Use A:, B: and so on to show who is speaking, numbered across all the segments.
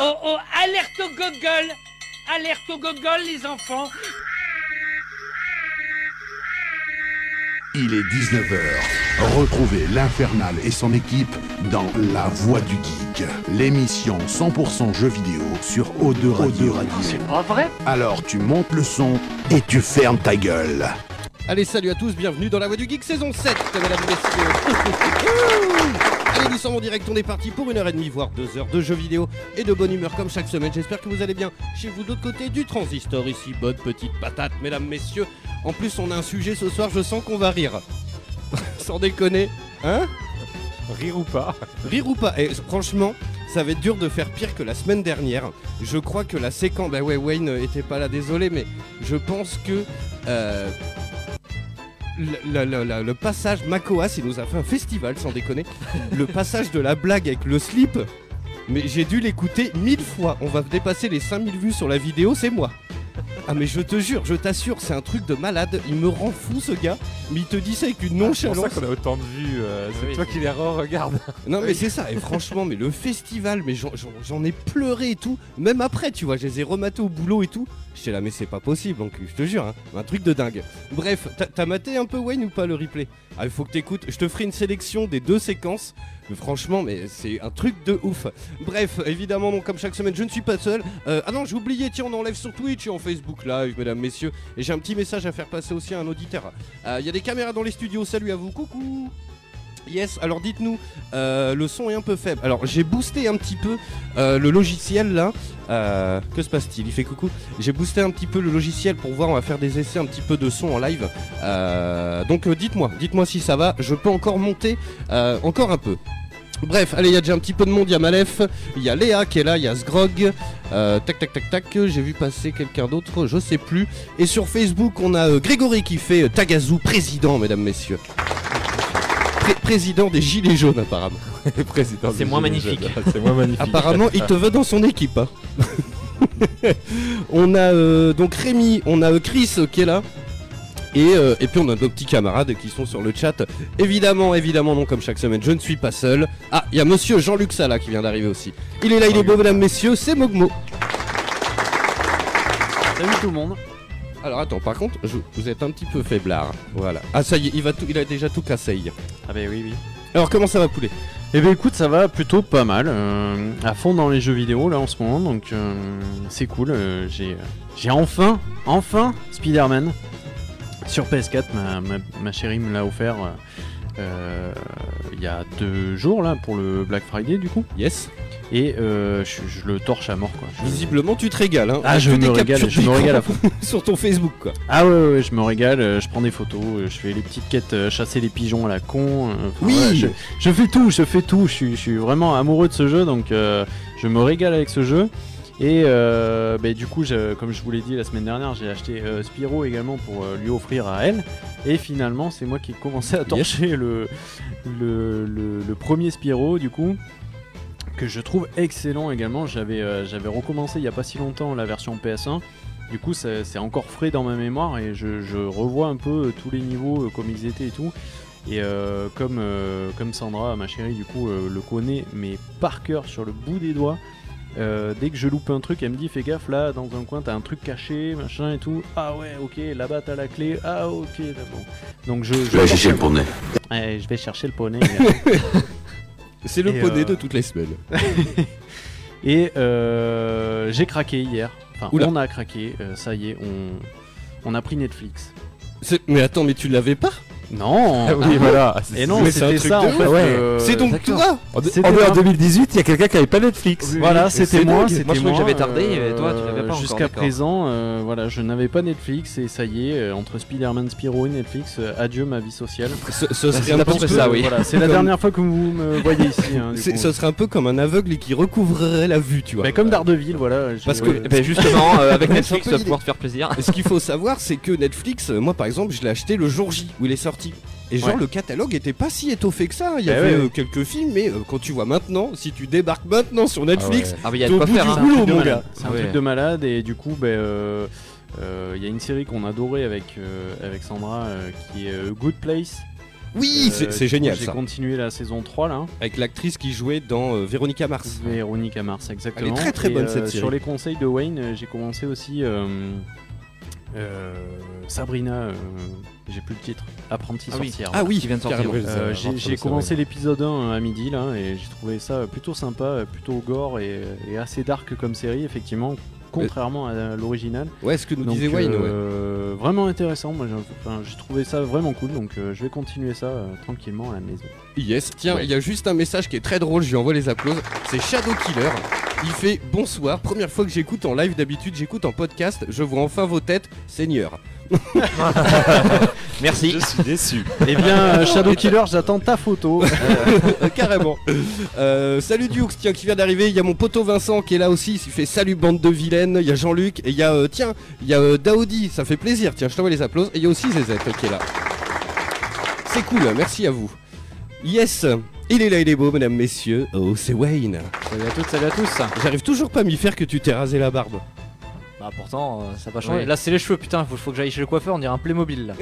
A: Oh oh, alerte au gogol Alerte au gogol, les enfants
B: Il est 19h. Retrouvez l'Infernal et son équipe dans La Voix du Geek, l'émission 100% jeux vidéo sur O2 Radio.
C: Ah, C'est pas vrai
B: Alors tu montes le son et tu fermes ta gueule.
D: Allez, salut à tous, bienvenue dans la Voix du Geek saison 7, mesdames et messieurs. Allez, nous sommes en direct, on est parti pour une heure et demie, voire deux heures de jeux vidéo et de bonne humeur comme chaque semaine. J'espère que vous allez bien chez vous de l'autre côté du transistor. Ici, bonne petite patate, mesdames, messieurs. En plus, on a un sujet ce soir, je sens qu'on va rire. Sans déconner, hein
E: Rire ou pas
D: Rire ou pas Et franchement, ça va être dur de faire pire que la semaine dernière. Je crois que la séquence. Bah ouais, Wayne était pas là, désolé, mais je pense que. euh, le, le- le- le passage Makoas, il nous a fait un festival, sans déconner. le passage de la blague avec le slip. Mais j'ai dû l'écouter mille fois. On va dépasser les 5000 vues sur la vidéo, c'est moi. Ah mais je te jure, je t'assure, c'est un truc de malade. Il me rend fou ce gars, mais il te dit ça avec une
E: Ah, C'est pour
D: nonchalance.
E: ça qu'on a autant de vues. euh, c'est
C: Oui,
E: toi
C: c'est-
E: qui les re-regardes.
D: Non mais c'est ça, et franchement, mais le festival, mais j'en- j'en j'en ai pleuré et tout, même après, tu vois, je les ai rematés au boulot et tout. J'étais là, mais c'est pas possible, donc je te jure, hein, un truc de dingue. Bref, t'as- t'as maté un peu Wayne ou pas le replay Ah, il faut que t'écoutes, je te ferai une sélection des deux séquences, mais franchement, mais c'est un truc de ouf. Bref, évidemment, non, comme chaque semaine, je ne suis pas seul. Euh, ah non, j'ai oublié, tiens, on enlève sur Twitch et en Facebook Live, mesdames, messieurs, et j'ai un petit message à faire passer aussi à un auditeur. Euh, Il y a des caméras dans les studios, salut à vous, coucou Yes, alors dites-nous, euh, le son est un peu faible. Alors j'ai boosté un petit peu euh, le logiciel là. Euh, que se passe-t-il Il fait coucou. J'ai boosté un petit peu le logiciel pour voir, on va faire des essais un petit peu de son en live. Euh, donc euh, dites-moi, dites-moi si ça va. Je peux encore monter euh, encore un peu. Bref, allez, il y a déjà un petit peu de monde, il y a Malef, il y a Léa qui est là, il y a Sgrog, euh, tac tac tac tac, j'ai vu passer quelqu'un d'autre, je sais plus. Et sur Facebook, on a euh, Grégory qui fait euh, Tagazu président, mesdames, messieurs. Pré- président des Gilets jaunes, apparemment.
E: Président
C: C'est
E: du
C: moins
E: Gilets
C: magnifique.
E: jaunes. C'est moins magnifique.
D: Apparemment, il te veut dans son équipe. hein. on a euh, donc Rémi, on a euh, Chris euh, qui est là. Et, euh, et puis on a nos petits camarades qui sont sur le chat. Évidemment, évidemment, non, comme chaque semaine, je ne suis pas seul. Ah, il y a monsieur Jean-Luc Sala qui vient d'arriver aussi. Il est là, il est beau, mesdames, messieurs, c'est Mogmo.
C: Salut tout le monde.
D: Alors attends, par contre, je- vous êtes un petit peu faiblard. Voilà. Ah, ça y est, il, va tout, il a déjà tout cassé hier.
C: Ah bah oui oui.
D: Alors comment ça va, poulet
C: Eh ben écoute, ça va plutôt pas mal. euh, à fond dans les jeux vidéo là en ce moment, donc euh, c'est cool. euh, j'ai, euh, j'ai enfin, enfin Spider-Man sur PS4. Ma, ma, ma chérie me l'a offert euh, euh, il y a deux jours là pour le Black Friday du coup.
D: Yes.
C: Et euh, je, je le torche à mort quoi. Je-
D: Visiblement, tu te régales. Hein.
C: Ah, je
D: Tout
C: me
D: est
C: régale,
D: capturé
C: je me régale à fond.
D: sur ton Facebook, quoi.
C: Ah ouais, ouais, ouais, je me régale, euh, je prends des photos, euh, je fais les petites quêtes, euh, chasser les pigeons à la con. euh, enfin,
D: Oui.
C: ouais, je, je fais tout, je fais tout. Je suis, je suis vraiment amoureux de ce jeu, donc euh, je me régale avec ce jeu. Et euh, bah, du coup, je- comme je vous l'ai dit la semaine dernière, j'ai acheté euh, Spyro également pour euh, lui offrir à elle. Et finalement, c'est moi qui ai commencé à torcher le, le, le- le premier Spyro, du coup, que je trouve excellent également. J'avais euh, j'avais recommencé il n'y a pas si longtemps la version PS1. Du coup, ça- c'est encore frais dans ma mémoire et je, je revois un peu euh, tous les niveaux euh, comme ils étaient et tout. Et euh, comme, euh, comme Sandra, ma chérie, du coup, euh, le connaît, mais par cœur, sur le bout des doigts, euh, dès que je loupe un truc, elle me dit fais gaffe là, dans un coin, t'as un truc caché, machin et tout. Ah ouais, ok, là-bas, t'as la clé. Ah ok, d'accord. Donc je, je,
B: poney.
C: Ouais, je vais chercher le poney.
D: C'est le
C: Et,
D: poney
C: euh,
D: de toutes les semaines.
C: Et euh, j'ai craqué hier. Enfin,
D: Oula.
C: on a craqué. euh, ça y est, on, on a pris Netflix.
D: C'est- Mais attends, mais tu l'avais pas
C: Non.
E: Ah oui, voilà.
C: Et non,
D: Mais c'est un
C: c'était
D: truc
C: ça
D: de
C: en
D: ouf.
C: fait.
E: Ouais.
C: euh,
D: C'est donc toi
E: En, de-
C: C'était
E: en
C: moi.
E: 2018, il y a quelqu'un qui avait pas Netflix.
C: Voilà, c'était moi,
F: dingue.
C: c'était
F: Moi, je
C: moi. euh,
F: trouvais que j'avais tardé, et toi, tu l'avais pas encore,
C: Jusqu'à
F: d'accord.
C: présent, euh, voilà, je n'avais pas Netflix et ça y est, euh, entre Spider-Man, Spyro et Netflix, euh, adieu ma vie sociale.
D: ce,
C: Bah,
D: ce serait
F: c'est
D: un
F: à peu
D: petit
F: près
D: peu-
F: ça, oui.
C: Voilà, c'est la
D: Comme-
C: dernière fois que vous me voyez ici. hein, du
D: c'est-
C: coup.
D: Ce serait un peu comme un aveugle qui recouvrerait la vue, tu vois.
C: Bah, comme Daredevil, voilà. je-
D: Parce que-
C: ouais.
F: Eh ben, justement, euh, avec
D: C'est un
F: Netflix,
D: peu
F: tu vas
D: l'idée.
F: pouvoir te faire plaisir.
G: Ah
D: Et ce qu'il faut savoir, c'est que Netflix, euh, moi par exemple, je l'ai acheté le jour J où il est sorti. Et genre
C: Ouais.
D: le catalogue était pas si étoffé que ça. Il y
C: Eh
D: avait
C: ouais.
D: euh, quelques films, mais euh, quand tu vois maintenant, si tu débarques maintenant sur Netflix,
F: Ah, mais il y a
D: T'es
F: de quoi
D: au bout
F: faire,
D: du
F: hein.
D: boulot,
C: truc de
D: mon
C: malade.
D: gars.
C: C'est un
F: Ah ouais.
C: truc de malade et du coup, ben, euh, euh, il y a une série qu'on adorait avec, euh, avec Sandra euh, qui est euh, Good Place.
D: Oui,
C: Euh,
D: c'est- c'est
C: du coup,
D: génial
C: J'ai
D: ça.
C: continué la saison 3 là. hein,
D: Avec l'actrice qui jouait dans euh, Véronica Mars.
C: Mmh. Véronique Mars, exactement.
D: Elle est très, très
C: Et,
D: bonne,
C: euh,
D: cette série.
C: Sur les conseils de Wayne, euh, j'ai commencé aussi euh, euh, Sabrina, euh, j'ai plus le titre, Apprenti
G: Ah oui.
C: sorcière.
D: Ah oui,
G: qui vient de sortir.
B: Carrie
C: Euh,
B: Brazel,
C: j'ai
B: Raphaël
C: j'ai
B: Sabrina.
C: commencé l'épisode 1 à midi là et j'ai trouvé ça plutôt sympa, euh, plutôt gore et, et assez dark comme série effectivement, contrairement à l'original.
D: Ouais, ce que nous
C: Donc,
D: disait Wayne, ouais.
C: euh, vraiment intéressant. Moi, j'ai enfin, j'ai trouvé ça vraiment cool, donc euh, je vais continuer ça euh, tranquillement à la maison.
D: Yes, tiens, il
C: Ouais.
D: y a juste un message qui est très drôle, je lui envoie les applauses. C'est Shadow Killer. Il fait bonsoir, première fois que j'écoute en live d'habitude, j'écoute en podcast, je vois enfin vos têtes, Seigneur.
G: Merci.
H: Je suis déçu.
C: Eh bien, euh, Shadow Killer, j'attends ta photo.
D: Euh, carrément. Euh, salut Dux, tiens, qui vient d'arriver. Il y a mon poteau Vincent qui est là aussi. Il fait salut bande de vilaines. Il y a Jean-Luc. Et il y a, euh, tiens, il y a euh, Daoudi. Ça fait plaisir. Tiens, je t'envoie les applauses. Et il y a aussi Zezette qui est là. C'est cool. Merci à vous. Yes. Il est là, il est beau, mesdames, messieurs. Oh, c'est Wayne.
G: Salut à toutes, salut à tous.
D: J'arrive toujours pas à m'y faire que tu t'es rasé la barbe.
G: Bah pourtant, euh, ça va changer.
C: Ouais.
G: Là, c'est les cheveux, putain, faut, faut que j'aille chez le coiffeur, on dirait un Playmobil là.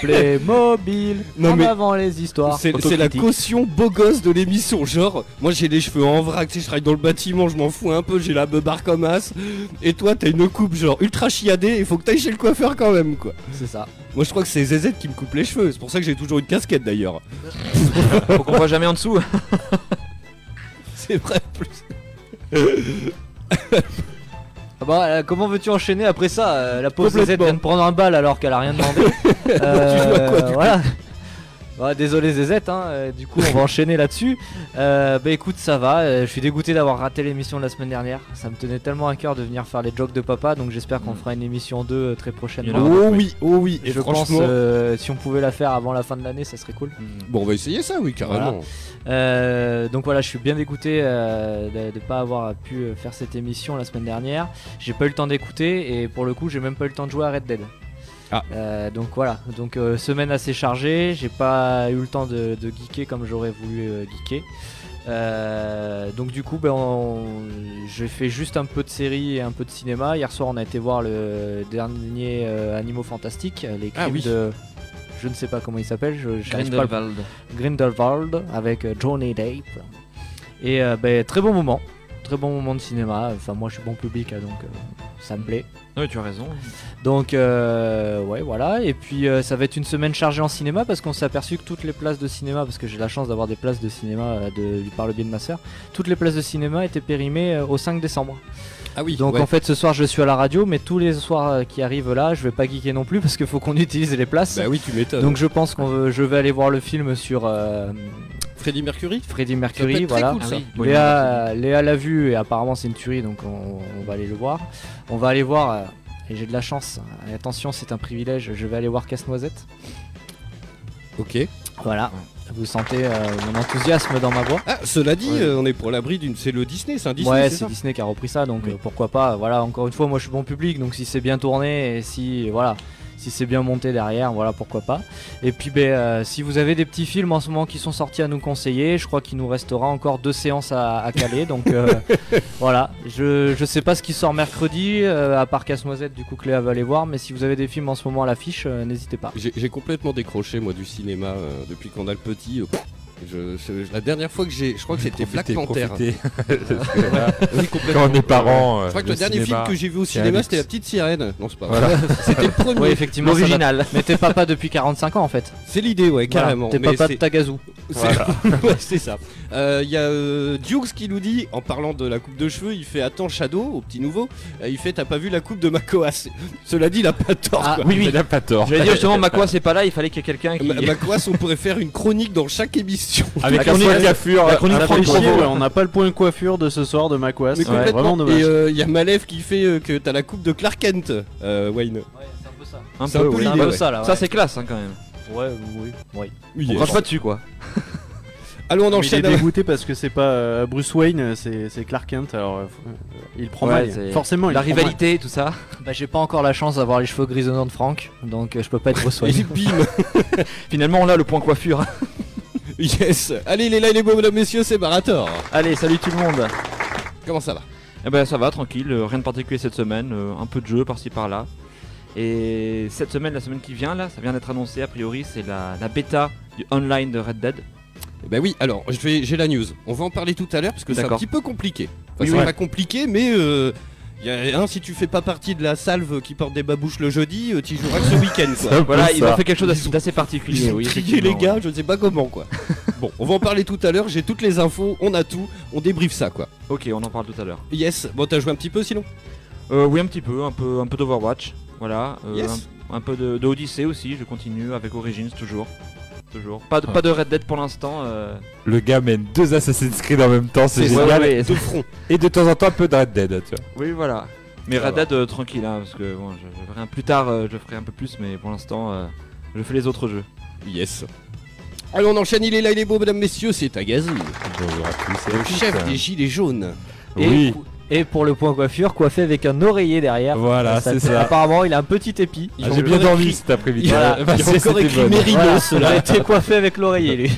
G: Playmobil
D: Non,
G: En
D: mais-
G: avant les histoires.
D: C'est c'est la caution beau gosse de l'émission. Genre, moi j'ai les cheveux en vrac, tu sais, je travaille dans le bâtiment, je m'en fous un peu, j'ai la beubar comme as. Et toi, t'as une coupe genre ultra chiadée, il faut que t'ailles chez le coiffeur quand même, quoi.
G: C'est ça.
D: Moi je crois que c'est ZZ qui me coupe les cheveux, c'est pour ça que j'ai toujours une casquette d'ailleurs.
G: Faut qu'on voit jamais en dessous.
D: C'est vrai, plus.
G: Ah bah, euh, comment veux-tu enchaîner après ça euh, La pauvre ZZ
D: Complètement.
G: vient de prendre un bal alors qu'elle a rien demandé. Euh,
D: joues à quoi, du coup
G: voilà. Bah, désolé ZZ, hein, euh, du coup on va enchaîner là-dessus. Euh, bah écoute, ça va, euh, je suis dégoûté d'avoir raté l'émission de la semaine dernière. Ça me tenait tellement à cœur de venir faire les jokes de papa, donc j'espère qu'on fera une émission 2 euh, très prochainement.
D: Oh oui, oh oui, et
G: je pense
D: franchement.
G: euh, si on pouvait la faire avant la fin de l'année, ça serait cool.
D: Bon, on va essayer ça, oui, carrément.
G: Euh, donc voilà, je suis bien dégoûté euh, de ne pas avoir pu euh, faire cette émission la semaine dernière. J'ai pas eu le temps d'écouter et pour le coup, j'ai même pas eu le temps de jouer à Red Dead.
D: Ah.
G: Euh, donc voilà, donc euh, semaine assez chargée, j'ai pas eu le temps de, de geeker comme j'aurais voulu euh, geeker. Euh, donc du coup, ben, on- j'ai fait juste un peu de série et un peu de cinéma. Hier soir, on a été voir le dernier euh, Animaux Fantastiques, les
D: Ah
G: crimes
D: oui.
G: de, je ne sais pas comment il s'appelle, je j'arrive pas à le Grindelwald avec euh, Johnny Depp. Et euh, ben, très bon moment, très bon moment de cinéma. Enfin, moi je suis bon public, hein, donc euh, ça me plaît.
I: Oui, tu as raison.
G: Donc, euh, ouais, voilà. Et puis, euh, ça va être une semaine chargée en cinéma parce qu'on s'est aperçu que toutes les places de cinéma, parce que j'ai la chance d'avoir des places de cinéma euh, de, du- par le biais de ma soeur, toutes les places de cinéma étaient périmées euh, au 5 décembre.
D: Ah oui,
G: Donc
D: ouais.
G: en fait ce soir je suis à la radio mais tous les soirs euh, qui arrivent là je vais pas geeker non plus parce qu'il faut qu'on utilise les places.
D: Bah oui, tu m'étonnes.
G: Donc je pense qu'on veut- je vais aller voir le film sur euh,
D: Freddie Mercury
G: Freddie
D: Ça peut être
G: Mercury,
D: très
G: voilà.
I: Ah
G: Ah
D: cool, ça.
I: euh,
G: Léa, Léa l'a vu et apparemment c'est une tuerie donc on, on va aller le voir. On va aller voir, euh, et j'ai de la chance, hein. et attention c'est un privilège, je vais aller voir Casse-Noisette.
D: Ok.
G: Voilà, vous sentez euh, mon enthousiasme dans ma voix.
D: Ah, cela dit,
G: Ouais.
D: euh, on est pour l'abri d'une. C'est le Disney, c'est un Disney.
G: ouais,
D: c'est
G: c'est
D: ça
G: Disney qui a repris ça, donc euh, pourquoi pas. Voilà, encore une fois, moi je suis bon public, donc si c'est bien tourné et si voilà, si c'est bien monté derrière, voilà, pourquoi pas. Et puis, ben, euh, si vous avez des petits films en ce moment qui sont sortis à nous conseiller, je crois qu'il nous restera encore deux séances à, à caler, donc euh, voilà. Je, je sais pas ce qui sort mercredi, euh, à part Casse-Noisette, du coup que Léa va aller voir, mais si vous avez des films en ce moment à l'affiche, euh, n'hésitez pas.
D: J'ai j'ai complètement décroché moi du cinéma euh, depuis qu'on a le petit. euh, je- je- la dernière fois que j'ai, je crois que c'était Black Panther. Oui, complètement.
B: Quand on est parent, euh,
D: Je crois que
B: le
D: le, dernier
B: cinéma,
D: film que j'ai vu au
B: c'est
D: cinéma
B: Alix.
D: c'était La Petite Sirène. Non, c'est pas vrai.
B: Voilà.
D: C'était le premier.
G: Oui, effectivement, ça date-
I: L'original.
G: Mais t'es papa depuis 45 ans en fait.
D: C'est l'idée,
G: Voilà,
D: ouais, carrément.
G: T'es
D: mais
G: papa de
D: c'est-
G: Tagazu.
D: c'est- ouais, c'est ça. Euh, Il y a euh, Dukes qui nous dit, en parlant de la coupe de cheveux, il fait Attends, Shadow, au petit nouveau, euh, il fait T'as pas vu la coupe de Makoas Cela dit, il a pas tort,
G: Ah,
D: quoi.
B: Oui, oui. Il a pas tort.
I: J'allais dire justement, Makoa c'est pas là, il fallait qu'il y ait quelqu'un qui.
D: Ma- Makoas, on pourrait faire une chronique dans chaque émission.
B: Avec un point de coiffure.
C: La
I: euh,
C: chronique
B: un
C: Franck
B: point de
C: Provost,
B: coiffure.
C: ouais, on n'a pas le point de coiffure de ce soir de Macquas.
D: Mais
C: Ouais, vraiment
D: complètement.
C: dommage.
D: Et euh, il y a Malev qui fait euh, que t'as la coupe de Clark Kent, euh, Wayne.
G: c'est un peu ça.
I: Un
D: c'est
I: peu,
D: un peu
I: oui.
G: C'est un
D: l'idée,
G: peu
D: ouais.
G: ça là.
I: Ça
G: ouais.
I: c'est classe hein, quand même.
G: Ouais, oui, oui.
I: On crache pas dessus quoi.
D: Allons, on
C: Mais il est
D: enchaîne. avec-
C: dégoûté parce que c'est pas euh, Bruce Wayne, c'est c'est Clark Kent. Alors, euh, faut- euh, il prend
I: Ouais,
C: mal.
I: c'est-
C: Forcément, il
I: La
C: prend mal.
I: rivalité, tout ça.
G: Bah, j'ai pas encore la chance d'avoir les cheveux grisonnants de Franck, donc euh, je peux pas être Bruce
D: Et
G: Wayne.
D: bim
I: Finalement, on a le point coiffure.
D: Yes Allez, il est là, il est beau, mesdames, messieurs, c'est Barator
I: Allez, salut tout le monde.
D: Comment ça va
I: Eh ben ça va, tranquille, euh, rien de particulier cette semaine, euh, un peu de jeu par-ci par-là. Et cette semaine, la semaine qui vient, là, ça vient d'être annoncé, a priori, c'est la, la bêta du online de Red Dead.
D: Eh Ben oui, alors je vais- j'ai la news. On va en parler tout à l'heure parce que c'est un
I: D'accord.
D: petit peu compliqué. Enfin,
I: Oui,
D: c'est
I: oui.
D: pas compliqué, mais euh, y a, hein, si tu fais pas partie de la salve qui porte des babouches le jeudi, euh, t'y joueras que ce week-end. Quoi.
I: Voilà, ils ont
E: ça.
I: fait quelque
D: Ils
I: chose d'assez
D: ont-
I: d'assez
D: Ils
I: particulier.
D: sont
I: oui,
D: triés,
I: effectivement,
D: les gars, je ne sais pas comment quoi. bon, on va en parler tout à l'heure. J'ai toutes les infos, on a tout, on débriefe ça quoi.
I: ouais. Ok, on en parle tout à l'heure.
D: Yes, bon t'as joué un petit peu sinon.
I: Euh, oui, un petit peu, un peu, un peu d'Overwatch. Voilà. euh,
D: Yes.
I: un, un peu de, de Odyssey aussi. Je continue avec Origins toujours. Toujours. Pas de, pas de Red Dead pour l'instant. euh.
E: Le gars mène deux Assassin's Creed en même temps, c'est
D: C'est
E: génial.
I: ouais, ouais,
D: De front.
E: Et de temps en temps un peu de Red Dead, tu vois.
I: Oui, voilà. Mais
D: Ça
I: Red Dead, euh, tranquille, hein, parce que bon, je, je ferai un- plus tard, euh, je ferai un peu plus, mais pour l'instant, euh, je fais les autres jeux.
D: Yes. Allez, on enchaîne. Il est là, il est beau, mesdames, messieurs, c'est Tagazu,
E: Bonjour à tous et à
D: le
E: toutes.
D: chef des gilets jaunes.
G: Et,
E: Oui,
G: et pour le point coiffure, coiffé avec un oreiller derrière. Euh,
E: voilà, c'est ça.
G: Apparemment, il a un petit épi.
E: Ah, J'ai bien dormi cet après-midi. Ah, bah, c'est- c'était bon.
G: Mérinos, il a été coiffé avec l'oreiller, lui.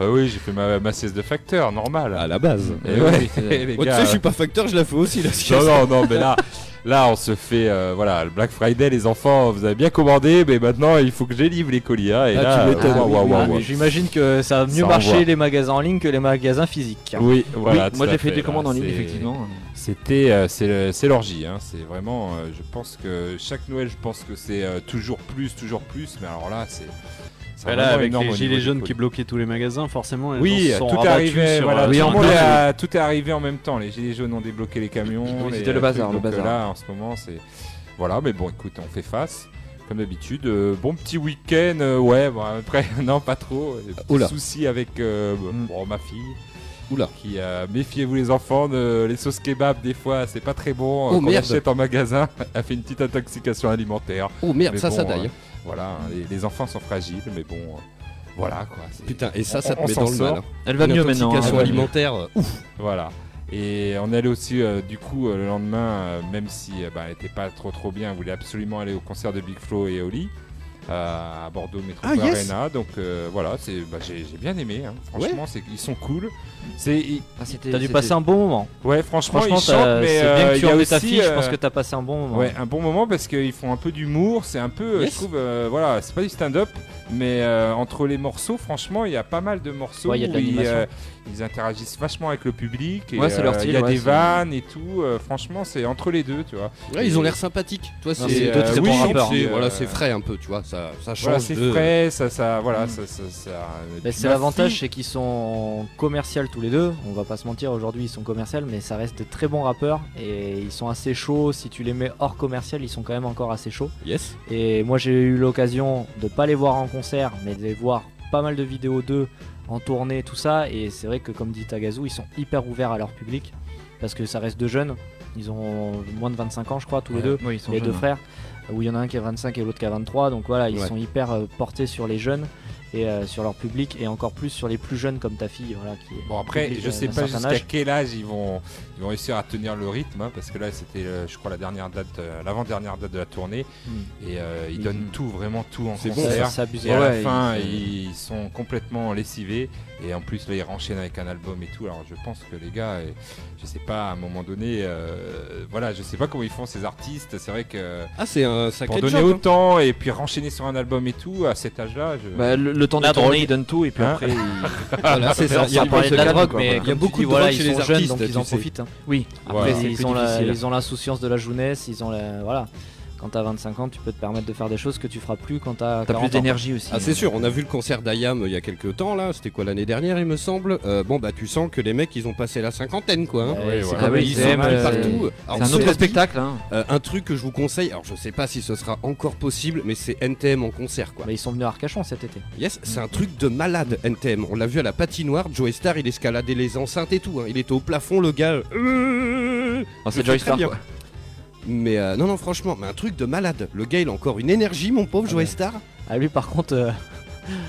E: Ah oui, j'ai fait ma, ma sieste de facteur, normal.
D: À la base.
E: Eh
I: oui,
E: ouais,
I: c'est-
E: les
D: Moi, tu
E: gars,
D: sais, je suis pas facteur, je la fais aussi la sieste.
E: Non, non, non, mais là, là, on se fait, euh, voilà, le Black Friday, les enfants, vous avez bien commandé, mais maintenant, il faut que j'ai livre les colis, hein, et
D: Ah,
E: là,
D: tu m'étonnes.
E: waouh, waouh, waouh, waouh.
G: J'imagine que ça a mieux
E: Ça
G: marché
E: envoie.
G: les magasins en ligne que les magasins physiques.
E: Oui, voilà.
I: Hein. Oui,
E: tout
I: moi
E: à
I: j'ai fait des
E: là,
I: commandes en ligne,
E: c'est-
I: effectivement.
E: C'était, euh, c'est le- c'est l'orgie, hein, c'est vraiment, euh, je pense que chaque Noël, je pense que c'est euh, toujours plus, toujours plus, mais alors là, c'est. c'est
C: Voilà,
E: Ah, vraiment
C: avec
E: énorme
C: les
E: au
C: gilets
E: niveau des
C: jaunes
E: colis.
C: qui bloquaient tous les magasins, forcément, les
E: Oui,
C: gens se sont
E: tout est
C: rabattus
E: arrivé.
C: sur,
E: voilà,
C: euh,
E: tout,
C: oui,
E: le
C: en
E: monde
C: deux.
E: a- tout est arrivé en même temps. Les gilets jaunes ont débloqué les camions.
I: Oui,
E: les
I: c'était le
E: trucs,
I: bazar, le
E: donc, euh,
I: bazar.
E: Là, en ce moment, c'est voilà, mais bon, écoute, on fait face. Comme d'habitude, Euh, bon petit week-end, euh, ouais, bon, après, non, pas trop. Euh, petit
D: Oula.
E: Souci avec euh,
I: Mm.
E: bon, ma fille.
D: Oula.
E: Qui, euh, méfiez-vous les enfants, de- les sauces kebab, des fois, c'est pas très bon.
D: Oh,
E: quand on
D: merde.
E: achète en magasin, elle fait une petite intoxication alimentaire.
D: Oh merde,
E: Mais
D: ça, ça
E: bon,
D: daille.
E: Voilà, hein, les, les enfants sont fragiles, mais bon, euh, voilà quoi. c'est-
D: Putain, et ça, ça te
E: on- on
D: met
E: s'en
D: dans le mal.
E: sort.
D: hein.
I: Elle va
D: Une
I: mieux maintenant.
D: intoxication
I: hein.
D: alimentaire. euh, Ouf.
E: Voilà. Et on allait aussi, euh, du coup, euh, le lendemain, euh, même si euh, bah, elle n'était pas trop trop bien, elle voulait absolument aller au concert de Big Flo et Oli euh, à Bordeaux Métropole
D: Ah, yes.
E: Arena. Donc euh, voilà, c'est, bah, j'ai, j'ai bien aimé. hein. Franchement, c'est, ils sont cool. C'est, ils-
I: Ah, c'était-
G: T'as dû
I: c'était-
G: passer un bon moment.
E: ouais, franchement,
G: Franchement,
E: ils chantent,
G: t'as-
E: mais
G: c'est
E: euh,
G: bien que
E: il
G: tu
E: y a
G: en mets
E: aussi,
G: ta fiche, je pense
E: euh,
G: que t'as passé un bon moment.
E: Ouais, un bon moment parce qu'ils font un peu d'humour, c'est un peu, euh,
D: Yes.
E: je trouve, euh, voilà, c'est pas du stand-up, mais euh, entre les morceaux, franchement, il y a pas mal de morceaux
G: Ouais, il y a de
E: où ils,
G: l'animation.
E: euh, ils interagissent vachement avec le public, et,
I: Ouais, c'est leur
E: euh, il y
I: style,
E: a
I: ouais,
E: des
I: c'est-
E: vannes et tout, euh, franchement, c'est entre les deux, tu vois.
D: Ouais, ils ont l'air sympathiques. Toi, c'est
G: Non, c'est
D: euh,
G: deux très
D: oui,
G: bons rappeurs,
D: c'est-
E: hein.
D: Voilà,
E: Euh,
D: c'est frais un peu, tu vois. Ça, ça change.
E: Voilà, c'est
D: de-
E: frais, ça, ça, voilà, ça, ça, ça- euh,
G: Mais
E: puis
G: c'est
E: ma
G: l'avantage,
E: fille-
G: c'est qu'ils sont commerciaux tous les deux. On va pas se mentir, aujourd'hui ils sont commerciaux, mais ça reste des très bons rappeurs et ils sont assez chauds. Si tu les mets hors commercial, ils sont quand même encore assez chauds.
D: Yes.
G: Et moi j'ai eu l'occasion de pas les voir en concert, mais de les voir pas mal de vidéos d'eux en tournée, tout ça. Et c'est vrai que comme dit Tagazu, ils sont hyper ouverts à leur public parce que ça reste deux jeunes. Ils ont moins de 25 ans, je crois, tous les deux
I: Oui, ils sont
G: les
I: jeunes,
G: deux
I: hein.
G: frères, où il y en a un qui a 25 et l'autre qui a 23. Donc voilà, ils
D: Ouais.
G: sont hyper euh, portés sur les jeunes et euh, sur leur public et encore plus sur les plus jeunes comme ta fille. Voilà, qui est
E: Bon après,
G: public
E: je
G: d'un-
E: sais
G: d'un
E: pas
G: certain
E: jusqu'à
G: âge.
E: quel âge ils vont, ils vont réussir à tenir le rythme, hein, parce que là c'était, euh, je crois, la dernière date, euh, l'avant-dernière date de la tournée, et euh, ils
I: Mhm.
E: donnent tout, vraiment tout en
D: C'est bon,
G: Ça-
E: concert.
G: ça s'abuse.
E: Et à
I: Ouais,
E: la fin,
I: ils-
E: ils, sont complètement lessivés. Et en plus, là, ils renchaînent avec un album et tout. Alors, je pense que les gars, euh, je sais pas, à un moment donné, euh, voilà, je sais pas comment ils font ces artistes. C'est vrai que
D: Ah, c'est un sacré
E: pour donner
D: job, hein.
E: autant et puis renchaîner sur un album et tout, à cet âge-là, je.
I: Bah, le, le temps de
G: La
I: tourner,
G: drogue.
I: ils donnent tout, et puis
E: Hein
I: après, ils-
D: Voilà, c'est ça.
G: Alors,
D: Il y a
G: sans
D: pas
G: parler
D: de
G: de la
D: calme,
G: drogue,
D: quoi.
G: mais
D: Il y a
G: comme
D: beaucoup
G: tu dis,
D: de
G: voilà,
D: drogue chez
G: ils
D: les
G: sont jeunes,
D: artistes,
G: donc
D: tu
G: ils en
D: sais.
G: profitent. hein. Oui,
E: Voilà.
G: après,
E: C'est
G: ils,
I: plus
G: ont la,
I: difficile.
F: hein.
G: ils ont l'insouciance de la jeunesse, ils ont la. Voilà. Quand t'as 25 ans, tu peux te permettre de faire des choses que tu feras plus quand t'as.
I: t'as
G: 40
I: plus
G: ans.
I: d'énergie aussi.
D: Ah, c'est sûr, on a vu le concert d'Ayam euh, il y a quelques temps, là. C'était quoi l'année dernière, il me semble. Euh, bon, bah, tu sens que les mecs, ils ont passé la cinquantaine, quoi. hein.
G: Ouais,
E: Oui,
G: c'est
E: voilà.
G: comme
I: Ah oui,
G: ils
D: Ils
I: c'est-
G: aiment,
D: sont mal
I: euh,
D: partout.
I: C'est
D: Alors,
I: un autre
D: cela dit,
I: spectacle, hein.
D: euh, un truc que je vous conseille, alors je sais pas si ce sera encore possible, mais c'est NTM en concert quoi.
G: Mais ils sont venus à Arcachon cet été.
D: Yes, c'est un truc de malade, NTM. On l'a vu à la patinoire, Joey Star, il escaladait les enceintes et tout. hein. Il était au plafond, le gars. euh,
I: Ah,
D: le
I: C'est
D: fait
I: Joy
D: très
I: Star,
D: bien.
I: quoi.
D: Mais euh, non, non, franchement, mais un truc de malade. Le gars, il a encore une énergie, mon pauvre
G: Ah
D: Joey
G: ouais.
D: Star.
G: Ah lui par contre, euh,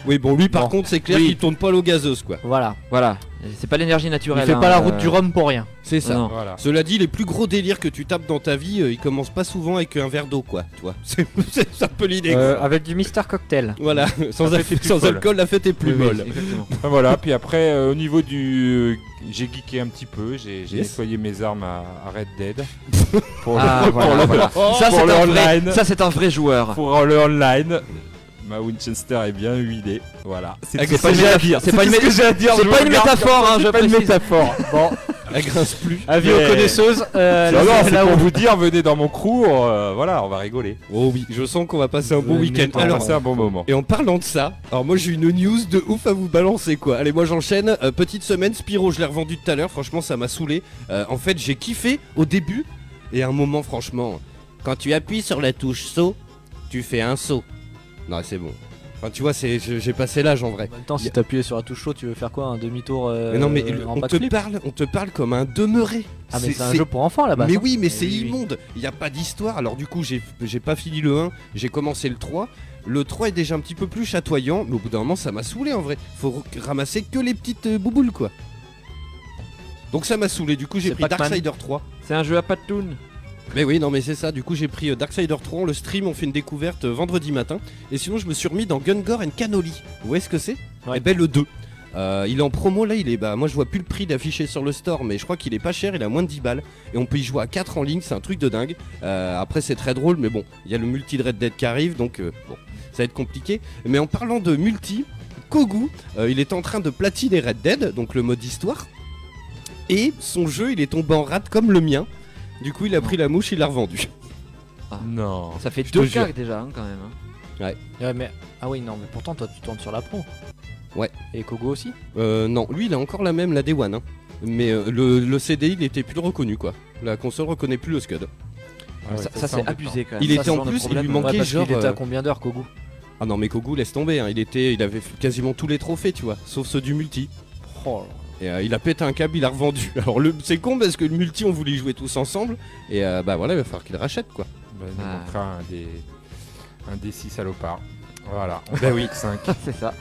D: Oui, bon, lui par
F: Bon.
D: contre, c'est clair
I: Oui.
D: qu'il tourne pas l'eau gazeuse quoi.
F: Voilà.
I: Voilà, c'est pas l'énergie
F: Il
I: naturelle.
F: fait
I: hein,
F: pas la
I: euh,
F: route du Rhum pour rien.
D: C'est ça.
I: non.
E: Voilà.
D: Cela dit, les plus gros délires que tu tapes dans ta vie, euh, ils commencent pas souvent avec un verre d'eau quoi, tu vois. C'est c'est- c'est un peu l'idée.
F: Euh, avec du Mister Cocktail.
D: Voilà, sans,
E: ah. fête est
D: al-
E: plus
D: sans
E: folle.
D: alcool, la fête est plus
I: Oui, oui,
D: molle.
I: exactement.
E: Enfin, voilà, puis après, euh, au niveau du. J'ai geeké un petit peu, j'ai j'ai
D: Yes.
E: nettoyé mes armes à, à Red Dead. pour,
I: Ah,
E: le, Oh,
I: voilà, voilà. Ça,
E: pour
I: c'est
E: le
I: un vrai-
E: online.
I: ça, c'est un vrai joueur.
E: pour le online. Ma Winchester est bien huilée. Voilà. C'est
I: Ah,
E: tout
I: c'est
E: ce
I: pas
E: que
I: une
E: j'ai à
I: méta-
E: dire.
I: c'est pas
E: tout
I: une
E: ce que
I: méta-
E: j'ai à dire.
I: C'est
E: Je
I: pas
E: vous
I: une
E: regarde.
I: métaphore, hein, je précise.
C: métaphore. Bon,
D: Elle grince plus.
C: avis aux
E: Mais-
C: connaisseuses. euh,
E: Non,
C: la-
E: non, c'est
C: la-
E: pour vous dire, venez dans mon crew, euh, voilà, on va rigoler.
D: Oh oui, je sens qu'on va passer un bon
F: Euh,
D: week-end.
E: On va
D: Alors,
E: passer un bon moment.
D: Et en parlant de ça, alors moi j'ai une news de ouf à vous balancer quoi. Allez, moi j'enchaîne. Euh, petite semaine, Spiro, je l'ai revendu tout à l'heure. Franchement, ça m'a saoulé. Euh, en fait, j'ai kiffé au début et à un moment, franchement, quand tu appuies sur la touche saut, tu fais un saut. Non, c'est bon. Enfin, tu vois, c'est, je- j'ai passé l'âge en vrai.
F: En même temps,
D: si
F: si t'appuyais sur la touche chaud, tu veux faire quoi Un demi-tour euh,
D: mais non, mais le- on te parle, on te parle comme un demeuré.
F: Ah, mais c'est un
D: c'est-
F: jeu pour enfants là-bas.
I: hein.
D: mais oui, mais
F: Eh
D: c'est
F: oui, oui.
D: immonde. Il n'y a pas d'histoire. Alors du coup, j'ai j'ai pas fini le 1, j'ai commencé le 3. Le 3 est déjà un petit peu plus chatoyant, mais au bout d'un moment, ça m'a saoulé en vrai. Faut r- ramasser que les petites euh, bouboules quoi. Donc ça m'a saoulé. Du coup, j'ai
I: C'est
D: pris
I: Pac-Man.
D: Darksider 3.
I: C'est un jeu à pas de toon.
D: Mais oui, non, mais c'est ça. Du coup, j'ai pris euh, Darksider 3, on le stream, on fait une découverte euh, vendredi matin. Et sinon, je me suis remis dans Gungor and Cannoli. Vous voyez ce que c'est
F: Ouais.
D: Eh ben, le 2. Euh, il est en promo là, il est bah moi je vois plus le prix d'affiché sur le store mais je crois qu'il est pas cher, il a moins de 10 balles et on peut y jouer à 4 en ligne, c'est un truc de dingue. Euh, après c'est très drôle mais bon, il y a le multi de Red Dead qui arrive donc euh, bon, ça va être compliqué. Mais en parlant de multi, Kogu, euh, il est en train de platiner Red Dead, donc le mode histoire et son jeu, il est tombé en rate comme le mien. Du coup, il a pris la mouche, il l'a revendu.
E: Non.
I: Ça fait
D: Je
I: deux
D: te jure.
I: cas déjà, hein, quand même. hein.
F: Ouais, mais... Ah oui, non, mais pourtant, toi, tu tournes sur la pro.
D: Ouais.
F: Et Kogo aussi
D: Euh, non, lui, il a encore la même, la Day One. hein. Mais euh, le, le CD, il était plus reconnu, quoi. La console reconnaît plus le Scud.
E: Ah ouais,
I: ça, ça, c'est abusé quand même.
D: Il
I: Ça,
D: était
I: ce
D: en
I: genre de
D: plus, il
I: problème,
D: lui
I: euh,
D: manquait- Ok,
F: ouais, parce
D: genre,
F: qu'il était
D: euh,
F: à combien d'heures, Kogo
D: Ah non, mais Kogu, laisse tomber. hein. Il, était, il avait fait quasiment tous les trophées, tu vois. Sauf ceux du multi. Et euh, il a pété un câble, il a revendu. Alors, le- c'est con parce que le multi, on voulait y jouer tous ensemble. Et euh, bah voilà, il va falloir qu'il rachète, quoi.
E: Bah, il nous
I: Ah.
E: manquera un des, un des six salopards. Voilà. Ben On
D: Bah
E: a
D: oui.
E: 5,
I: C'est ça.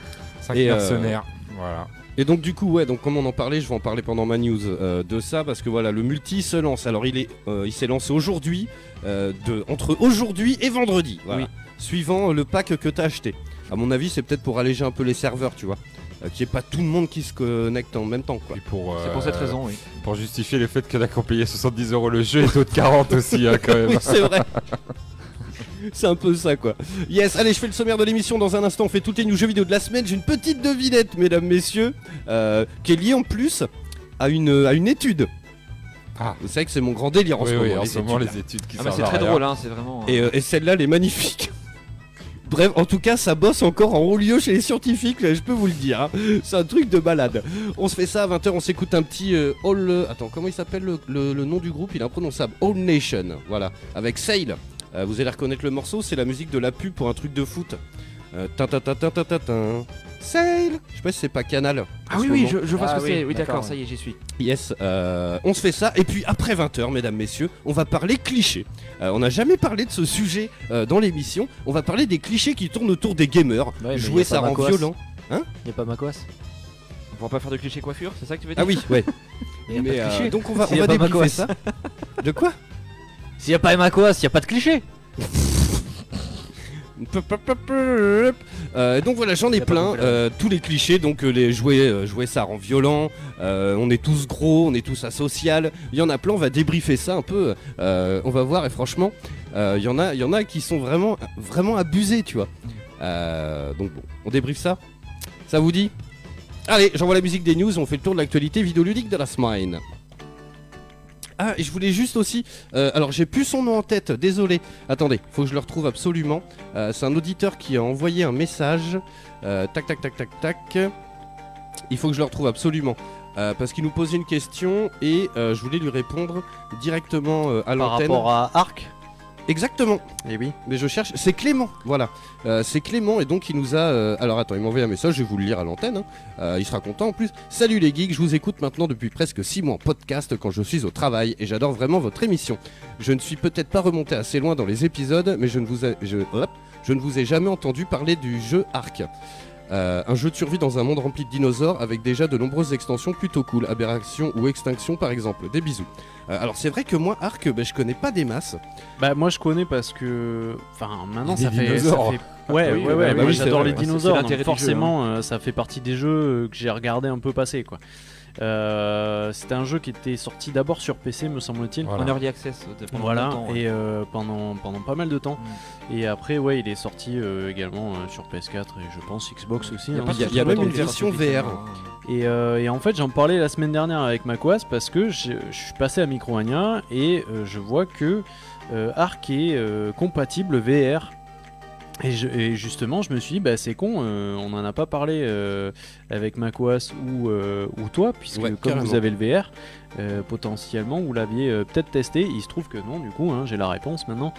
D: Et, euh,
E: mercenaires. Voilà.
D: Et donc du coup ouais donc comme on en parlait je vais en parler pendant ma news euh, de ça parce que voilà le multi se lance alors il est euh, il s'est lancé aujourd'hui euh, de entre aujourd'hui et vendredi voilà.
I: Oui.
D: suivant le pack que t'as acheté à mon avis c'est peut-être pour alléger un peu les serveurs tu vois Euh, qu'il n'y ait pas tout le monde qui se connecte en même temps quoi
E: Puis pour,
I: C'est
E: euh,
I: pour cette raison, oui. Ah,
E: Pour justifier le fait que a payé 70 euros le jeu et d'autres 40 aussi, hein, quand
D: oui
E: même.
D: c'est vrai c'est un peu ça quoi yes allez je fais le sommaire de l'émission dans un instant on fait toutes les news jeux vidéo de la semaine j'ai une petite devinette mesdames messieurs euh, qui est liée en plus à une à une étude
E: Ah.
D: Vous savez que c'est mon grand délire en
E: Oui,
D: ce
E: oui,
D: moment.
E: en
D: les
E: ce moment,
D: études,
E: les études qui
I: Ah, mais
E: servent
I: c'est
E: à
I: très
E: rien.
I: drôle, hein, c'est vraiment.
D: là. Et, euh, et celle-là, elle est magnifique. Bref, en tout cas, ça bosse encore en haut lieu chez les scientifiques, je peux vous le dire. hein. C'est un truc de malade. On se fait ça à 20h, on s'écoute un petit euh, All. euh, attends, comment il s'appelle le, le- le nom du groupe Il est imprononçable. All Nation, voilà. Avec Sail. Euh, vous allez reconnaître le morceau, c'est la musique de la pub pour un truc de foot. Euh, tin, tin, tin, tin, tin, tin, tin. Sail Je sais pas si c'est pas Canal. en
I: Ah
D: ce
I: oui, oui,
D: moment.
I: je, je vois
F: Ah
I: ce que
F: oui,
I: c'est. Oui, d'accord,
F: d'accord,
I: ça y est, j'y suis.
D: Yes, euh, on se fait ça. Et puis après 20h, mesdames, messieurs, on va parler clichés. Euh, on n'a jamais parlé de ce sujet euh, dans l'émission. On va parler des clichés qui tournent autour des gamers.
F: mais y
D: Jouer,
F: a
D: ça
F: pas
D: rend
F: Macoas.
D: violent.
F: Y'a pas Macoas
I: On pourra pas faire de cliché coiffure, c'est ça que tu veux dire
D: Ah oui, ouais.
F: Y a
D: Mais,
F: pas de
D: euh,
F: cliché.
D: donc on va,
F: S'il
D: on
F: y
D: va
F: a pas
D: débriefer
F: Macoas.
D: ça. De quoi
F: S'il y a pas Macoas, y a pas de cliché
D: Euh, donc voilà, j'en ai
F: Y a pas
D: plein,
F: beaucoup, là.
D: euh, tous les clichés, donc euh, les jouer, euh, jouer ça rend violent, euh, on est tous gros, on est tous asocial, il y en a plein, on va débriefer ça un peu, euh, on va voir, et franchement, euh, il y en a, il y en a qui sont vraiment, vraiment abusés, tu vois. Euh, donc bon, on débriefe ça Ça vous dit Allez, j'envoie la musique des news, on fait le tour de l'actualité vidéoludique de la semaine. Ah, et je voulais juste aussi, euh, alors j'ai plus son nom en tête, désolé, attendez, faut que je le retrouve absolument. Euh, c'est un auditeur qui a envoyé un message. Euh, tac, tac, tac, tac, tac. Il faut que je le retrouve absolument. Euh, parce qu'il nous posait une question et euh, je voulais lui répondre directement euh, à
F: Par
D: l'antenne.
F: rapport à Arc
D: Exactement.
F: Eh oui.
D: Mais je cherche. C'est Clément, voilà. Euh, c'est Clément et donc il nous a. euh, Alors attends, il m'a envoyé un message, je vais vous le lire à l'antenne. hein. Euh, il sera content en plus. Salut les geeks, je vous écoute maintenant depuis presque 6 mois en podcast quand je suis au travail et j'adore vraiment votre émission. Je ne suis peut-être pas remonté assez loin dans les épisodes, mais je ne vous ai, je, hop, je ne vous ai jamais entendu parler du jeu Arc. Euh, un jeu de survie dans un monde rempli de dinosaures avec déjà de nombreuses extensions plutôt cool, aberration ou extinction par exemple. Des bisous. Euh, alors c'est vrai que moi, Arc, ben, je connais pas des masses.
C: Bah moi je connais parce que enfin maintenant
E: Il y a
C: ça
E: des
C: fait, ça
E: dinosaures.
C: fait- ouais
I: Ah
C: ouais
I: oui,
C: ouais,
I: bah
C: moi,
D: oui, c'est
C: j'adore
D: vrai.
C: les
I: C'est- c'est
C: dinosaures donc
I: l'intérêt du jeu,
C: forcément euh, ça fait partie des jeux euh, que j'ai regardé un peu passer quoi. Euh, c'était un jeu qui était sorti d'abord sur PC me semble-t-il.
E: Voilà.
I: En early access. euh, pendant
C: Voilà,
I: longtemps, ouais. Mm.
C: et euh, pendant, pendant pas mal de temps. Et après, ouais, il est sorti euh, également euh, sur PS4 et je pense Xbox aussi.
I: Il y a
C: hein.
I: pas
D: Il y a-
I: de
D: il y a même
I: sous-titres
D: une version
I: officiellement,
D: VR.
I: hein.
C: Et, euh, et en fait, j'en parlais la semaine dernière avec Macquas parce que je je suis passé à Micromania et euh, je vois que euh, Arc est euh, compatible VR. Et, je- et justement, je me suis dit, bah, c'est con, euh, on n'en a pas parlé euh, avec Macquas ou, euh, ou toi, puisque
D: Ouais,
C: comme
D: carrément.
C: vous avez le VR, euh, potentiellement, vous l'aviez euh, peut-être testé. Il se trouve que non, du coup, hein, j'ai la réponse maintenant.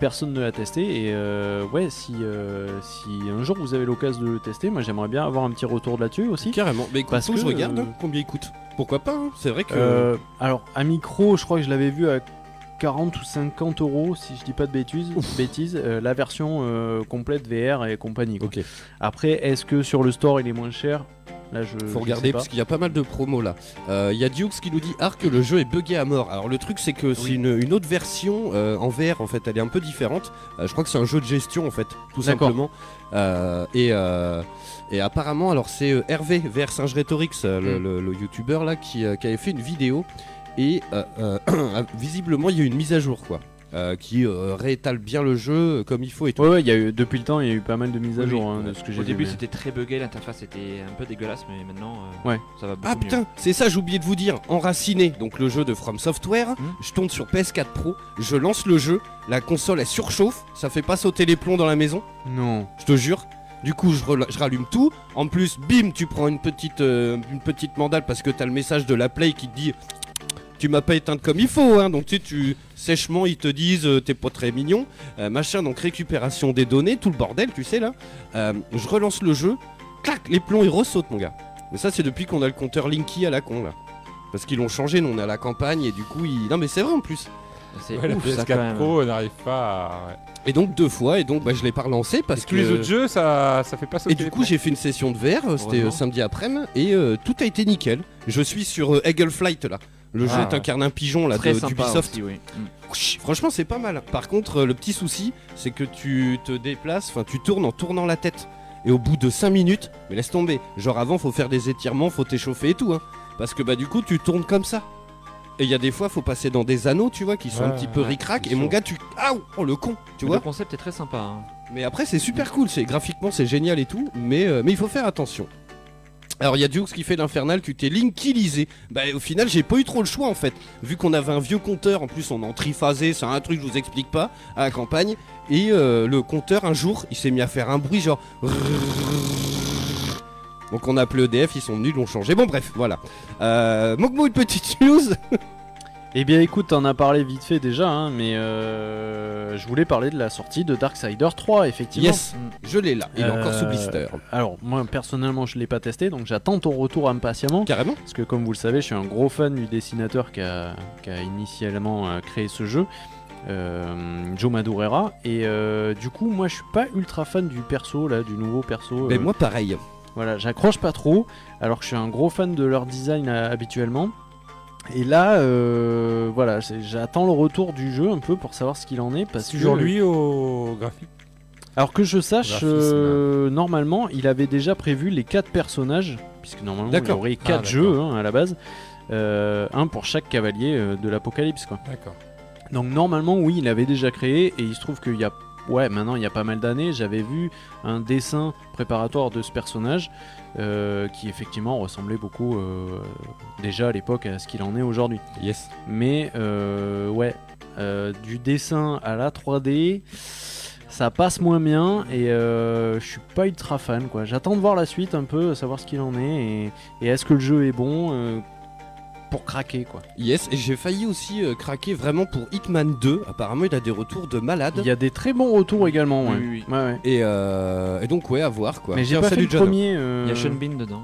C: Personne ne l'a testé et euh, ouais si, euh, si un jour vous avez l'occasion de le tester, moi j'aimerais bien avoir un petit retour de là-dessus aussi.
D: Carrément. Mais écoute,
C: Parce
D: faut que je
C: que,
D: regarde
C: euh,
D: hein, combien il coûte. Pourquoi pas hein. C'est vrai que.
C: Euh, alors, à micro, je crois que je l'avais vu à 40 ou 50 euros, si je dis pas de bêtises, bêtises euh, la version euh, complète VR et compagnie. quoi.
D: Ok.
C: Après, est-ce que sur le store il est moins cher Là, je. je
D: Faut regarder
C: sais pas.
D: parce qu'il y a pas mal de promos là. Euh, Il y a Dukes qui nous dit Arc le jeu est buggé à mort. Alors le truc c'est que c'est une, une autre version euh, en VR en fait, elle est un peu différente. Euh, je crois que c'est un jeu de gestion en fait, tout
C: D'accord.
D: simplement. Euh, et, euh, et apparemment alors c'est euh, Hervé VR Singe Rhetorix, euh, le,
C: Mm.
D: le- le youtubeur là qui, euh, qui avait fait une vidéo et euh, euh, visiblement il y a eu une mise à jour quoi. euh, qui euh, réétale bien le jeu euh, comme il faut et tout.
C: Ouais, ouais, il y a eu, depuis le temps, il y a eu pas mal de mises à
I: Oui,
C: jour
I: oui.
C: hein, de ce que j'ai
I: Au
C: vu,
I: début,
C: mais-
I: c'était très buggé, l'interface était un peu dégueulasse, mais maintenant, euh,
C: Ouais.
I: ça va beaucoup
D: Ah
I: mieux.
D: putain, c'est ça, j'ai oublié de vous dire. Enraciné, donc le jeu de From Software, je tourne sur PS4 Pro, je lance le jeu, la console elle surchauffe, ça fait pas sauter les plombs dans la maison,
C: Non.
D: je te jure. Du coup, je, rela- je rallume tout. En plus, bim, tu prends une petite, euh, une petite mandale parce que t'as le message de la Play qui te dit Tu m'as pas éteinte comme il faut, hein. Donc, tu sais, tu, sèchement, ils te disent euh, T'es pas très mignon, euh, machin. Donc, récupération des données, tout le bordel, tu sais, là. Euh, je relance le jeu, clac, les plombs, ils ressautent, mon gars. Mais ça, c'est depuis qu'on a le compteur Linky à la con, là. Parce qu'ils l'ont changé, nous, on est à la campagne et du coup, ils. Non, mais c'est vrai en plus.
I: C'est
E: Ouais, la
I: ouf, ça quand
E: PS4
I: même.
E: Pro n'arrive pas à. ouais.
D: Et donc, deux fois, et donc, bah, je l'ai pas relancé parce
E: Tous
D: que.
E: les autres jeux, ça, ça fait pas sauter.
D: Et du
E: les
D: coup,
E: plombs.
D: j'ai fait une session de VR, euh, c'était euh,
I: Heureusement.
D: samedi après-midi, et euh, tout a été nickel. Je suis sur euh, Eagle Flight là. Le jeu,
I: Ah,
D: t'incarnes un pigeon là
I: Très
D: de-
I: sympa
D: d'Ubisoft.
I: aussi, oui. Mm.
D: Ouch, Franchement, c'est pas mal. Par contre, euh, le petit souci, c'est que tu te déplaces, enfin, tu tournes en tournant la tête. Et au bout de 5 minutes, mais laisse tomber. Genre avant, faut faire des étirements, faut t'échauffer et tout, hein. Parce que bah du coup, tu tournes comme ça. Et il y a des fois, faut passer dans des anneaux, tu vois, qui sont un
E: Ouais,
D: petit peu
E: ouais,
D: ric-rac.
E: c'est
D: Et mon
E: sûr.
D: gars, tu, Aouh oh le con, tu
I: Mais
D: vois.
I: Le concept est très sympa. hein.
D: Mais après, c'est super cool. C'est graphiquement, c'est génial et tout. Mais, euh, mais il faut faire attention. Alors, il y a Dukes qui fait l'infernal. Tu t'es linkilisé. Bah, au final, j'ai pas eu trop le choix en fait. Vu qu'on avait un vieux compteur, en plus, on est en triphasé. C'est un truc, je vous explique pas, à la campagne. Et euh, le compteur, un jour, il s'est mis à faire un bruit genre. Donc, on a appelé EDF. Ils sont venus, ils l'ont changé. Bon, bref, voilà. Euh, Mokmo, une petite news.
C: Eh bien, écoute, t'en as parlé vite fait déjà, hein, mais euh, je voulais parler de la sortie de Darksider 3, effectivement.
D: Yes, je l'ai là. Il est encore sous
C: Euh,
D: blister.
C: Alors, moi personnellement, je l'ai pas testé, donc j'attends ton retour impatiemment.
D: Carrément.
C: Parce que comme vous le savez, je suis un gros fan du dessinateur qui a, qui a initialement euh, créé ce jeu, euh, Joe Madureira. Et euh, du coup, moi, je suis pas ultra fan du perso là, du nouveau perso.
D: Mais
C: euh,
D: Ben, moi, pareil.
C: Voilà, j'accroche pas trop, alors que je suis un gros fan de leur design euh, habituellement. Et là, euh, voilà, c'est- j'attends le retour du jeu un peu pour savoir ce qu'il en est. Parce
E: C'est toujours
C: que,
E: lui au graphique.
C: Alors que je sache,
E: Graphisme.
C: euh, normalement, il avait déjà prévu les quatre personnages, puisque normalement il y
D: D'accord.
C: aurait
E: Ah,
C: quatre
E: d'accord.
C: jeux hein, à la base, Euh, un pour chaque cavalier euh, de l'Apocalypse, quoi.
E: D'accord.
C: Donc normalement, oui, il avait déjà créé, et il se trouve qu'il y a, ouais, maintenant il y a pas mal d'années, j'avais vu un dessin préparatoire de ce personnage euh, qui effectivement ressemblait beaucoup euh, déjà à l'époque à ce qu'il en est aujourd'hui.
D: Yes.
C: Mais euh, ouais, euh, du dessin à la 3D, ça passe moins bien et euh, je suis pas ultra fan quoi. J'attends de voir la suite un peu, savoir ce qu'il en est et, et est-ce que le jeu est bon euh, pour craquer quoi.
D: Yes, et j'ai failli aussi euh, craquer vraiment pour Hitman 2. Apparemment, il a des retours de malade.
C: Il y a des très bons retours également. Ouais.
I: Oui, oui, oui.
C: Ouais, ouais.
D: Et, euh, et donc, ouais, à voir quoi.
C: Mais j'ai
D: Tiens,
C: pas fait
D: salut
C: le
D: John.
C: premier. euh,
I: Il y a Sean Bean dedans.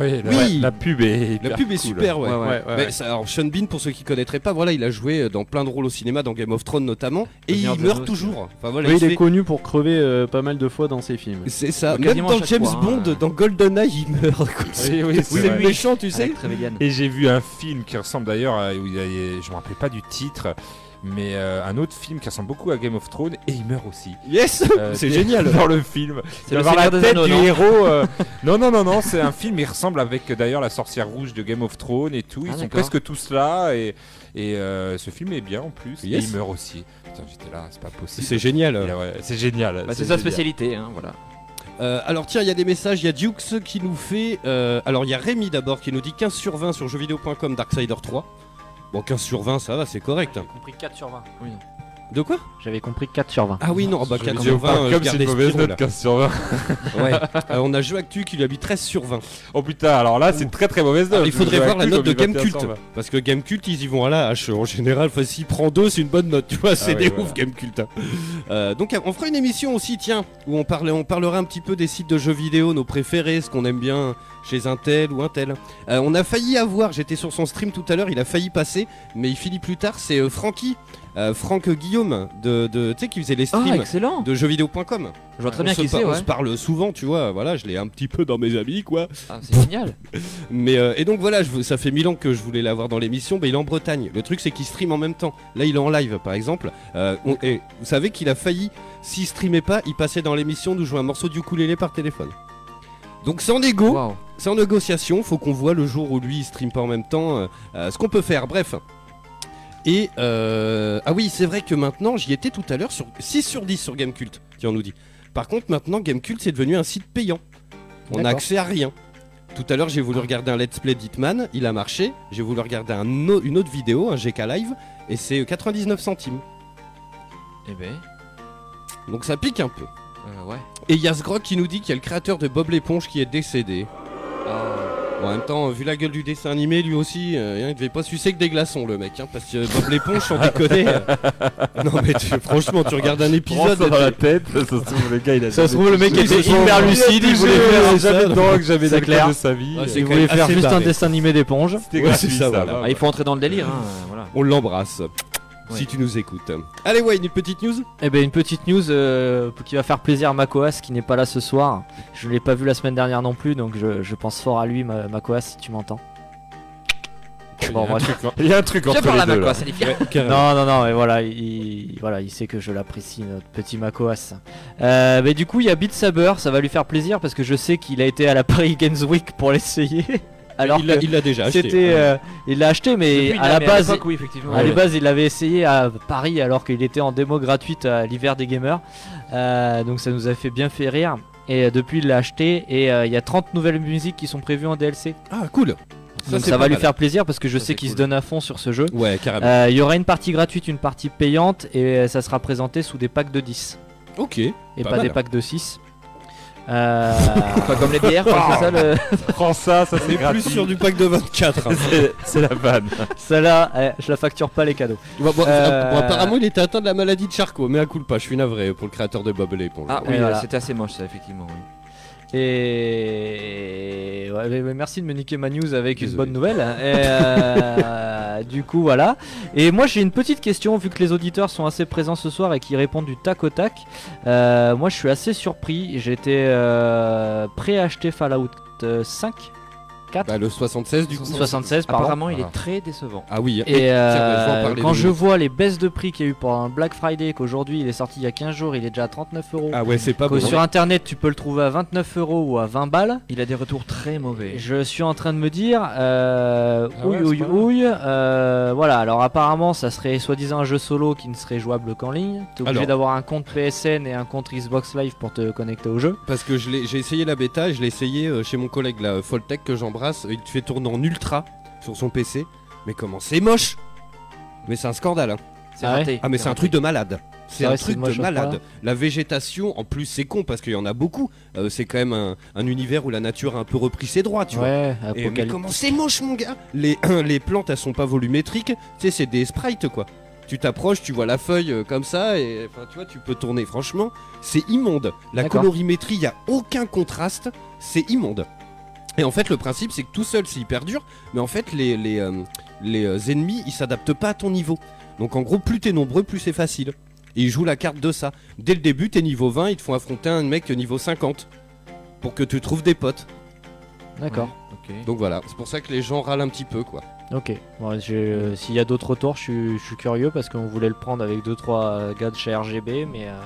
E: Oui, la,
D: Oui.
E: la pub est
D: La
E: hyper
D: pub est
E: cool.
D: super, ouais.
C: Ouais, ouais, ouais,
D: Mais
C: ouais.
D: ça- alors Sean Bean, pour ceux qui connaîtraient pas, voilà, il a joué euh, dans plein de rôles au cinéma, dans Game of Thrones notamment, et
I: Seigneur
D: il
I: des
D: meurt
I: Anneaux,
D: toujours. Enfin voilà,
C: Oui,
D: il
C: il
D: fait-
C: est connu pour crever euh, pas mal de fois dans ses films.
D: c'est ça. Même
I: Quasiment à
D: dans
I: chaque
D: James
I: fois, hein.
D: Bond, dans GoldenEye, il meurt. quoi. C'est
E: Oui, oui, c'est
D: c'est le
E: vrai.
D: méchant, tu sais.
I: Avec Trevelyan.
E: Et j'ai vu un film qui ressemble d'ailleurs, à- où il y a- je me rappelais pas du titre, mais euh, un autre film qui ressemble beaucoup à Game of Thrones et il meurt aussi.
D: Yes,
E: Euh,
D: c'est génial.
E: Dans le film,
I: C'est
E: il va
I: le
E: avoir la
I: Seigneur des
E: tête
I: Anneaux, hein.
E: du
I: non
E: héros. euh, Non, non, non, non, c'est un film. Il ressemble avec d'ailleurs la sorcière rouge de Game of Thrones et tout. Ils
I: Ah,
E: sont
I: d'accord.
E: presque tous là et et euh, ce film est bien en plus.
D: Yes.
E: Et il meurt aussi. Putain, j'étais là, c'est pas possible.
D: C'est génial.
E: Il a- ouais, C'est génial.
I: Bah, c'est sa
E: génial.
I: spécialité, hein, voilà.
D: Euh, alors tiens, il y a des messages, il y a Dukes qui nous fait... euh, alors il y a Rémi d'abord qui nous dit 15 sur 20 sur jeuxvideo.com Darksider 3. Bon 15 sur 20 ça va, c'est correct.
F: J'ai compris 4 sur 20.
D: De quoi
F: J'avais compris 4 sur 20.
D: Ah oui non, bah
E: Je
D: 15
E: dis
D: sur
E: au
D: 20, euh, je
E: Parcom, c'est
D: gardais
E: une mauvaise
D: Spirou,
E: note 15 sur 20.
D: là. Ouais. Euh, on a Jeu Actu qui lui a mis 13 sur 20.
E: Oh putain, alors là, c'est une très très mauvaise note.
D: Ah, il faudrait
E: Je
D: voir la
E: vois
D: note de
E: plus comme
D: Game
E: il va
D: Cult.
E: faire ça,
D: Parce que Game Cult, ils y vont à la hache. En général, enfin, s'il prend deux, c'est une bonne note. Tu vois, c'est
E: Ah oui,
D: des
E: voilà.
D: ouf, Game Cult. hein. Euh, donc, on fera une émission aussi, tiens, où on, parle, on parlera un petit peu des sites de jeux vidéo, nos préférés, ce qu'on aime bien chez un tel ou un tel. Euh, on a failli avoir, j'étais sur son stream tout à l'heure, il a failli passer, mais il finit plus tard. C'est euh, Francky, euh, Franck Guillaume, de, de- tu sais, qui faisait les
I: Ah,
D: streams
I: excellent
D: de jeuxvideo.com.
I: Je vois très
D: On
I: bien
D: se
I: qui
D: par-
I: c'est,
D: On
I: ouais.
D: se parle souvent, tu vois. Voilà, je l'ai un petit peu dans mes amis, quoi.
I: Ah, c'est génial.
D: Mais euh, et donc voilà, je, vou- ça fait mille ans que je voulais l'avoir dans l'émission, mais il est en Bretagne. Le truc c'est qu'il stream en même temps. Là il est en live par exemple. Euh, on- et vous savez qu'il a failli, s'il streamait pas, il passait dans l'émission nous jouer un morceau d'ukulélé par téléphone. Donc sans négo,
I: Waouh.
D: sans négociation, faut qu'on voit le jour où lui il stream pas en même temps, euh, euh, ce qu'on peut faire, bref. Et euh, ah oui, c'est vrai que maintenant, j'y étais tout à l'heure sur 6 sur 10 sur Gamecult, qui on nous dit. Par contre, maintenant Gamecult c'est devenu un site payant. On n'a
F: D'accord.
D: accès à rien. Tout à l'heure, j'ai voulu regarder un let's play d'Hitman, il a marché. J'ai voulu regarder un au- une autre vidéo, un GK live, et c'est 99 centimes.
I: Eh ben,
D: Donc ça pique un peu.
I: euh, ouais.
D: Et il y a ce groc qui nous dit qu'il y a le créateur de Bob l'éponge qui est décédé.
F: Euh,
I: Ah,
D: Bon, en même temps, vu la gueule du dessin animé, lui aussi, euh, hein, il devait pas sucer que des glaçons, le mec, hein, parce que Bob l'éponge, sans déconner. euh, Non, mais tu- franchement, tu regardes un épisode.
E: dans la tête, ça se trouve le gars il a
F: Ça se trouve, le mec
D: Oui,
F: était
D: c'est bon.
F: hyper lucide, il voulait faire,
E: jamais de drogue, jamais
F: C'est
E: d'alcool
F: clair.
E: de sa vie.
D: Ouais, c'est
F: il
D: quand
F: voulait
D: même
G: Ah,
F: faire
D: assez
F: juste un
D: barré.
F: dessin animé d'éponge.
E: C'était
D: Ouais,
E: gratuit
D: c'est ça,
E: ça.
D: voilà.
E: là.
I: Ah, il faut entrer dans le délire, hein, euh, voilà.
D: On l'embrasse, si
I: Ouais.
D: tu nous écoutes. Allez, Wayne, une petite news
F: Eh ben une petite news euh, qui va faire plaisir à Makoas qui n'est pas là ce soir. Je ne l'ai pas vu la semaine dernière non plus, donc je, je pense fort à lui, Ma- Makoas, si tu m'entends. Bon, bref.
E: Il y a un truc
I: Viens
E: entre
I: par
E: les
I: là,
E: deux.
I: Macois,
E: là.
I: c'est les fiers.
F: Non, non, non, mais voilà, il, voilà, il sait que je l'apprécie, notre petit Makoas. Euh, mais du coup, il y a Beat Saber, ça va lui faire plaisir parce que je sais qu'il a été à la Paris Games Week pour l'essayer. Alors
D: Il l'a-
F: que
D: il l'a déjà acheté.
F: c'était, euh, il l'a acheté, mais
I: Depuis,
F: à
I: là,
F: la
I: mais
F: base, Ah,
I: l'époque, oui, effectivement.
F: À la
I: Ouais.
F: base, il l'avait essayé à Paris alors qu'il était en démo gratuite à l'hiver des gamers. Euh, donc ça nous a fait bien fait rire. Et euh, depuis, il l'a acheté. Et euh, il y a 30 nouvelles musiques qui sont prévues en DLC.
D: Ah, cool
F: donc
D: c'est
F: ça
D: pas
F: va lui
D: mal.
F: faire plaisir parce que je
I: Ça,
F: sais
I: c'est
F: qu'il se
I: cool.
F: donne à fond sur ce jeu.
D: Ouais, carrément.
F: Euh, Il y aura une partie gratuite, une partie payante. Et euh, ça sera présenté sous des packs de 10
D: Ok.
F: et
D: Pas
F: pas,
D: mal.
F: des packs de 6. Euh,
I: Pas comme les bières, quoi, c'est ça le.
E: Prends ça, ça
D: On
E: c'est
D: est plus
E: gratuit.
D: sur du pack de 24. hein.
E: C'est- C'est la vanne.
F: Celle-là, euh, je la facture pas les cadeaux.
D: Bon, bon,
F: Euh,
D: bon, apparemment, il était atteint de la maladie de Charcot, mais à coup pas, je suis navré pour le créateur de Bob l'éponge.
I: Ah
F: Et
I: oui,
F: voilà.
I: c'était assez moche, ça, effectivement. oui.
F: Et ouais, mais- mais merci de me niquer ma news avec
D: Désolé.
F: une bonne nouvelle. Et, euh, du coup, voilà. Et moi, j'ai une petite question vu que les auditeurs sont assez présents ce soir et qui répondent du tac au tac. Euh, moi, je suis assez surpris. J'étais euh, pré-acheté Fallout euh, 5, 4,
D: Bah, le 76 du coup.
F: 76, pardon.
I: Apparemment, il
E: Ah.
I: est très décevant.
D: Ah oui.
F: Et
D: bah, je vais en
F: euh,
D: parler
F: quand
D: de
F: je
D: nous.
F: vois les baisses de prix qu'il y a eu pour un Black Friday, qu'aujourd'hui il est sorti il y a 15 jours, il est déjà à 39 euros.
D: Ah ouais, c'est pas
F: que
D: bon.
F: sur internet tu peux le trouver à 29 euros ou à 20 balles.
I: Il a des retours très mauvais.
F: Je suis en train de me dire, euh,
E: Ah ouais,
F: ouille, ouille,
E: c'est pas mal.
F: ouille, euh, voilà, alors apparemment ça serait soi-disant un jeu solo qui ne serait jouable qu'en ligne. T'es obligé
D: Alors.
F: d'avoir un compte PSN et un compte Xbox Live pour te connecter au jeu.
D: Parce que je l'ai- j'ai essayé la bêta et je l'ai essayé euh, chez mon collègue là, euh, Foltech que j'embrasse. Il te fait tourner en ultra sur son PC. Mais comment c'est moche Mais c'est un scandale. hein.
I: C'est
F: Ah ouais
I: raté.
D: Ah mais c'est un truc de malade. C'est
F: Ah
D: un
F: ouais, c'est
D: truc
F: moche
D: de
F: à ce
D: malade.
F: point-là.
D: La végétation, en plus c'est con parce qu'il y en a beaucoup. Euh, c'est quand même un, un univers où la nature a un peu repris ses droits, tu vois.
F: ouais,
D: Et Eh, mais
F: apocalypse.
D: comment c'est moche mon gars les, les plantes elles sont pas volumétriques, tu sais c'est des sprites quoi. Tu t'approches, tu vois la feuille euh, comme ça et enfin tu vois tu peux tourner franchement, c'est immonde. La
F: D'accord.
D: colorimétrie, il y a aucun contraste, c'est immonde. Et en fait, le principe, c'est que tout seul, c'est hyper dur, mais en fait, les, les, euh, les euh, ennemis, ils s'adaptent pas à ton niveau. Donc en gros, plus t'es nombreux, plus c'est facile. Et ils jouent la carte de ça. Dès le début, t'es niveau 20, ils te font affronter un mec niveau 50 pour que tu trouves des potes.
F: D'accord.
I: Ok.
D: Donc voilà, c'est pour ça que les gens râlent un petit peu, quoi.
F: Ok. Bon, je- euh, S'il y a d'autres retours, je suis- je suis curieux parce qu'on voulait le prendre avec 2-3 gars de chez RGB, mais euh,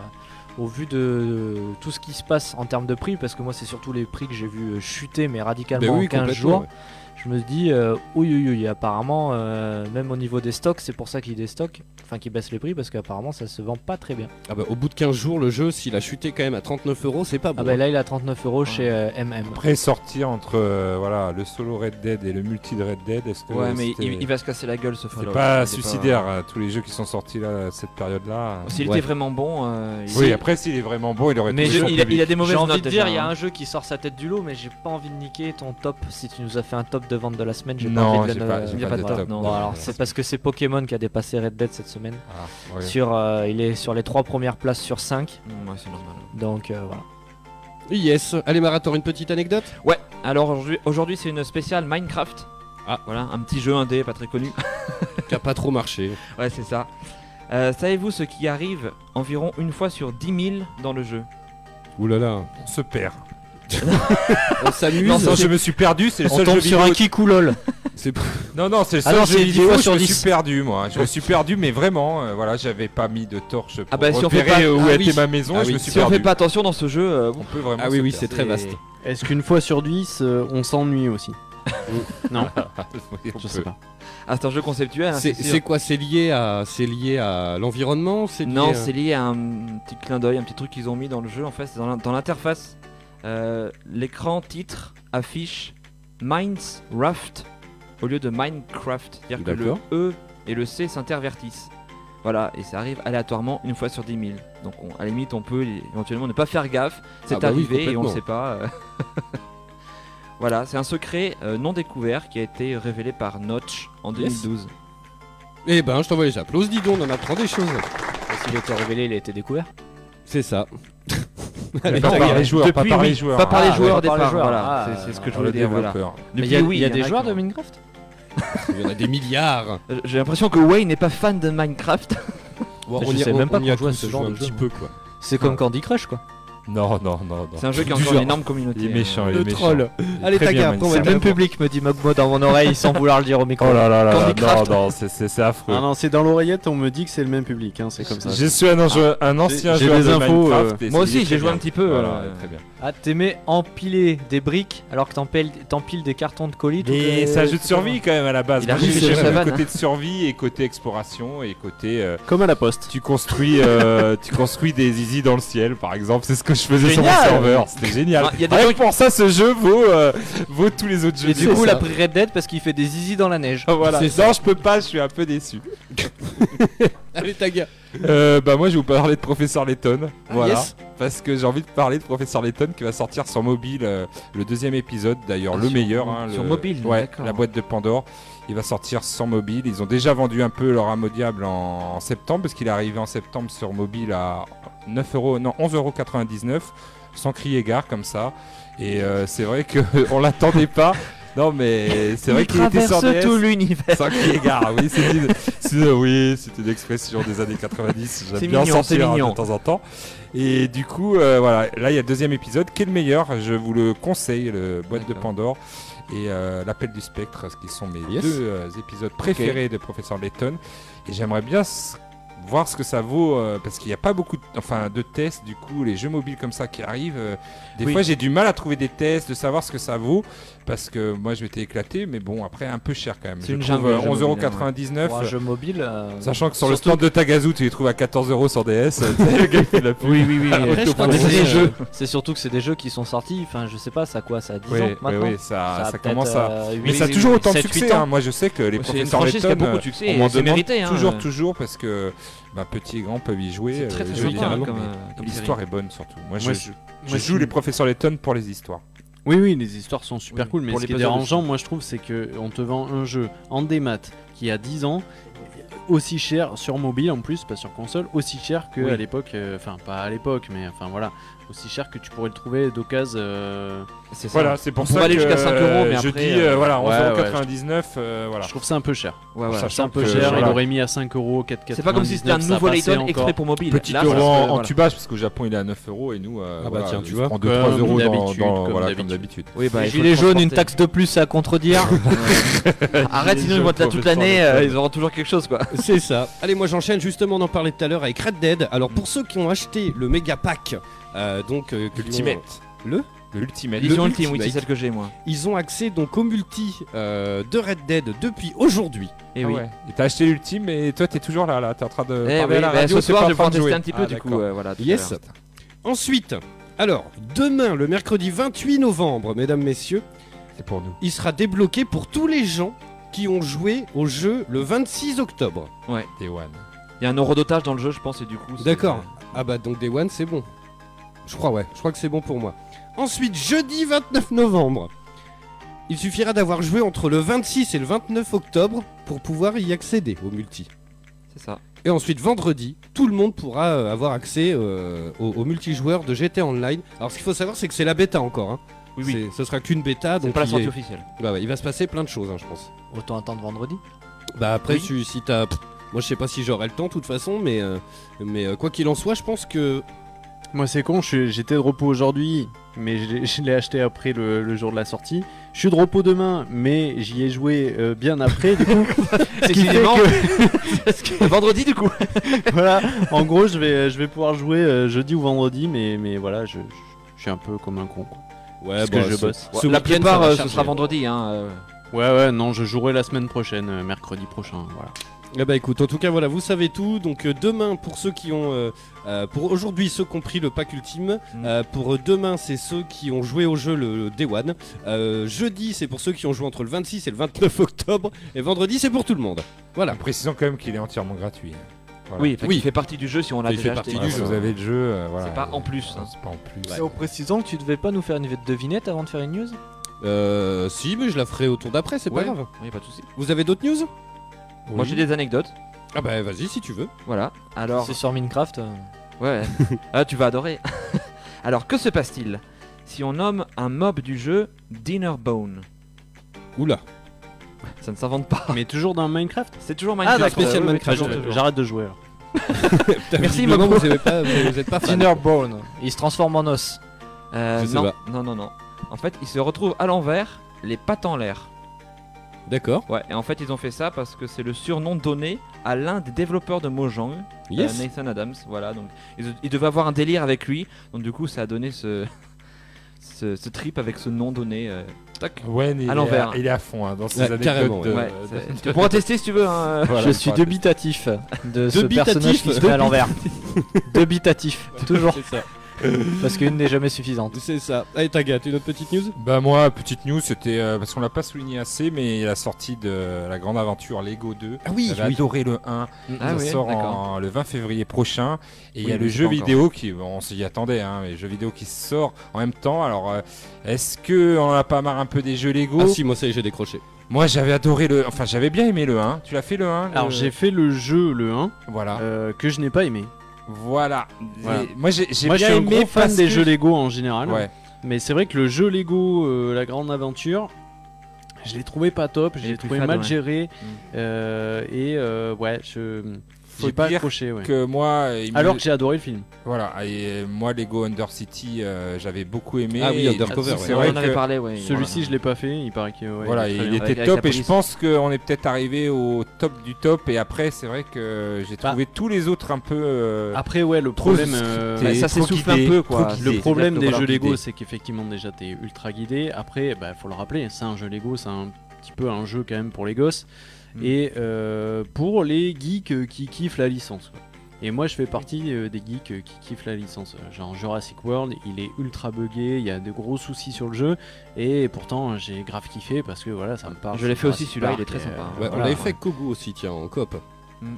F: au vu de euh, tout ce qui se passe en termes de prix, parce que moi c'est surtout les prix que j'ai vu euh, chuter, mais radicalement en 15
D: Ben
F: jours,
D: ouais.
F: je me dis, euh, oui, oui, oui, apparemment, euh, même au niveau des stocks, c'est pour ça qu'ils déstockent, enfin qu'ils baissent les prix, parce qu'apparemment ça se vend pas très bien.
D: Ah bah, au bout de 15 jours, le jeu, s'il a chuté quand même à 39 euros, c'est pas bon. hein.
F: Ah bah là il a 39 euros chez euh, MM.
E: Après sortir entre euh, voilà, le solo Red Dead et le multi de Red Dead, est-ce que
I: Ouais,
F: Euh,
I: mais
E: c'était-
I: il, il va se casser la gueule ce
E: c'est
I: Fallout.
E: pas suicidaire euh, tous les jeux qui sont sortis là à cette période-là
F: hein.
E: euh,
I: S'il
D: Ouais.
I: était vraiment bon, euh, il-
E: Oui, après s'il est vraiment bon, il aurait
F: Mais
E: touché
F: je-
E: son
I: il, a,
E: public.
I: il a des mauvaises
F: J'ai
I: notes.
F: envie de
I: déjà,
F: dire, il y a
I: hein.
F: un jeu qui sort sa tête du lot, mais j'ai pas envie de niquer ton top. Si tu nous as fait un top de vente de la semaine, j'ai pas
E: Non,
F: envie de
E: j'ai
F: le
E: pas- j'ai
F: il y a
E: pas de
F: voilà.
E: top,
F: Bon,
E: non.
F: alors, c'est parce que c'est Pokémon qui a dépassé Red Dead cette semaine.
E: Ah, ouais.
F: Sur, euh, il est sur les trois premières places sur 5.
I: Mm, ouais, c'est normal.
F: Donc euh, voilà.
D: Yes. Allez, Marator, une petite anecdote
I: Ouais, alors aujourd'hui, aujourd'hui, c'est une spéciale Minecraft. Ah, voilà, un petit jeu indé, pas très connu.
D: Qui a pas trop marché.
I: ouais, c'est ça. Euh, Savez-vous ce qui arrive environ une fois sur 10 000 dans le jeu
D: Ouh là là.
E: On se perd.
D: On s'amuse.
E: Non, non, je me suis perdu, c'est le
F: On
E: seul jeu
F: tombe sur
E: vidéo.
F: un Kikoulol.
D: C'est-
E: Non, non, c'est le
F: Ah
E: seul
F: non,
E: jeu
F: c'est dix
E: vidéo
F: fois
E: où
F: sur
E: je me
F: dix.
E: suis perdu, moi. hein. Je me suis perdu, mais vraiment, euh, voilà, j'avais pas mis de torche pour
I: Ah bah, si on fait
E: repérer euh,
I: pas-
E: où
I: ah
E: était
I: oui.
E: ma maison
D: Ah
E: et je
D: oui.
E: me suis
I: Si on
E: perdu.
I: fait pas attention dans ce jeu, euh,
E: On peut vraiment
D: Ah
E: se
D: oui, oui,
E: perdre.
D: c'est très vaste.
C: Est-ce qu'une fois sur 10, euh, on s'ennuie aussi Non,
E: Oui, on
C: je sais
E: peut.
C: pas.
I: ah, c'est un jeu conceptuel. hein,
D: C'est
I: sûr.
D: c'est quoi C'est lié à, c'est lié à l'environnement C'est lié
I: Non,
D: à-
I: c'est lié à un petit clin d'œil, un petit truc qu'ils ont mis dans le jeu en fait, c'est dans l'in- dans l'interface. Euh, L'écran titre affiche Minecraft au lieu de Minecraft, c'est-à-dire que le
D: D'accord.
I: E et le C s'intervertissent. Voilà, et ça arrive aléatoirement une fois sur 10 000. Donc on- à la limite, on peut éventuellement ne pas faire gaffe, c'est
D: Ah bah oui,
I: arrivé et on ne
D: complètement.
I: sait pas. euh. voilà, c'est un secret euh, non découvert qui a été révélé par Notch en
D: Yes.
I: 2012.
D: Eh ben, je t'envoie les applauses, dis donc, on en apprend des choses.
F: Ah, S'il était révélé, il a été découvert.
D: C'est ça.
E: Mais Pas par les joueurs, pas par les joueurs.
I: Pas par
E: hein.
I: les
F: Ah,
I: joueurs
F: ouais,
I: au
F: pas par les
I: départ,
F: joueurs.
I: voilà,
F: Ah,
I: c'est- c'est ce que je
E: Le
I: voulais dire, voilà.
E: développeur.
F: Mais il y a,
I: Depuis,
F: il y a
I: en
F: des
I: qui
F: joueurs de
I: ont-
F: Minecraft
D: Il y en a des milliards.
I: Euh, J'ai l'impression que Wayne n'est pas fan de Minecraft.
F: je sais même pas
D: y a
F: qu'on joue à
D: tous
F: ce
D: joué
F: genre
D: un
F: de
D: petit
F: jeu,
D: peu, quoi.
F: C'est comme Candy Crush quoi.
E: Non, non, non, non.
I: C'est un jeu qui a
D: Du
I: encore
D: genre.
I: une énorme communauté.
E: Il est méchant, il est
D: Le
E: méchant.
D: troll.
E: Il est
D: Allez,
E: très
D: ta
E: bien,
D: garde,
E: Manson.
D: on va
F: Le même public me dit Mogmo dans mon oreille sans vouloir le dire au micro.
E: Oh là là là là, non,
F: Candycraft.
E: non, c'est- c'est c'est affreux.
C: Ah non, c'est dans l'oreillette, on me dit que c'est le même public, hein, c'est comme ça.
E: Je suis un, enjeu- un ancien
C: j'ai
E: joueur
C: des
E: de
C: infos,
E: Minecraft. et
I: Moi
E: c'est-
I: aussi,
E: il est
I: j'ai
E: très
I: joué un
E: bien.
I: petit peu,
E: Voilà,
I: euh,
E: il est très bien.
F: Ah, t'aimais empiler des briques alors que t'empiles, t'empiles des cartons de colis.
E: Mais
F: toutes
E: c'est un
F: les-
E: jeu de survie quand même à la base.
I: Il a
E: Moi, j'ai
D: réussi
E: fait
D: sa
E: le
I: vanne,
E: côté de survie et côté exploration et côté. euh,
C: Comme à la poste.
E: tu construis, euh, tu construis des easy dans le ciel, par exemple. C'est ce que je faisais sur
I: Génial
E: mon serveur. C'était génial.
I: Ah, il y a des
E: Rien
I: gens
E: que pour ça, ce jeu vaut, euh, vaut tous les autres jeux.
F: Et du
E: vidéo.
F: coup, il a pris Red Dead parce qu'il fait des zizi dans la neige.
E: Voilà.
D: C'est
E: Non, je peux pas, je suis un peu déçu.
D: Allez, ta garde.
E: Euh, bah moi, je vais vous parler de Professeur Layton.
I: Ah,
E: voilà.
D: yes.
E: Parce que j'ai envie de parler de Professeur Layton qui va sortir sur mobile euh, le deuxième épisode, d'ailleurs
I: Ah,
E: le
I: sur-
E: meilleur. hein,
I: sur
E: le-
I: mobile,
E: ouais,
I: d'accord.
E: la boîte de Pandore. Il va sortir sans mobile. Ils ont déjà vendu un peu leur amodiable en, en septembre parce qu'il est arrivé en septembre sur mobile à 9 euros, non 11,99 euros sans crier gare comme ça. Et euh, c'est vrai que on l'attendait pas. Non mais c'est vrai
I: Il
E: qu'il était sur
I: traverse
E: DS.
I: tout l'univers.
E: Sans crier gare, oui, c'est une, c'est une- euh, oui, c'est une expression des années 90.
I: C'est
E: J'aime bien
I: mignon, c'est
E: sortir hein,
I: mignon.
E: de temps en temps. Et du coup, euh, voilà, là il y a le deuxième épisode qui est le meilleur. Je vous le conseille, le boîte de
I: D'accord.
E: Pandore et euh, l'appel du spectre, ce qui sont mes
D: Yes.
E: deux euh, épisodes préférés de Professeur Layton. Et j'aimerais bien s- voir ce que ça vaut euh, parce qu'il n'y a pas beaucoup, de, enfin, de tests. Du coup, les jeux mobiles comme ça qui arrivent, euh, des
I: Oui.
E: fois j'ai du mal à trouver des tests, de savoir ce que ça vaut parce que moi je m'étais éclaté, mais bon, après un peu cher quand même.
I: C'est
E: Je
I: une
E: trouve
I: jungle,
E: euh,
I: le jeu mobile,
E: 11,99€.
F: Pour un jeu mobile. euh,
E: Sachant que sur le
F: Surtout-
E: stand de Tagazu, tu les trouves à 14 euros sur DS. euh, c'est le gars qui fait la pub.
F: Oui, oui, oui. euh,
D: Après, je crois que
F: c'est
D: c'est
F: des
D: des
F: jeux. C'est surtout que c'est des jeux qui sont sortis. Enfin, je sais pas, ça a quoi Ça a 10
E: Oui,
F: ans
E: oui,
F: maintenant
E: oui, ça,
F: a
E: ça,
F: peut-être,
E: commence à.
F: euh,
E: Mais
F: huit-
E: ça a toujours autant de
F: sept, huit
E: succès.
F: ans.
E: hein. Moi, je sais que les
I: C'est une
E: professeurs
I: franchise qui a
E: Layton,
I: beaucoup
E: euh,
I: de succès.
E: on m'en
I: et C'est
E: demande
I: mérité. hein.
E: Toujours, toujours, parce que bah, petits et grands peuvent y jouer.
I: C'est très
E: euh,
I: très
E: je veux
I: sympa
E: dire,
I: comme, euh, comme
E: L'histoire
I: série.
E: est bonne surtout.
C: Moi,
E: Moi, je, je
C: moi,
E: joue
C: je-
E: les professeurs Layton pour les histoires.
C: Oui, oui, les histoires sont super
I: Oui,
C: cool, mais
I: pour
C: ce
I: les
C: qui est
I: puzzles
C: dérangeant,
I: aussi.
C: moi je trouve, c'est que on te vend un jeu en démat qui a 10 ans aussi cher sur mobile en plus, pas sur console, aussi cher que
I: Oui.
C: à l'époque, euh, enfin pas à l'époque, mais enfin voilà, aussi cher que tu pourrais le trouver d'occasion. euh,
I: C'est ça.
E: Voilà, c'est pour
I: On
E: ça
I: va aller
E: que,
I: jusqu'à 5 euros, mais
E: je
I: après,
E: dis
I: euh,
E: euh, voilà
C: ouais,
E: 11,99 euh, voilà.
C: Je trouve ça un peu cher.
I: Ouais, voilà.
E: Ça,
C: C'est un peu
E: que,
C: cher,
E: voilà.
C: il aurait mis à 5 euros, 4,99.
I: C'est pas comme si c'était un
C: ça
I: nouveau
C: passait
I: Layton
C: encore.
I: exprès pour mobile.
E: Petit
I: Là,
E: euro
I: ça reste,
E: en,
I: euh,
E: en
I: voilà.
E: tubage parce qu'au Japon il est à 9 euros et nous euh,
D: Ah bah
E: voilà,
D: tiens, tu
E: il
D: vois.
E: prend 2
C: Comme
E: 3 euros dans,
C: d'habitude,
E: dans-
C: comme
E: voilà, comme
C: d'habitude.
E: d'habitude.
I: Oui, bah,
F: Les
I: il faut
F: gilets
I: le
F: jaunes, une
I: transporter.
F: taxe de plus à contredire.
I: Arrête, sinon ils vont être là toute l'année, euh, ils auront toujours quelque chose quoi.
D: C'est ça. Allez, moi j'enchaîne justement, on en parlait tout à l'heure avec Red Dead. Alors pour ceux qui ont acheté le méga pack, euh, donc euh, qui
E: L'ultimate.
D: ont- Le
E: Le Ultimate.
D: Le
I: L'illusion ultime, oui, c'est
D: Ultimate.
I: celle que j'ai moi.
D: Ils ont accès donc au multi euh, de Red Dead depuis aujourd'hui.
I: Et
E: Ah
I: oui.
E: ouais. Et t'as acheté l'ultime et toi t'es toujours là, là. T'es en train de.
I: Eh oui,
E: parler à Ah, la
I: bah,
E: radio,
I: ce
E: t'es
I: soir
E: pas
I: je vais
E: en train de
I: tester
E: jouer.
I: un petit
E: Ah,
I: peu du coup.
E: d'accord.
I: euh, voilà, tout à
D: Yes.
I: l'heure.
D: Ensuite, alors demain, le mercredi 28 novembre, mesdames, messieurs,
E: C'est pour nous.
D: il sera débloqué pour tous les gens qui ont joué au jeu le 26 octobre.
E: Day One.
I: Il y a un euro d'otage dans le jeu, je pense, et du coup. c'est-
D: D'accord. Ah bah donc Day One c'est bon. Je crois ouais, je crois que c'est bon pour moi. Ensuite, jeudi 29 novembre. Il suffira d'avoir joué entre le 26 et le 29 octobre pour pouvoir y accéder au multi.
I: C'est ça.
D: Et ensuite, vendredi, tout le monde pourra euh, avoir accès euh, au, au multijoueur de GT Online. Alors ce qu'il faut savoir c'est que c'est la bêta encore. Hein.
I: Oui, oui.
D: C'est- Ce sera qu'une bêta,
I: C'est
D: donc
I: pas la
D: il,
I: sortie
D: est-
I: officielle.
D: bah ouais, il va se passer plein de choses, hein, je pense.
F: Autant attendre vendredi.
D: Bah après,
I: Oui.
D: si, si t'as... pff, Moi je sais pas si j'aurai le temps de toute façon, mais, euh, mais euh, quoi qu'il en soit, je pense que...
C: Moi c'est con, je suis- j'étais de repos aujourd'hui, mais je l'ai- je l'ai acheté après le, le jour de la sortie. Je suis de repos demain, mais j'y ai joué euh, bien après. Du coup, ce qui fait
I: Décidément.
C: que-
I: Vendredi du coup.
C: voilà, en gros, je vais, je vais pouvoir jouer euh, jeudi ou vendredi, mais, mais voilà, je, je- je suis un peu comme un con. quoi.
D: Ouais,
C: Parce que je bosse.
D: ce
I: bah,
D: week-end,
I: La
D: ça
I: plupart,
D: va
I: euh, ce
D: charger.
I: sera vendredi. hein, euh.
C: Ouais, ouais, non, je jouerai la semaine prochaine, euh, mercredi prochain, voilà.
D: Eh bah écoute, en tout cas voilà, vous savez tout. Donc euh, demain pour ceux qui ont, euh, euh, pour aujourd'hui ceux qui ont pris le pack ultime,
I: Mm.
D: euh, pour demain c'est ceux qui ont joué au jeu le, le Day One. Euh, jeudi c'est pour ceux qui ont joué entre le 26 et le 29 octobre, et vendredi c'est pour tout le monde. Voilà.
E: Précisons quand même qu'il est entièrement gratuit. hein. Voilà.
I: Oui, enfin,
D: Oui.
I: il fait partie du jeu si on l'a
D: Il fait
I: déjà acheté.
D: partie
E: Voilà,
D: du jeu.
E: Vous avez le jeu. euh, voilà.
I: C'est pas en plus, hein.
E: C'est pas en plus.
F: C'est en précisant que tu devais pas nous faire une devinette avant de faire une news
D: Euh, si mais je la ferai au tour d'après, c'est
I: Ouais.
D: pas grave.
I: Oui, pas de souci.
D: Vous avez d'autres news
I: Moi j'ai des anecdotes.
D: Ah bah vas-y si tu veux.
I: Voilà. Alors.
F: C'est sur Minecraft. euh,
I: Ouais. ah, tu vas adorer. Alors que se passe-t-il si on nomme un mob du jeu Dinner Bone
D: Oula.
I: Ça ne s'invente pas.
C: Mais toujours Ah, dans Minecraft
I: C'est toujours Minecraft.
D: d'accord.
I: euh,
D: Spécial
I: oui, oui,
D: Minecraft,
I: toujours,
D: ouais.
I: toujours.
C: J'arrête de jouer. alors.
I: Merci,
D: Visiblement,
I: Mabou.
D: vous n'êtes pas, vous êtes pas fan.
F: Bone. Il se transforme en os.
I: Euh,
D: Je sais
I: non,
D: pas.
I: non, non, non. En fait, ils se retrouvent à l'envers, les pattes en l'air.
D: D'accord.
I: Ouais, et en fait, ils ont fait ça parce que c'est le surnom donné à l'un des développeurs de Mojang, euh,
D: Yes.
I: Nathan Adams. Voilà, donc ils, ils devaient avoir un délire avec lui, donc du coup, ça a donné ce, ce, ce trip avec ce nom donné. euh, tac.
E: Wen, il,
I: À
E: est
I: l'envers.
E: il est à fond hein, dans ses
D: Ouais,
E: anecdotes.
D: carrément,
E: de-
I: Ouais,
E: de-
I: c'est- tu pourras tester si tu veux. hein, euh.
E: Voilà,
F: Je suis
E: enfin,
F: dubitatif de ce
D: Dubitatif,
F: personnage qui se met à l'envers. dubitatif, toujours.
D: C'est ça.
F: Parce qu'une n'est jamais suffisante.
D: C'est ça. Allez Tagat, une autre petite news
E: Bah moi, petite news, c'était euh, parce qu'on l'a pas souligné assez, mais la sortie de la grande aventure Lego 2.
D: Ah oui,
E: J'avais adoré le 1.
I: Ah
E: ça
I: oui,
E: sort
I: d'accord.
E: en- le 20 février prochain. Et il
I: Oui,
E: y a
I: mais
E: le
I: c'est
E: jeu
I: pas encore.
E: vidéo qui, on s'y attendait, hein, mais le jeu vidéo qui sort en même temps. Alors, euh, est-ce que on en a pas marre un peu des jeux Lego
D: Ah si, moi ça y est, j'ai décroché.
E: Moi, j'avais adoré le, enfin, j'avais bien aimé le 1. Tu l'as fait le 1
C: Alors,
E: le-
C: j'ai fait le jeu, le 1,
E: voilà,
C: euh, que je n'ai pas aimé.
E: voilà.
C: Voilà.
E: Et Moi, j'ai j'ai
C: Moi, je
E: bien
C: suis un
E: aimé
C: gros fan
E: parce
C: des
E: que-
C: jeux Lego en général.
E: Ouais.
C: Mais c'est vrai que le jeu Lego, euh, la grande aventure, je l'ai trouvé pas top, je
I: Il est
C: l'ai
I: plus
C: trouvé
I: fade,
C: mal
I: ouais.
C: géré.
I: Mm.
C: euh, et euh, ouais, je.
E: Faut
C: J'ai pas
E: dire
C: accroché, ouais.
E: Que moi, il me-
C: Alors que j'ai adoré le film.
E: Voilà, et euh, moi Lego Under City, euh, j'avais beaucoup aimé.
D: Ah oui,
E: Et-
D: Undercover, ouais.
E: c'est
I: On
E: vrai
I: en avait
E: que-
I: parlé, ouais.
C: Celui-ci, je l'ai pas fait, il paraît que. ouais,
E: Voilà,
C: il est
E: il,
C: très bien.
I: avec-
E: était
I: avec la
E: top et je
I: police.
E: pense qu'on est peut-être arrivé au top du top et après c'est vrai que j'ai
C: Bah.
E: trouvé tous les autres un peu... euh,
C: Après, ouais, le
E: Trop
C: problème.
E: scripté,
C: euh,
I: Ouais, ça
E: trop
I: s'essouffle un
E: guidé,
I: peu, quoi.
E: trop
I: C'est-
E: guidé.
C: Le problème des
E: Voilà,
C: jeux Lego,
E: guidé.
C: c'est qu'effectivement déjà t'es ultra guidé. Après, bah, faut le rappeler, c'est un jeu Lego, c'est un petit peu un jeu quand même pour les gosses
I: Mm.
C: et euh, pour les geeks euh, qui kiffent la licence. quoi. Et moi, je fais partie euh, des geeks euh, qui kiffent la licence. Euh, Genre Jurassic World, il est ultra buggé, il y a de gros soucis sur le jeu, et pourtant hein, j'ai grave kiffé parce que voilà, ça me parle.
I: Je l'ai fait aussi,
C: Jurassic
I: celui-là, il
C: Park,
I: est très
C: euh,
I: sympa, hein.
D: Ouais, on
C: voilà.
D: l'avait fait avec Kogu aussi, tiens, en coop.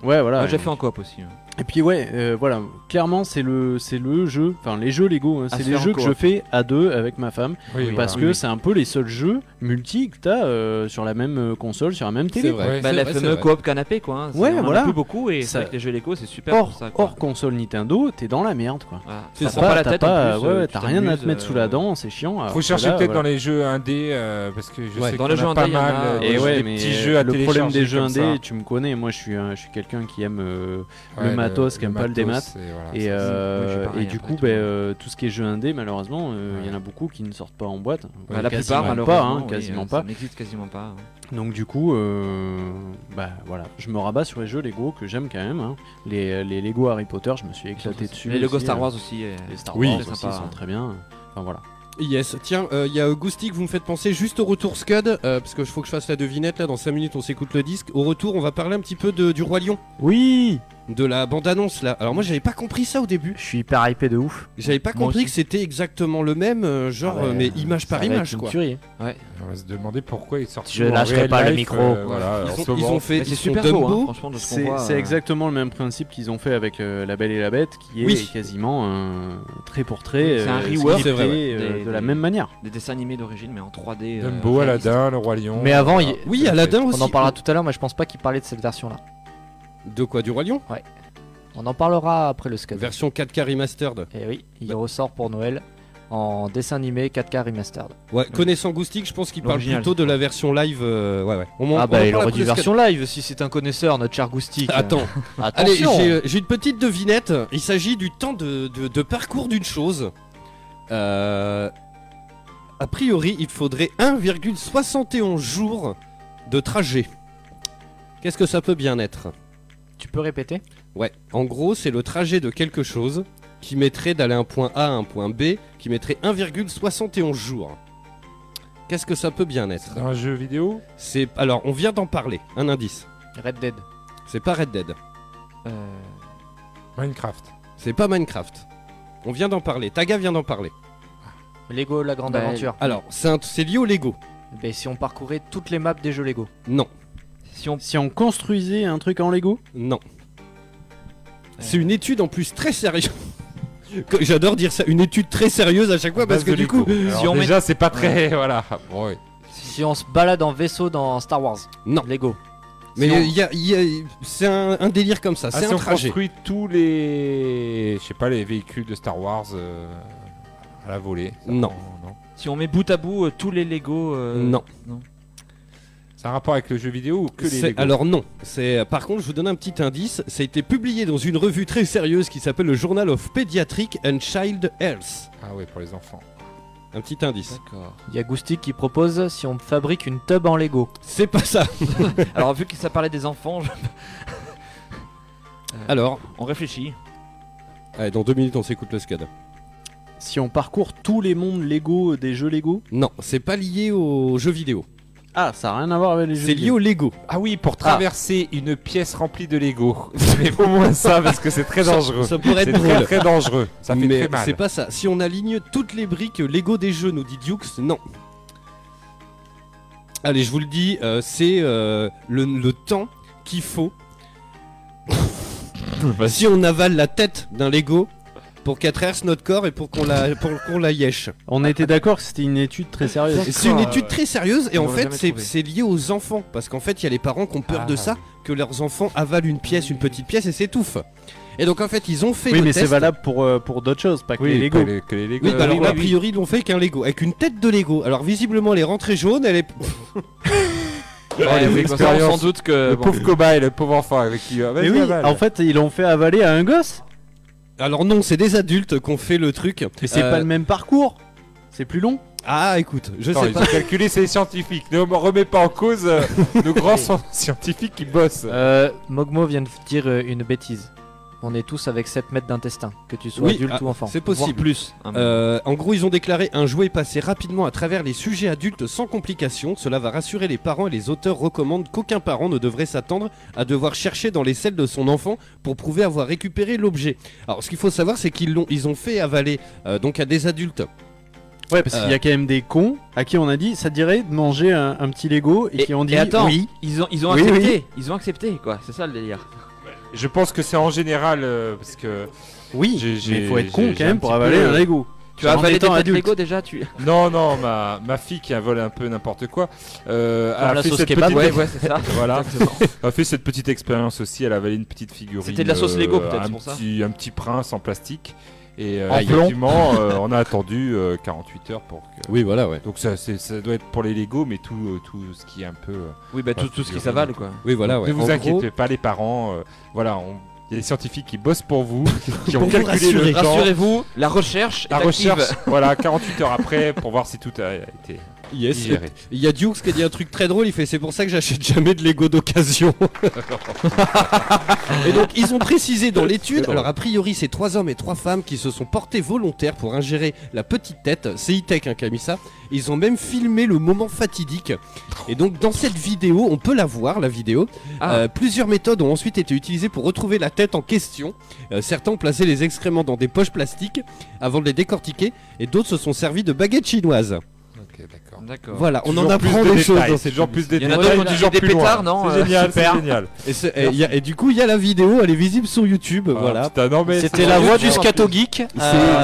C: Ouais, voilà.
I: Moi, j'ai fait en coop aussi. hein. ouais.
C: Et puis ouais, euh, voilà, clairement c'est le c'est le jeu, enfin les jeux Lego, hein,
I: À
C: c'est
I: se
C: les
I: faire en
C: jeux que
I: coop.
C: je fais à deux avec ma femme
E: Oui,
C: parce
E: voilà.
C: que c'est un peu les seuls jeux, multi que t'as euh, sur la même euh, console, sur la même
D: C'est
C: télé.
D: vrai.
E: Ouais,
D: c'est
I: bah, la
D: vrai, c'est
I: fameuse
D: vrai.
I: coop canapé quoi. hein. Ça,
C: Ouais,
I: on en a
C: voilà.
I: plus beaucoup et c'est
C: Ça-
I: vrai que les jeux Lego c'est super pour
C: Hors,
I: ça. quoi.
C: hors console Nintendo, t'es dans la merde quoi.
I: Voilà.
D: C'est
I: Ça
D: ça.
I: prend pas la
C: t'as
I: tête
C: pas-
I: en plus,
C: ouais,
I: euh,
C: ouais,
I: tu
C: t'as rien à
I: t'amuses,
C: te mettre sous
I: euh,
C: la dent, c'est chiant. alors
E: Faut
C: que
E: chercher
C: Ah, là,
E: peut-être
C: voilà.
E: dans les jeux indés euh, parce que je
D: Ouais.
E: sais
I: Dans
E: qu'on
I: les
E: a
I: jeux
E: pas
I: indés, il y en a,
E: mal
I: euh,
C: Et
E: euh, des
C: ouais,
E: jeux-
C: mais
E: des petits jeux à
C: le problème
E: télécharger
C: des jeux
E: comme ça.
C: indés, tu me connais, moi je suis, un- je suis quelqu'un qui aime euh, le
E: Ouais,
C: matos, qui aime pas le démat.
E: matos, et voilà,
C: et,
E: c'est-
C: euh,
I: Ah, moi, je suis pareil,
C: et du
I: après, hein.
C: coup,
I: tu
C: ben,
I: vois.
C: euh, tout ce qui est jeux indés, malheureusement, euh, il y en
E: Ouais.
C: a beaucoup qui ne sortent pas en boîte.
I: Bah, la
C: Quasiment
I: plupart
C: pas,
I: malheureusement
C: hein,
I: oui,
C: quasiment
I: euh,
C: pas.
I: ça n'existe quasiment pas. hein.
C: Donc du coup, euh, bah voilà, je me rabats sur les jeux Lego que j'aime quand même. hein. Les, les Lego Harry Potter, je me suis éclaté dessus.
I: Les Lego
C: aussi,
I: Star
C: euh,
I: Wars aussi. euh,
C: les Star
E: Oui.
C: Wars
I: c'est
C: aussi
I: sympa, hein.
C: sont très bien. Enfin voilà.
D: Yes, tiens, il y a Goustic, vous me faites penser juste au retour Scud, euh, parce que je faut que je fasse la devinette là, dans 5 minutes on s'écoute le disque. Au retour, on va parler un petit peu de, du Roi Lion,
F: Oui
D: de la bande-annonce là. Alors moi j'avais pas compris ça au début.
F: Je suis hyper hypé de ouf.
D: J'avais pas
F: Moi
D: compris
F: aussi.
D: que c'était exactement le même, euh, genre,
F: Ah ouais,
D: euh, mais image par
F: Ça va être
D: image
F: une
D: quoi.
F: tuerie.
C: euh,
E: On va se demander pourquoi ils sortent.
F: Je lâcherai pas le micro.
E: euh, voilà,
D: Ils
E: en
D: ont,
E: ce
D: ils
E: moment.
D: ont fait
I: Mais
D: ils
I: C'est
D: sont
I: super beau, hein,
D: Dumbo.
I: franchement, de ce qu'on
C: C'est
I: voit.
C: c'est
I: euh,
C: exactement le même principe qu'ils ont fait avec euh, La Belle et la Bête, qui est
D: Oui.
C: quasiment euh, trait pour
I: Oui,
C: trait,
I: c'est un
C: euh,
I: rework
C: scripté,
D: C'est vrai,
I: ouais.
C: euh,
I: Des-
C: de la
I: des-
C: même manière.
I: Des dessins animés d'origine, mais en 3D. euh,
E: Dumbo,
I: réaliste.
E: Aladdin, le roi lion.
F: Mais avant, il-
D: Oui, Aladdin aussi.
F: on en parlera tout à l'heure, mais je pense pas qu'il parlait de cette version-là.
D: De quoi Du Roi Lion
F: On en parlera après le skate.
D: Version 4K remastered.
F: Et oui, il
D: Bah.
F: ressort pour Noël en dessin animé 4K remastered.
D: Ouais, connaissant Goustic, je pense qu'il parle
I: L'original,
D: plutôt de
I: c'est
D: la version live. euh, ouais, ouais. On m'en- on
F: Ah
D: en
F: bah il
D: parle
F: aurait
D: après
F: dû
D: le Scud.
F: version live si c'est un connaisseur, notre cher Goustic.
D: Attends. Allez,
F: Attention
D: j'ai euh, j'ai une petite devinette. Il s'agit du temps de, de- de parcours d'une chose. Euh, a priori, il faudrait 1,71 jours de trajet. Qu'est-ce que ça peut bien être
F: Tu peux répéter
D: Ouais, en gros, c'est le trajet de quelque chose qui mettrait d'aller un point A à un point B, qui mettrait 1,71 jours. Qu'est-ce que ça peut bien être
E: C'est un jeu vidéo
D: C'est alors, on vient d'en parler. Un indice.
F: Red Dead.
D: C'est pas Red Dead.
I: Euh,
E: Minecraft.
D: C'est pas Minecraft. On vient d'en parler. Taga vient d'en parler.
F: Lego la grande
I: Bah,
F: aventure.
D: Alors, c'est un- c'est lié au Lego.
F: Ben, si on parcourait toutes les maps des jeux Lego.
D: Non,
I: Si on.
C: Si on construisait un truc en Lego,
D: non. C'est une étude en plus très sérieuse. Que- J'adore dire ça, une étude très sérieuse à chaque fois parce que du coup.
E: si
I: on met-
E: déjà, c'est pas très. Voilà. Ah, Bon, ouais.
F: Si on se balade en vaisseau dans Star Wars.
D: Non.
F: Lego.
D: Mais
F: Si on-
D: il y a- il y a- c'est un, un délire comme ça,
E: Ah,
D: c'est
E: si
D: un
E: on
D: trajet.
E: construit tous les. Je sais pas, les véhicules de Star Wars euh, à la volée. ça
D: Non.
E: prend- non.
I: Si on met bout à bout euh, tous les Lego. euh,
D: Non.
E: C'est un rapport avec le jeu vidéo ou que les
D: C'est-
E: Lego
D: Alors non, c'est euh, par contre je vous donne un petit indice, ça a été publié dans une revue très sérieuse qui s'appelle le Journal of Pediatric and Child Health.
E: Ah ouais, pour les enfants.
D: Un petit indice.
I: D'accord.
F: Il y a Goustic qui propose si on fabrique une tub en Lego.
D: C'est pas ça.
I: Alors, vu que ça parlait des enfants, je-
D: Alors,
I: on réfléchit.
D: allez, dans deux minutes on s'écoute le scud.
C: si on parcourt tous les mondes Lego des jeux Lego,
D: Non, c'est pas lié aux jeux vidéo.
C: ah ça a rien à voir avec les jeux.
D: C'est lié au Lego.
E: Ah oui, pour traverser une pièce remplie de Lego. Mais au moins ça, parce que c'est très dangereux.
D: Ça pourrait
E: C'est
D: être
E: très
D: drôle.
E: très dangereux. Ça fait
D: Mais
E: très mal.
D: c'est pas ça. Si on aligne toutes les briques Lego des jeux, nous dit Dukes, non. Allez, je vous le dis, euh, c'est euh, le, le temps qu'il faut. si on avale la tête d'un Lego pour qu'elle traverse notre corps et pour qu'on la, pour qu'on la yèche.
C: On était d'accord que c'était une étude très sérieuse.
D: Et C'est une étude très sérieuse et
I: On
D: en
I: l'aurait
D: fait
I: jamais
D: c'est
I: trouvé.
D: c'est lié aux enfants parce qu'en fait il y a les parents qui ont peur
E: Ah.
D: de ça, que leurs enfants avalent une pièce, une petite pièce et s'étouffent. Et donc en fait ils ont fait
C: Oui,
D: le
C: mais c'est
D: test.
C: valable pour, euh, pour d'autres choses, pas que
E: Oui,
C: les Lego.
E: que les, que les Lego.
D: Oui, bah
E: Euh,
D: alors
E: ouais,
D: a priori ils l'ont fait qu'un Lego, avec une tête de Lego. Alors visiblement elle est rentrée jaune, elle est.
E: Ouais, les expériences.
I: sans doute que.
E: Le
I: bon.
E: pauvre cobaye, le pauvre enfant avec qui. Ah,
C: Mais
E: vas-y,
C: oui,
E: avale.
C: en fait, ils l'ont fait avaler à un gosse.
D: Alors non, c'est des adultes qui ont fait le truc.
C: Mais c'est
D: Euh,
C: pas le même parcours. C'est plus long.
D: Ah écoute, je
E: Attends,
D: sais
E: ils
D: pas.
E: ont calculé, c'est les scientifiques. Ne me remets pas en cause euh, nos grands scien- scientifiques qui bossent.
F: Euh, Mogmo vient de dire euh, une bêtise. On est tous avec 7 mètres d'intestin, que tu sois
D: Oui,
F: adulte
D: ah,
F: ou enfant.
D: C'est
I: Voire
D: possible.
I: plus. hein, mais-
D: Euh, en gros, ils ont déclaré un jouet passé rapidement à travers les sujets adultes sans complications. Cela va rassurer les parents et les auteurs recommandent qu'aucun parent ne devrait s'attendre à devoir chercher dans les selles de son enfant pour prouver avoir récupéré l'objet. Alors, ce qu'il faut savoir, c'est qu'ils l'ont, ils ont fait avaler euh, donc à des adultes.
C: Ouais, parce
D: Euh.
C: qu'il y a quand même des cons à qui on a dit ça te dirait de manger un, un petit Lego et, qui ont dit
I: attends,
C: oui.
I: Ils ont, ils ont
C: Oui,
I: accepté. Ils ont accepté, quoi. C'est ça le délire.
E: Je pense que c'est en général euh, parce que
C: Oui,
E: J'ai- j'ai-
C: mais faut être
E: j'ai-
C: con
E: j'ai
C: quand
E: un
C: même pour
E: petit
C: avaler
E: peu- euh,
C: un Lego.
I: Tu as
C: En
I: avalé des
C: étant
I: pâtes
C: adulte.
I: Lego déjà tu...
E: Non, non, ma, ma fille qui a volé un peu n'importe quoi euh,
F: Comme
E: a
F: la
E: fait
F: sauce
E: cette
F: kebab,
E: petite...
I: Ouais, ouais, c'est ça.
E: Voilà,
I: Exactement.
E: a fait cette petite expérience aussi. Elle a avalé une petite figurine. euh,
I: C'était de la sauce Lego, peut-être,
E: un
I: c'est pour ça.
E: petit- Un petit prince en plastique. Et euh,
D: En plomb.
E: effectivement, euh, on a attendu euh, 48 heures pour que.
D: Oui, voilà, ouais.
E: Donc ça, c'est- ça doit être pour les Lego, mais tout, euh, tout ce qui est un peu. euh,
I: Oui, bah tout, tout ce qui s'avale quoi.
D: Oui, voilà,
E: Ne
D: ouais.
E: vous
D: En
E: inquiétez
D: gros,
E: pas, les parents. euh, voilà, on- il y a des scientifiques qui bossent pour vous, qui
D: Pour
E: ont
D: vous
E: calculé le
D: rassurer.
E: temps.
I: Rassurez-vous, la recherche
E: La
I: est active.
E: recherche, voilà, 48 heures après pour voir si tout a été
D: yes.
E: digéré.
D: Il y a Dukes qui a dit un truc très drôle, il fait c'est pour ça que j'achète jamais de Lego d'occasion. et donc ils ont précisé dans l'étude, alors a priori c'est trois hommes et trois femmes qui se sont portés volontaires pour ingérer la petite tête, c'est E-Tech hein, qui a mis ça, ils ont même filmé le moment fatidique. Et donc dans cette vidéo, on peut la voir, la vidéo,
I: Ah.
D: Euh, plusieurs méthodes ont ensuite été utilisées pour retrouver la tête en question. Euh, certains ont placé les excréments dans des poches plastiques avant de les décortiquer, et d'autres se sont servis de baguettes chinoises.
E: Ok, d'accord.
I: D'accord.
D: Voilà, on en
E: Toujours plus
D: apprend
E: de
D: des choses
E: détails,
D: dans
E: C'est
D: cette
E: toujours plus de
I: Il y en a
E: détails. Ah,
I: d'autres qui ont
E: du
I: dit
E: genre
I: des
E: plus loin.
I: pétards, non,
E: C'est
I: euh,
E: génial, c'est génial.
D: Et, ce- et il y a- et du coup, il y a la vidéo, elle est visible sur YouTube.
E: Ah,
D: voilà.
E: putain, non, mais
F: C'était
E: c'est-
F: la voix
I: c'est-
F: du Scato Geek. Euh,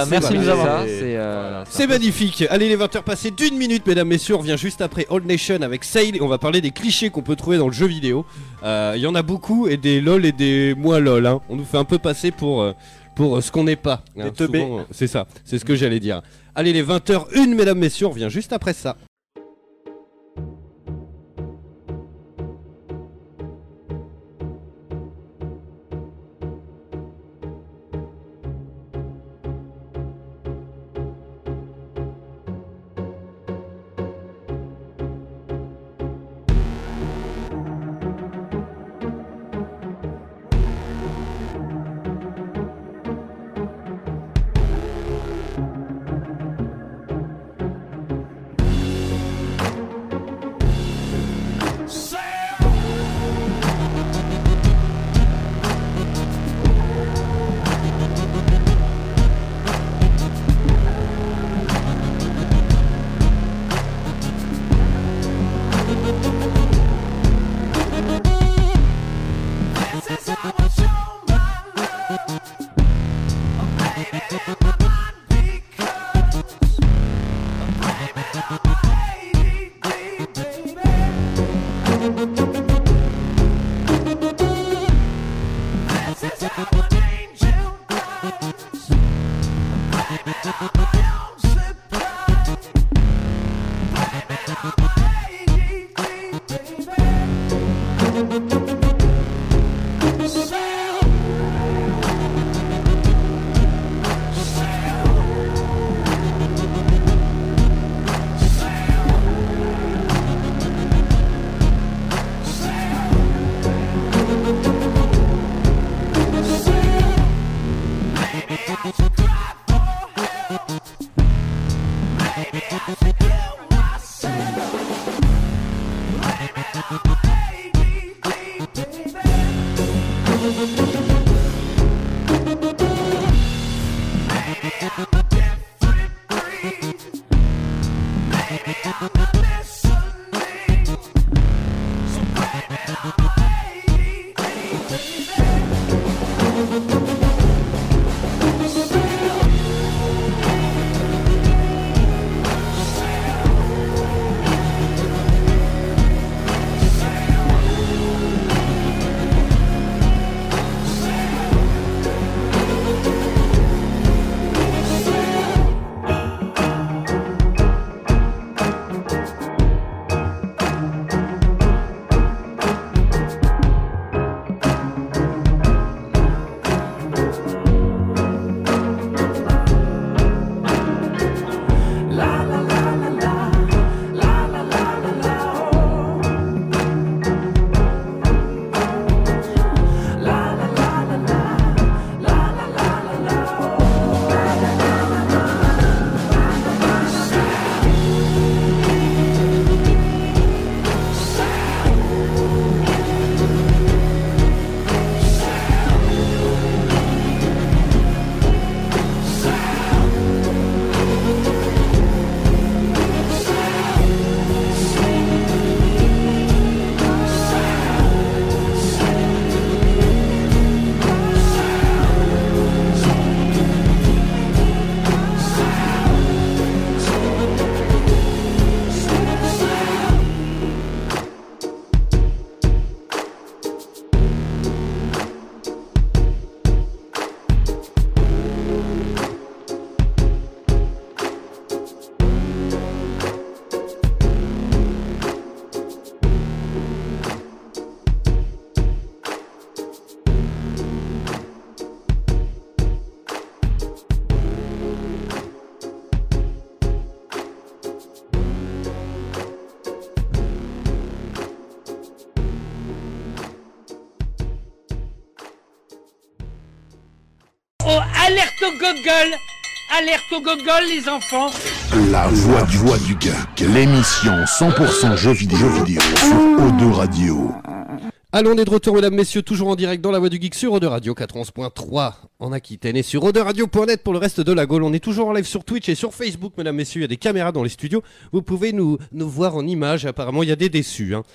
D: c'est-
F: merci
D: c'est-
F: de nous
I: Ça,
F: avoir.
I: c'est, euh,
E: Voilà.
I: ça.
D: C'est magnifique. Allez, les 20h passées d'une minute, mesdames, messieurs. On revient juste après Old Nation avec Sale et on va parler des clichés qu'on peut trouver dans le jeu vidéo. Euh, Il y en a beaucoup et des lol et des moins lol. hein. On nous fait un peu passer pour, euh, pour euh, ce qu'on n'est pas. Hein,
F: teubés.
D: souvent, euh, C'est ça, c'est ce que j'allais dire. Allez, les 20h01, mesdames, messieurs. On revient juste après ça.
G: Sell.
A: Oh, alerte au gogol Alerte au gogol, les enfants
B: La voix du voix du geek, l'émission 100% jeux vidéo, jeux vidéo sur O2 Radio.
D: Allons, on est de retour, mesdames, messieurs, toujours en direct dans la voix du geek sur Ode Radio 91.3 en Aquitaine et sur Radio.net pour le reste de la Gaule. On est toujours en live sur Twitch et sur Facebook, mesdames, messieurs. Il y a des caméras dans les studios. Vous pouvez nous, nous voir en images. Apparemment, il y a des déçus. hein.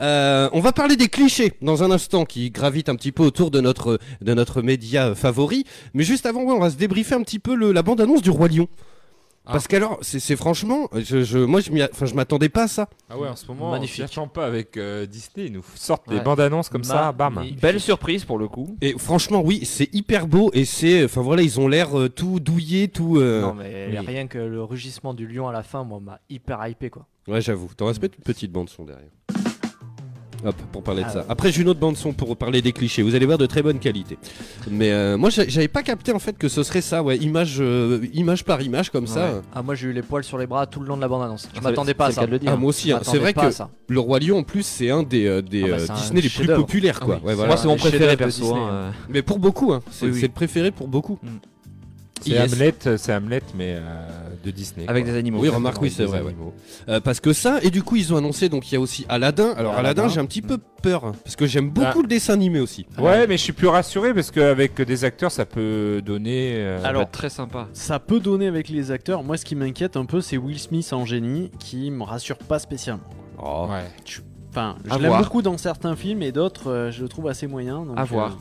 D: Euh, on va parler des clichés dans un instant qui gravitent un petit peu autour de notre, de notre média euh, favori. Mais juste avant, ouais, on va se débriefer un petit peu le- la bande-annonce du Roi Lion. Parce qu'alors, c'est c'est franchement, je, je- moi je m'y a- enfin, je m'attendais pas à ça.
E: Ah ouais, en ce moment,
I: Magnifique.
E: on s'attend pas avec euh, Disney. Ils nous sortent des
I: Ouais.
E: bandes annonces comme ça, bam.
I: Magnifique. Belle surprise pour le coup.
D: Et franchement, oui, c'est hyper beau et c'est. Enfin voilà, ils ont l'air euh, tout douillés, tout. euh,
F: Non, mais
D: oui.
F: rien que le rugissement du lion à la fin, moi, m'a hyper hypé quoi.
D: Ouais, j'avoue. T'en respectes une petite bande-son derrière. Hop, pour parler
F: Ah
D: de ça. Après, j'ai une autre bande-son pour parler des clichés. Vous allez voir de très bonne qualité. Mais euh, moi, j'a- j'avais pas capté en fait que ce serait ça, ouais. Image, euh, image par image comme ça. euh.
I: Ouais.
F: Ah, moi j'ai eu les poils sur les bras tout le long de la bande annonce. Je
I: Ah,
F: m'attendais
I: c'est-
F: pas à
I: c'est
F: ça.
I: le cas de le dire.
D: Ah, moi
F: Je
D: aussi, hein. c'est
F: m'attendais
D: vrai
F: pas à
D: que
F: ça.
D: Le Roi Lion en plus, c'est un des, euh, des
F: Ah bah,
D: euh,
F: c'est un
D: Disney les plus
F: chef-d'œuvre.
D: populaires, quoi.
F: Ah oui,
D: Ouais,
F: c'est
D: voilà.
I: Moi, c'est mon
F: Un chef-d'œuvre
I: préféré
F: de
I: perso.
F: Disney,
I: hein, euh.
D: Mais pour beaucoup, hein. c'est
I: Oui, oui.
D: c'est le préféré pour
F: Mm.
D: beaucoup.
E: C'est
D: Yes.
E: Hamlet, euh, c'est Hamlet, mais euh, de Disney.
I: Avec
E: quoi.
I: des animaux.
D: Oui, remarque, oui,
E: Avec
D: c'est
E: des
D: vrai, ouais.
E: animaux.
D: Euh, parce que ça, et du coup, ils ont annoncé, donc il y a aussi Aladdin. Alors, Aladdin,
I: Aladdin.
D: j'ai un petit peu peur, hein, parce que j'aime beaucoup le dessin animé aussi.
E: Ouais, mais je suis plus rassuré parce qu'avec des acteurs, ça peut donner. euh,
I: Alors,
C: Alors-
I: très sympa.
C: Ça peut donner avec les acteurs. Moi, ce qui m'inquiète un peu, c'est Will Smith en génie qui me rassure pas spécialement.
E: ouais.
C: Enfin,
I: À
C: je l'aime
I: voir.
C: beaucoup dans certains films et d'autres, euh, je le trouve assez moyen. Donc, euh,
I: À voir.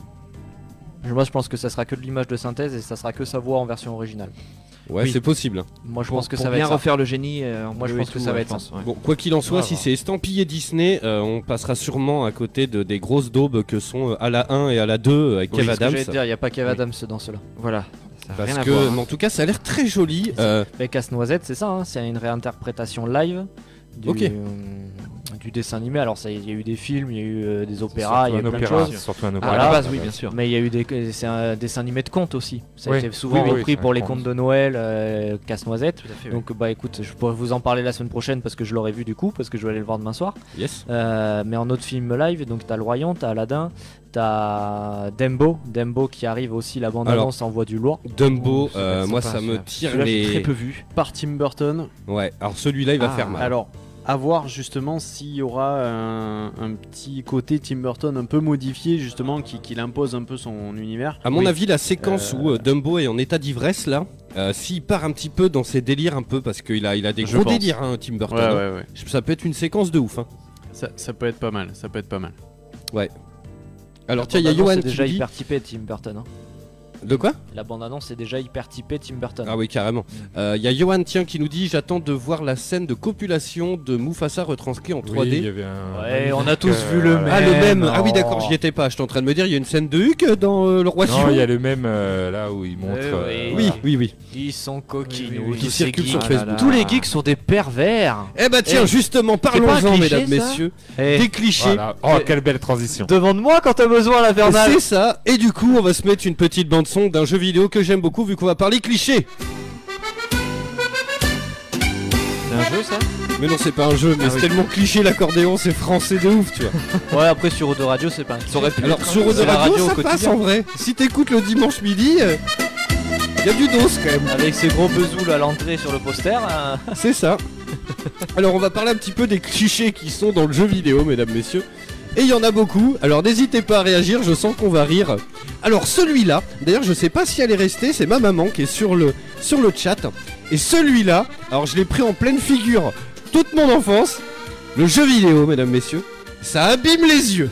F: Moi je pense que ça sera que de l'image de synthèse et ça sera que sa voix en version originale.
D: Ouais,
I: Oui.
D: c'est possible. hein.
F: Moi je
I: Pour-
F: pense que
I: pour
F: ça va
I: bien
F: être ça.
I: refaire le génie. euh, en
F: Moi, je
I: bleu
F: pense
I: et
F: que
I: tout,
F: ça va
I: ouais,
F: être
I: je pense, ouais.
D: Bon, quoi qu'il en soit,
I: On va
D: si
I: voir.
D: c'est estampillé Disney, euh, on passera sûrement à côté de, des grosses daubes que sont euh, à la 1 et à la 2 euh, avec
F: Oui,
D: Kev
F: c'est ce que
D: Adams.
F: j'allais te dire, il n'y a pas Kev Adams dans cela.
I: Voilà. Ça a
D: Parce
I: rien
D: que,
I: à voir. hein.
D: mais en tout cas, ça a l'air très joli. euh,
F: Mais Casse-Noisette, c'est ça, hein, c'est une réinterprétation live du,
D: Ok.
F: euh, du dessin animé. Alors, ça, il y a eu des films, il y a eu euh, des opéras, il y a eu
E: Surtout un
F: plein de
E: opéra,
F: choses.
E: Surtout un
I: Ah, à
F: voilà.
I: la
E: opéra.
I: base, oui, bien sûr.
F: Mais il y a eu des. C'est un dessin animé de contes aussi. Ça a
E: Oui.
F: été souvent
E: Oui, oui,
F: repris
E: c'est un
F: pour les
E: conte.
F: contes de Noël, euh, Casse-Noisette.
I: Tout à fait.
F: Donc, bah écoute, je pourrais vous en parler la semaine prochaine parce que je l'aurai vu du coup, parce que je vais aller le voir demain soir.
D: Yes.
F: Euh, mais en autre film live, donc t'as le Royaume, t'as Aladdin, t'as Dembo. Dembo qui arrive aussi, la bande-annonce en voix du lourd.
D: Dumbo,
I: Ouh, ça
D: euh,
I: va être
D: moi,
I: sympa,
D: ça me
I: celui-là.
D: tire
C: Celui-là, j'ai
D: les.
C: très peu vu. Par Tim Burton.
D: Ouais, alors celui-là, il va
I: Ah.
D: faire mal.
C: Alors, à voir justement s'il y aura un, un petit côté Tim Burton un peu modifié, justement, qui, qui impose un peu son univers.
D: À mon
C: Oui.
D: avis, la séquence
C: Euh,
D: où euh, Dumbo est en état d'ivresse, là, euh, s'il part un petit peu dans ses délires, un peu, parce qu'il a, il a des
C: Je
D: gros
C: pense.
D: délires, hein, Tim Burton.
C: Ouais,
D: hein.
C: ouais, ouais.
D: Je- Ça peut être une séquence de ouf. hein.
C: Ça, ça peut être pas mal. Ça peut être pas mal.
D: Alors,
F: La
D: tiens, il y a
F: bande-annonce
D: Johan
F: est
D: qui
F: déjà
D: dit-
F: hyper typé Tim Burton. hein.
D: De quoi
F: La bande-annonce est déjà hyper typée Tim Burton.
D: Ah oui, carrément. Il y a Johan, tiens, qui nous dit J'attends de voir la scène de copulation de Mufasa retranscrit en 3D.
E: Oui, il y avait un-
F: Ouais, on a tous vu le
E: voilà.
D: Ah, le même
F: Oh.
D: Ah oui, d'accord, j'y étais pas. J'étais en train de me dire, il y a une scène de Huck dans euh, Le Roi
E: Non,
D: Lion.
E: il y a le même euh, là où il montre.
F: Eh
E: euh,
F: oui.
D: Oui,
E: voilà.
D: oui, oui.
F: Ils sont coquinous.
I: Oui, oui, oui.
F: tous
D: Qui
F: ces
D: circulent
F: geeks.
D: sur
I: Ah là
D: Facebook.
I: là.
F: Tous les geeks sont des pervers.
D: Eh bah tiens,
F: Eh,
D: justement,
F: pas un
D: parlons-en,
F: cliché,
D: mesdames,
F: ça
D: messieurs.
F: Eh,
D: Des clichés.
E: Voilà. Oh, quelle belle transition.
F: Demande-moi quand t'as besoin, l'infernal.
D: C'est ça. Et du coup, on va se mettre une petite bande-son d'un jeu vidéo que j'aime beaucoup, vu qu'on va parler clichés.
I: C'est un jeu, ça
D: Mais non, c'est pas un jeu, mais
I: Ah
D: c'est
I: oui.
D: tellement cliché l'accordéon, c'est français de ouf, tu vois.
F: Ouais, après sur Auto Radio, c'est pas un
I: Ça aurait pu
D: Alors,
I: être
D: sur
I: un jeu.
D: Eau de
F: C'est la
D: Radio,
F: radio au
D: ça passe
F: quotidien.
D: en vrai. Si t'écoutes le dimanche midi, euh, y a du dos quand même.
F: Avec ses gros bezouls à l'entrée sur le poster. hein.
D: C'est ça. Alors on va parler un petit peu des clichés qui sont dans le jeu vidéo, mesdames, messieurs. Et il y en a beaucoup, alors n'hésitez pas à réagir, je sens qu'on va rire. Alors celui-là, d'ailleurs je sais pas si elle est restée, c'est ma maman qui est sur le, sur le chat. Et celui-là, alors je l'ai pris en pleine figure toute mon enfance. Le jeu vidéo, mesdames, messieurs, ça abîme les yeux.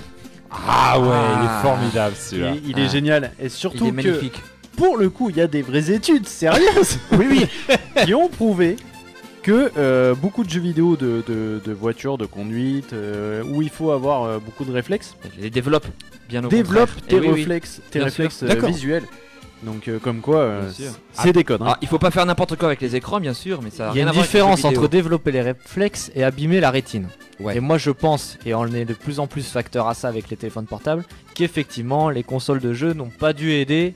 E: Ah ouais, il
I: Ah.
E: est formidable
C: Il,
E: celui-là.
C: il est
I: Ah.
C: génial. Et
I: Il
C: surtout
I: est
C: que
I: magnifique.
C: pour le coup, il y a des vraies études sérieuses oui, oui, qui ont prouvé que euh, beaucoup de jeux vidéo de, de- de voitures, de conduite, euh, où il faut avoir euh, beaucoup de réflexes,
I: Il les développe. Bien au
C: développe
I: contraire.
C: tes
I: Eh oui, oui.
C: réflexes, tes
I: Bien sûr.
C: réflexes euh,
D: D'accord.
C: visuels. Donc, euh, comme quoi, euh,
I: Bien sûr.
C: c'est des codes. hein.
I: Ah, il faut pas faire n'importe quoi avec les écrans, bien sûr, mais ça a
F: Il y
I: rien
F: a une
I: à voir avec le jeu
F: différence entre
I: vidéo.
F: développer les réflexes et abîmer la rétine.
D: Ouais.
F: Et moi je pense, et on est de plus en plus facteur à ça avec les téléphones portables, qu'effectivement les consoles de jeux n'ont pas dû aider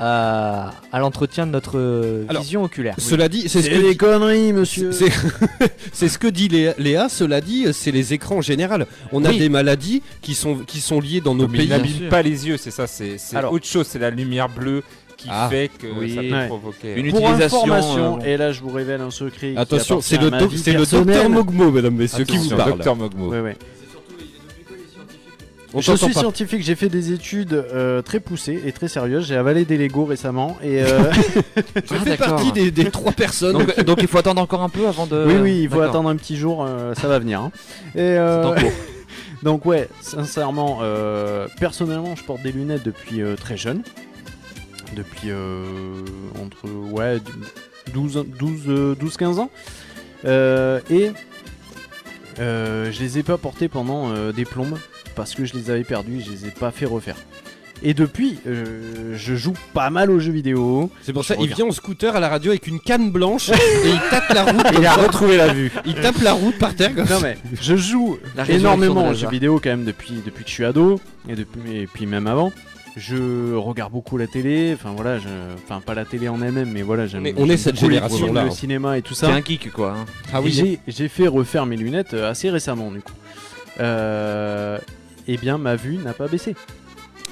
F: à, à l'entretien de notre euh,
D: Alors,
F: vision oculaire.
D: Cela dit, c'est ce que
C: des conneries, monsieur.
D: C'est c'est ce que dit Léa, Léa, cela dit, c'est les écrans en général. On a
F: Oui.
D: des maladies qui sont, qui sont liées dans nos
E: Mais il
D: pays.
F: bien
E: n'abîme
F: sûr.
E: pas les yeux, c'est ça, c'est c'est
C: Alors.
E: autre chose, c'est la lumière bleue qui
D: Ah,
E: fait que
I: oui.
E: ça peut
C: Ouais.
E: provoquer.
I: Une
C: Pour
I: utilisation, euh,
C: information,
I: bon.
C: et là je vous révèle un secret. qui
D: Attention,
C: appartient
D: c'est le,
C: à ma
D: doc-
C: vie
D: c'est le docteur
C: personnelle.
D: Mogmo, mesdames, messieurs, qui vous
E: Attention,
D: parle.
E: Docteur Mogmo.
C: Ouais, ouais.
D: On
C: je
D: t'entend
C: suis
D: pas.
C: scientifique, j'ai fait des études euh, très poussées et très sérieuses. J'ai avalé des Lego récemment et euh,
D: Je
I: Ah,
D: fais
I: d'accord.
D: partie des, des trois personnes.
I: Donc, donc il faut attendre encore un peu avant de.
C: oui, oui, il faut
I: D'accord.
C: attendre un petit jour, euh, ça va venir. hein. Et, euh,
I: C'est en cours.
C: donc ouais, sincèrement, euh, personnellement, je porte des lunettes depuis euh, très jeune, depuis euh, entre ouais 12, 12, euh, 12 15 ans, Euh, et euh, je les ai pas portées pendant euh, des plombes parce que je les avais perdues, je les ai pas fait refaire. Et depuis, euh, je joue pas mal aux jeux vidéo.
D: c'est pour ça,
C: Je
D: il
C: regarde.
D: vient en scooter à la radio avec une canne blanche et il tape la route.
C: Il a retrouvé la vue.
D: Il tape la route par terre. comme ça.
C: Non mais je joue
I: La résurrection de
C: énormément aux
I: Lazare.
C: jeux vidéo quand même depuis, depuis que je suis ado et depuis et puis même avant. Je regarde beaucoup la télé, enfin voilà, je, enfin pas la télé en elle-même, mais voilà, j'aime.
D: On est- on est
C: j'aime
D: cette
C: beaucoup les
D: génération-là,
C: films,
D: hein.
C: le cinéma et tout
I: T'es
C: ça.
I: un geek quoi. hein.
D: Ah
C: Et j'ai- j'ai fait refaire mes lunettes euh, assez récemment du coup. Euh, eh bien, ma vue n'a pas baissé.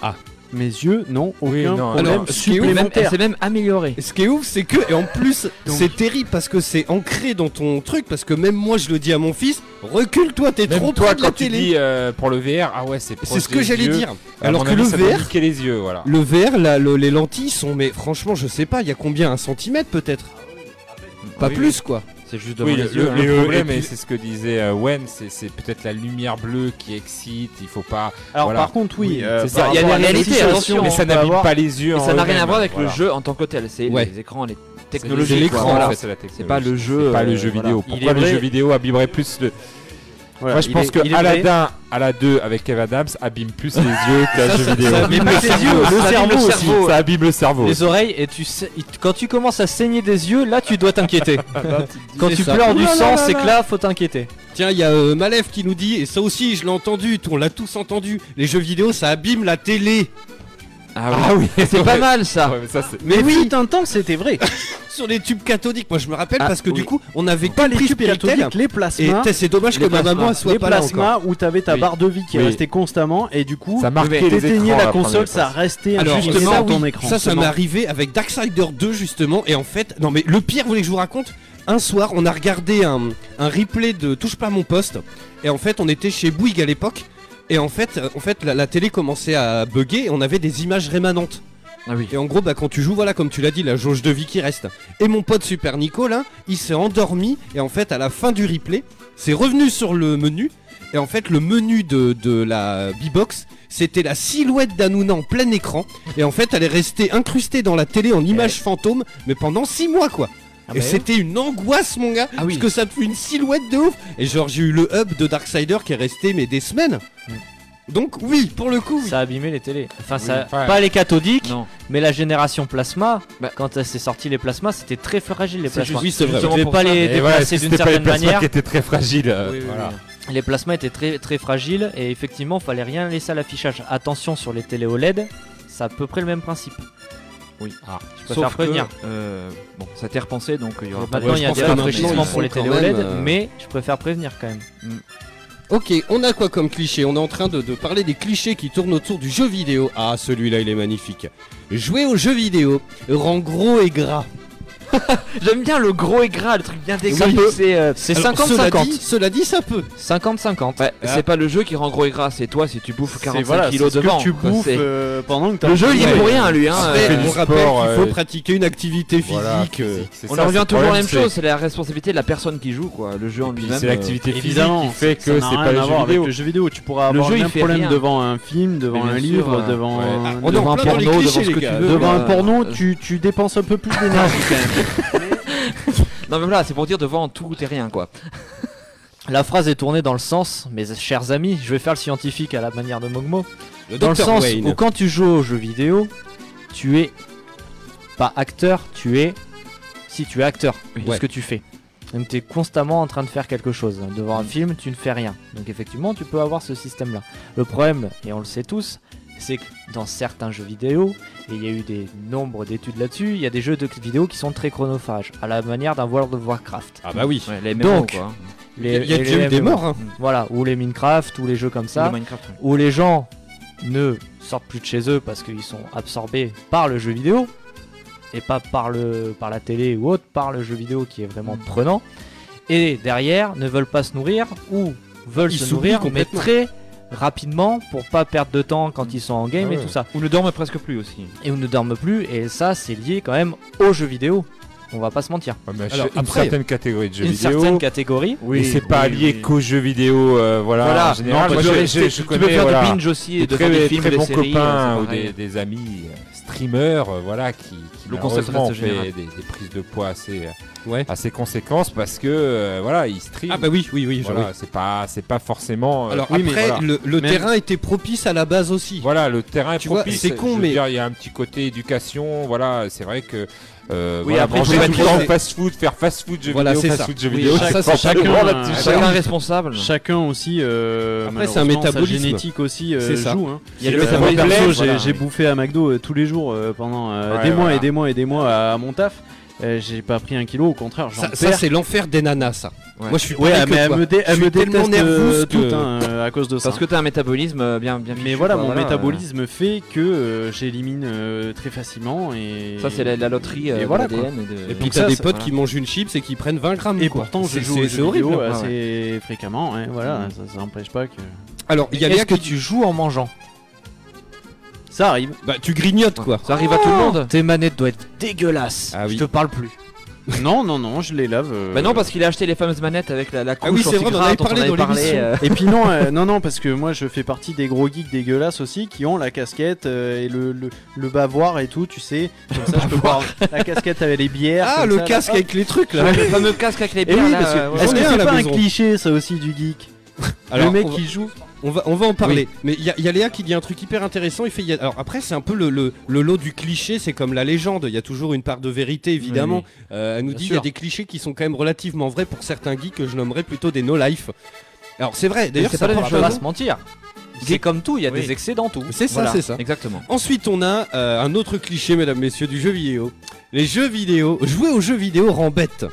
D: Ah.
C: Mes yeux n'ont aucun
E: Oui, non,
C: problème
D: alors, ce qui est ouf,
I: Même- elle
C: supplémentaire.
I: s'est même améliorée.
D: Ce qui est ouf, c'est que, et en plus, c'est terrible parce que c'est ancré dans ton truc. Parce que même moi, je le dis à mon fils recule-toi, t'es
E: Même
D: trop
E: toi,
D: près de la
E: quand tu
D: télé.
E: dis euh, pour le VR, ah ouais, c'est
D: C'est ce que j'allais dire. Alors
E: Alors
D: que le
E: ça
D: VR,
E: niquer les yeux, voilà.
D: le VR, là, le- les lentilles sont, mais franchement, je sais pas, il y a combien Un centimètre peut-être Pas
I: Oui,
D: plus quoi.
I: C'est juste devant
E: Oui, le,
I: les yeux.
E: le-
I: hein.
E: le problème,
D: et puis-
E: et c'est ce que disait euh, Wen, c'est c'est peut-être la lumière bleue qui excite. Il faut pas.
C: Alors
E: voilà.
C: par contre, oui,
E: Oui,
C: euh,
E: c'est
C: par
E: ça. Il y a
C: rapport
E: des
C: à la
E: réalités,
C: situation
I: attention,
C: qu'on
E: mais
I: on
E: ça
C: peut
E: n'abîme
C: avoir,
E: pas les yeux.
I: Et
E: en
I: ça n'a rien
E: eux-mêmes,
I: à voir avec le
E: voilà.
I: jeu en tant que tel. C'est
D: Ouais.
I: les écrans, les
E: C'est
I: technologies.
D: l'écran,
I: quoi, voilà.
E: en fait, c'est la technologie.
I: C'est pas le jeu.
E: C'est pas
I: euh,
E: le jeu
I: voilà.
E: vidéo.
C: Il
E: Pourquoi
C: est
E: le
C: vrai-
E: jeu vidéo abîmerait plus le.
C: voilà,
E: Moi, je
C: il
E: pense
C: est-
E: que
C: il est vrai.
E: Aladdin, Aladdin avec Eve Adams abîme plus les yeux que le jeu vidéo.
D: abîme pas
C: les yeux, le
E: Ça abîme
C: cerveau aussi.
E: Ça abîme le cerveau.
F: Les oreilles, et tu sais- il- quand tu commences à saigner des yeux, là tu dois t'inquiéter. quand
D: C'est
F: tu
D: ça.
F: pleures
D: Ouh
F: du
D: là là
F: sang,
D: là
F: c'est
D: là.
F: que là faut t'inquiéter.
D: Tiens, il y a euh, Malef qui nous dit, et ça aussi, je l'ai entendu, on l'a tous entendu. Les jeux vidéo, ça abîme la télé.
I: Ah oui. C'est pas
E: vrai.
I: mal ça.
E: Ouais, mais ça, c'est-
C: Mais oui, un temps c'était vrai.
D: Sur les tubes cathodiques, moi je me rappelle
I: Ah,
D: parce que du
I: oui.
D: coup, on avait
C: pas
D: pas
C: les
D: les
C: tubes
D: spiritel.
C: cathodiques, les
D: Et
C: plasmas.
D: t'es- c'est dommage que
I: Les
D: ma maman
I: plasmas.
D: soit
C: les
D: pas là encore.
C: plasmas où t'avais ta
E: Oui.
C: barre de vie qui
E: Oui.
C: restait constamment et du coup
E: Ça marquait les
C: t'éteignais
E: écrans,
C: la
E: la
C: console
E: première
C: ça
E: fois.
C: restait
D: Alors,
C: infusé
D: et ça,
C: dans ton
D: oui,
C: écran
D: Ça, ça
C: Justement.
D: m'est arrivé avec Darksider 2, justement. Et en fait, non, mais le pire, vous voulez que je vous raconte Un soir, on a regardé un, un replay de Touche pas à mon poste. Et en fait, on était chez Bouygues à l'époque. Et en fait, euh, en fait la, la télé commençait à bugger et on avait des images rémanentes.
I: Ah oui.
D: Et en gros, bah, quand tu joues, voilà, comme tu l'as dit, la jauge de vie qui reste. Et mon pote Super Nico, là, il s'est endormi. Et en fait, à la fin du replay, c'est revenu sur le menu. Et en fait, le menu de, de la B-Box, c'était la silhouette d'Anouna en plein écran. Et en fait, elle est restée incrustée dans la télé en image fantôme, mais pendant 6 mois, quoi. et c'était une angoisse, mon gars,
I: Ah oui.
D: parce que ça te fait une silhouette de ouf. Et genre, j'ai eu le hub de Darksider qui est resté, mais des semaines. Donc, oui, pour le coup, oui.
F: Ça a abîmé les télés. Enfin, ça,
E: enfin,
F: pas les cathodiques,
I: Non.
F: mais la génération plasma.
I: Bah.
F: Quand elle s'est sortie, les plasmas, c'était très fragile les
I: C'est
F: plasmas.
I: juste-
D: oui, c'est vrai.
F: Tu
I: Justement
F: devais
I: pour
F: pas
I: ça.
F: les
E: Et voilà,
F: déplacer
E: si
F: d'une
E: c'était pas les
F: certaine
E: plasmas
F: manière.
E: qui étaient très fragiles. euh,
I: Oui, oui,
E: voilà.
I: oui.
F: Les plasmas étaient très très fragiles et effectivement, fallait rien laisser à l'affichage. Attention sur les télé OLED, E c'est à peu près le même principe.
I: Oui.
E: Ah.
F: Je
I: Sauf
F: préfère prévenir.
I: que, euh, bon, ça t'est repensé, donc il y aura pas de
F: Maintenant, il y a
D: pense
F: des
D: que maintenant, ils
F: rafraîchissements
D: sont
F: pour les
D: quand
F: télé OLED,
D: même, euh,
F: E mais je préfère prévenir quand même.
D: Ok, on a quoi comme cliché On est en train de, de parler des clichés qui tournent autour du jeu vidéo. Ah, celui-là, il est magnifique. Jouer au jeu vidéo rend gros et gras.
I: J'aime bien le gros et gras, le truc bien dégueu.
D: peut.
I: C'est euh,
F: C'est
D: Alors, cela
F: 50-50.
D: dit- Cela dit, ça peut.
F: 50-50.
I: ouais, c'est pas le jeu qui rend gros et gras, c'est toi si tu bouffes
C: C'est
I: 45
C: voilà,
I: kilos
C: c'est ce
I: devant.
C: que tu
I: quoi,
C: bouffes
I: c'est-
C: euh, pendant que t'as
I: Le jeu, il est
D: Ouais.
I: pour rien, lui. Hein,
D: Après,
I: euh,
E: Ah, du
D: on rappelle
E: sport,
D: qu'il faut
E: euh,
D: pratiquer une activité physique.
E: Voilà,
D: euh,
E: physique, c'est
I: on
E: ça,
I: en revient
E: c'est
I: toujours à
E: le
I: la même
E: problème,
I: chose, c'est la responsabilité de la personne qui joue, quoi. Le jeu en
E: c'est-
I: lui-même.
E: C'est
I: euh,
E: l'activité physique
C: Évidemment,
E: qui fait que
C: ça
E: c'est
C: n'a
E: pas
C: rien
E: le
C: à
E: jeu
C: voir avec
E: vidéo.
C: le jeu vidéo. Tu pourras
I: Le
C: avoir
I: jeu,
C: le
I: il
C: même
I: fait
C: problème
I: rien.
C: devant un film, devant
I: Mais
C: un
I: bien
C: livre,
I: sûr, euh,
C: devant,
E: ouais.
C: un-
D: on est en
I: devant un
D: plein dans les
I: porno,
D: clichés,
I: devant ce
D: les
I: que
D: gars.
I: tu veux.
C: devant
I: euh,
C: un porno,
I: euh,
C: tu, tu dépenses un peu plus d'énergie quand même.
I: Non, mais voilà, c'est pour dire devant tout et rien, quoi.
F: La phrase est tournée dans le sens, mes chers amis, je vais faire le scientifique à la manière de Mogmo.
D: le
F: Dans le
D: Dr.
F: sens
D: Wayne.
F: où quand tu joues aux jeux vidéo, tu es pas acteur, tu es si tu es acteur de
D: Ouais.
F: ce que tu fais. Donc tu es constamment en train de faire quelque chose.
D: Mm.
F: Devant un film, tu ne fais rien. Donc effectivement, tu peux avoir ce système-là. Le problème, et on le sait tous, c'est que dans certains jeux vidéo, et il y a eu des nombres d'études là-dessus, il y a des jeux de vidéo qui sont très chronophages, à la manière d'un World of Warcraft.
D: Ah bah oui.
I: Ouais, les MMO,
F: Donc,
I: quoi.
D: Il y a,
F: Les-
D: il y a
F: les-
D: déjà
F: les
D: eu des
F: MMO.
D: morts. hein.
F: Voilà, ou les Minecraft, ou les jeux comme ça,
I: Le Minecraft. ouais.
F: où les gens ne sortent plus de chez eux parce qu'ils sont absorbés par le jeu vidéo, et pas par, le, par la télé ou autre, par le jeu vidéo qui est vraiment prenant, et derrière ne veulent pas se nourrir, ou veulent
D: Ils
F: se
D: s'oublient
F: nourrir, mais
D: complètement.
F: très rapidement pour pas perdre de temps quand ils sont en game
E: Ah
F: et
E: ouais.
F: tout ça
I: Ou ne dorment presque plus aussi.
F: et on ne dorme plus et ça c'est lié quand même aux jeux vidéo. On va pas se mentir.
E: Ouais, Ah, mais
D: Alors,
E: une
D: après-
E: certaine catégorie de jeux
F: Une
E: vidéo.
F: certaine catégorie.
E: mais c'est pas
I: oui,
E: lié
I: oui.
E: qu'aux jeux vidéo, euh, voilà.
I: Voilà,
E: en général,
I: non,
E: moi,
I: parce que
E: je,
I: c'est-
E: je- je
I: tu
E: connais
I: peux faire
E: voilà,
I: du binge aussi
E: des
I: et de
E: très,
I: faire des
E: très
I: films, des
E: bons
I: séries, euh,
E: copains
I: c'est
E: ou
I: pareil.
E: des, des amis euh, streamers, euh, voilà, qui, qui
I: Le concept
E: malheureusement,
I: reste
E: ont fait
I: général.
E: des, des prises de poids assez, euh,
D: Ouais.
E: assez conséquences parce que euh, voilà, ils streament.
D: Ah bah oui, oui, oui. je-
E: Voilà,
D: oui.
E: c'est pas, c'est pas forcément. euh,
D: Alors
E: oui, mais
D: après,
E: voilà.
D: le, le
E: Même-
D: terrain était propice à la base aussi.
E: Voilà, le terrain est
D: Tu vois,
E: propice.
D: c'est con,
E: Je veux
D: mais-
E: dire, il y a un petit côté éducation. Voilà, c'est vrai que. Euh,
I: Oui,
E: voilà,
I: après,
E: manger
D: tu vas
E: tout le
D: créer-
E: temps fast food, faire fast food, jeux
D: Voilà,
E: vidéo,
D: c'est
E: fast
D: ça.
E: food, jeux
I: Oui,
E: vidéo.
I: ça,
E: c'est
C: c'est
E: forcément
C: chacun,
E: là-dessus.
C: euh,
I: Chacun
C: Chacun-
I: responsable.
C: Chacun aussi, euh,
D: Après, c'est un
C: malheureusement,
D: métabolisme.
C: Sa génétique aussi euh,
D: C'est ça.
C: joue. hein.
I: Il y a
E: le
I: le
C: Euh,
E: fait
C: moi,
E: problème,
C: perso, j'ai
I: voilà,
C: j'ai
I: oui.
C: bouffé à McDo euh, tous les jours euh, pendant euh,
E: Ouais,
C: des mois
E: voilà.
C: et des mois et des mois à, à mon taf. Euh, j'ai pas pris un kilo, au contraire, j'en
D: Ça,
C: perds.
D: ça, c'est l'enfer des nanas, ça.
I: Ouais.
D: Moi, je suis
C: ouais,
D: pareil que
C: mais elle
D: toi.
C: me, dé- elle
D: Je suis
C: me
D: tellement
C: déteste euh,
D: nerveuse que-
C: toute, hein, euh, à cause de ça.
I: Parce que t'as un métabolisme euh, bien bien.
C: mais
I: fichu,
C: voilà,
I: quoi,
C: mon
I: euh,
C: métabolisme fait que euh, j'élimine euh, très facilement et
I: Ça c'est la, la loterie euh,
C: Et
I: de
C: voilà,
I: l'ADN et de-
D: Et puis
C: Donc
D: t'as
C: ça,
D: des
C: ça-
D: potes
I: voilà.
D: qui mangent une chips et qui prennent 20 grammes.
C: Et
D: quoi.
C: pourtant, je
D: C'est-
C: joue
D: c'est-
C: aux
D: c'est
C: jeux vidéo
I: hein,
D: horrible.
C: assez fréquemment, hein,
I: Mm.
C: voilà, ça, ça n'empêche pas que...
D: Alors, il y a
F: Est-ce
D: Léa
F: que
D: qui.
F: tu joues en mangeant Ça arrive.
D: Bah, tu grignotes quoi.
I: Ça arrive à tout le monde.
F: Tes manettes doivent être dégueulasses.
D: Ah oui.
F: Je te parle plus.
C: non, non, non, je les lave. euh,
I: Bah non parce qu'il a acheté les fameuses manettes avec la, la couche
D: Ah oui, c'est vrai, on en avait
I: anti-gratte dont
D: parlé
I: on
D: dans l'émission.
I: euh,
C: Et puis non, euh, non, non, parce que moi je fais partie des gros geeks dégueulasses aussi qui ont la casquette euh, et le, le, le bavoir et tout, tu sais. Comme ça, je peux boire la casquette avec les bières.
D: Ah,
C: comme
D: le
C: ça, là.
D: casque
C: Hop.
D: avec les trucs là.
I: le fameux casque avec les
C: Eh
I: bières
C: oui,
I: là,
C: parce
I: euh,
C: que
I: ouais.
C: est-ce que
D: J'en ai un à
C: c'est
D: la
C: pas un
D: maison.
C: cliché ça aussi du geek
D: Alors,
C: Le mec
D: on va-
C: qui joue.
D: On va, on va en parler. Mais il y, a- il y a Léa qui dit un truc hyper intéressant. Il fait, il y a- alors après, c'est un peu le, le- le lot du cliché. C'est comme la légende. Il y a toujours une part de vérité, évidemment. Euh, elle nous
F: Bien
D: dit il y a
F: sûr.
D: des clichés qui sont quand même relativement vrais pour certains geeks que je nommerais plutôt des no-life. Alors c'est vrai.
F: Mais
D: D'ailleurs,
F: C'est
D: ça
F: pas la même
D: porte
F: chose.
D: un
F: On va
D: nom.
F: se mentir. C'est comme tout, il y a des excès dans tout.
D: C'est ça,
F: Voilà.
D: c'est ça.
I: Exactement.
D: Ensuite, on a euh, un autre cliché, mesdames, messieurs, du jeu vidéo. Les jeux vidéo, jouer aux jeux vidéo rend bête.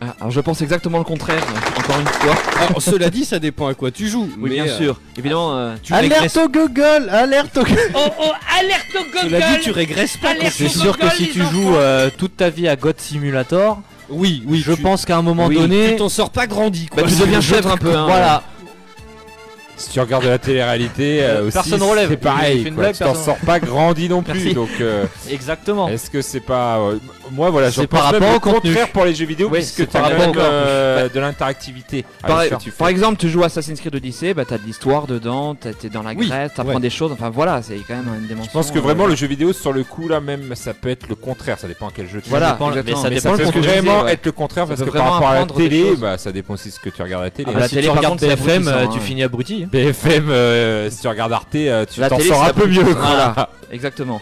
I: Ah, alors je pense exactement le contraire. euh, Encore une fois.
D: Alors, cela dit, ça dépend à quoi tu joues.
I: Oui
D: mais,
I: bien
D: euh,
I: sûr. Évidemment. euh,
D: Tu régresses.
C: au Google, alerte au Google.
A: Oh oh, alerte au
D: Cela dit,
A: Google
D: tu régresses pas. quand
A: Alerte
D: c'est-
F: C'est sûr que
A: Google,
F: si
A: les
F: tu
A: enfants.
F: joues euh, toute ta vie à God Simulator,
D: Oui, oui.
F: je
D: tu-
F: pense qu'à un moment
D: oui,
F: donné,
D: Tu t'en sors pas grandi, quoi.
I: Bah, tu deviens chèvre un peu. hein.
F: voilà,
E: Si tu regardes la télé-réalité, euh, aussi,
F: Personne relève.
E: c'est
F: Il
E: pareil.
F: fait une
E: quoi.
F: blague,
E: tu t'en
F: personne-
E: sors pas grandi non plus.
F: Merci.
E: donc, euh,
F: exactement.
E: est-ce que c'est pas. euh, moi, voilà, je
F: C'est par
E: pense même
F: rapport
E: le
F: au contenu.
E: contraire pour les jeux vidéo,
F: Oui, c'est
E: puisque tu
F: par
E: as
F: rapport au
E: même
F: contenu.
E: euh, de l'interactivité. avec
I: Par,
E: ce que tu
I: par
E: fais.
I: exemple, tu joues à Assassin's Creed Odyssey, bah t'as de l'histoire dedans, t'as- t'es dans la
D: Oui,
I: Grèce, t'apprends
D: ouais.
I: des choses, enfin voilà, c'est quand même une dimension.
E: Je pense que
I: euh,
E: vraiment le jeu vidéo sur le coup là même ça peut être le contraire, ça dépend à quel jeu tu
I: Voilà,
E: joues.
I: exactement.
F: mais ça
E: Ça
F: dépend
E: peut
F: le contenu.
E: vraiment
I: ouais.
E: être le contraire
I: Ça
E: parce
I: peut
E: que
I: vraiment
E: par rapport à la
I: apprendre des
E: télé,
I: choses.
E: bah, ça dépend aussi de ce que tu regardes à la télé.
F: Ah bah,
I: la
F: si
I: télé,
F: tu
I: par
F: regardes
I: contre, c'est
F: TFM, euh,
I: abrutissant,
F: tu
I: hein.
F: finis abruti. hein.
E: BFM, euh, si tu regardes Arte, euh, tu
I: La
E: t'en
I: télé,
E: sors
I: c'est
E: un peu
I: la-
E: mieux.
I: Voilà.
E: quoi.
I: Exactement.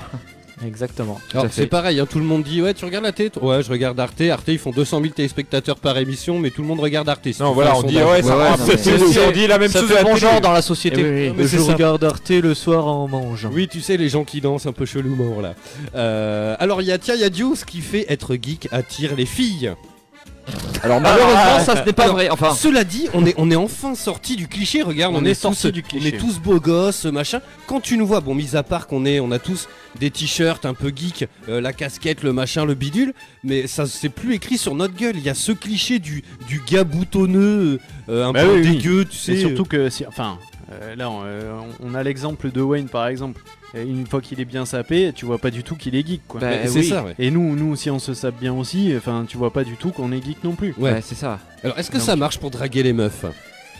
F: Exactement.
D: Alors,
I: à
D: c'est
I: fait.
D: pareil, hein, tout le monde dit Ouais, tu regardes la télé toi Ouais, je regarde Arte. Arte, ils font 200 000 téléspectateurs par émission, mais tout le monde regarde Arte. Si
E: Non,
D: tu
E: voilà,
D: fais un
E: on dit
D: sondage.
E: ouais, ça
I: Ouais,
E: va,
I: non,
E: c'est-
I: mais-
E: c'est- on dit la même
F: ça
E: chose
F: fait
E: à la
F: bon
E: télé.
F: genre dans la société.
D: oui, mais
F: je
D: c'est ça.
F: regarde Arte le soir en mangeant.
D: Oui, tu sais, les gens qui dansent un peu chelou mort là. Euh, alors, il y a Tia Yadio, ce qui fait être geek attire les filles. Ah.
I: Alors malheureusement, ça ce n'est pas vrai. Enfin,
D: Cela dit, on est, on est enfin sorti du cliché, regarde,
C: On
D: on,
C: est
D: est,
C: sorti
D: tous,
C: du
D: On
C: cliché.
D: est tous beaux gosses, machin. Quand tu nous vois, bon, mis à part qu'on est, on a tous des t-shirts un peu geek, euh, la casquette, le machin, le bidule, mais ça c'est plus écrit sur notre gueule. Il y a ce cliché du, du gars boutonneux, euh, un
C: Bah
D: peu
C: oui, oui.
D: dégueu, tu
C: C'est
D: sais.
C: surtout que, si- enfin, euh, là, on, euh, on a l'exemple de Wayne par exemple. Et Une fois qu'il est bien sapé, tu vois pas du tout qu'il est geek, quoi.
I: Bah,
D: Mais
I: eh
D: euh, c'est
I: oui.
D: ça, ouais.
C: Et nous, nous, si on se sape bien aussi, enfin, tu vois pas du tout qu'on est geek non plus.
D: ouais.
I: ouais, Bah, c'est ça.
D: Alors, est-ce que ça marche pour draguer les meufs
E: Bah,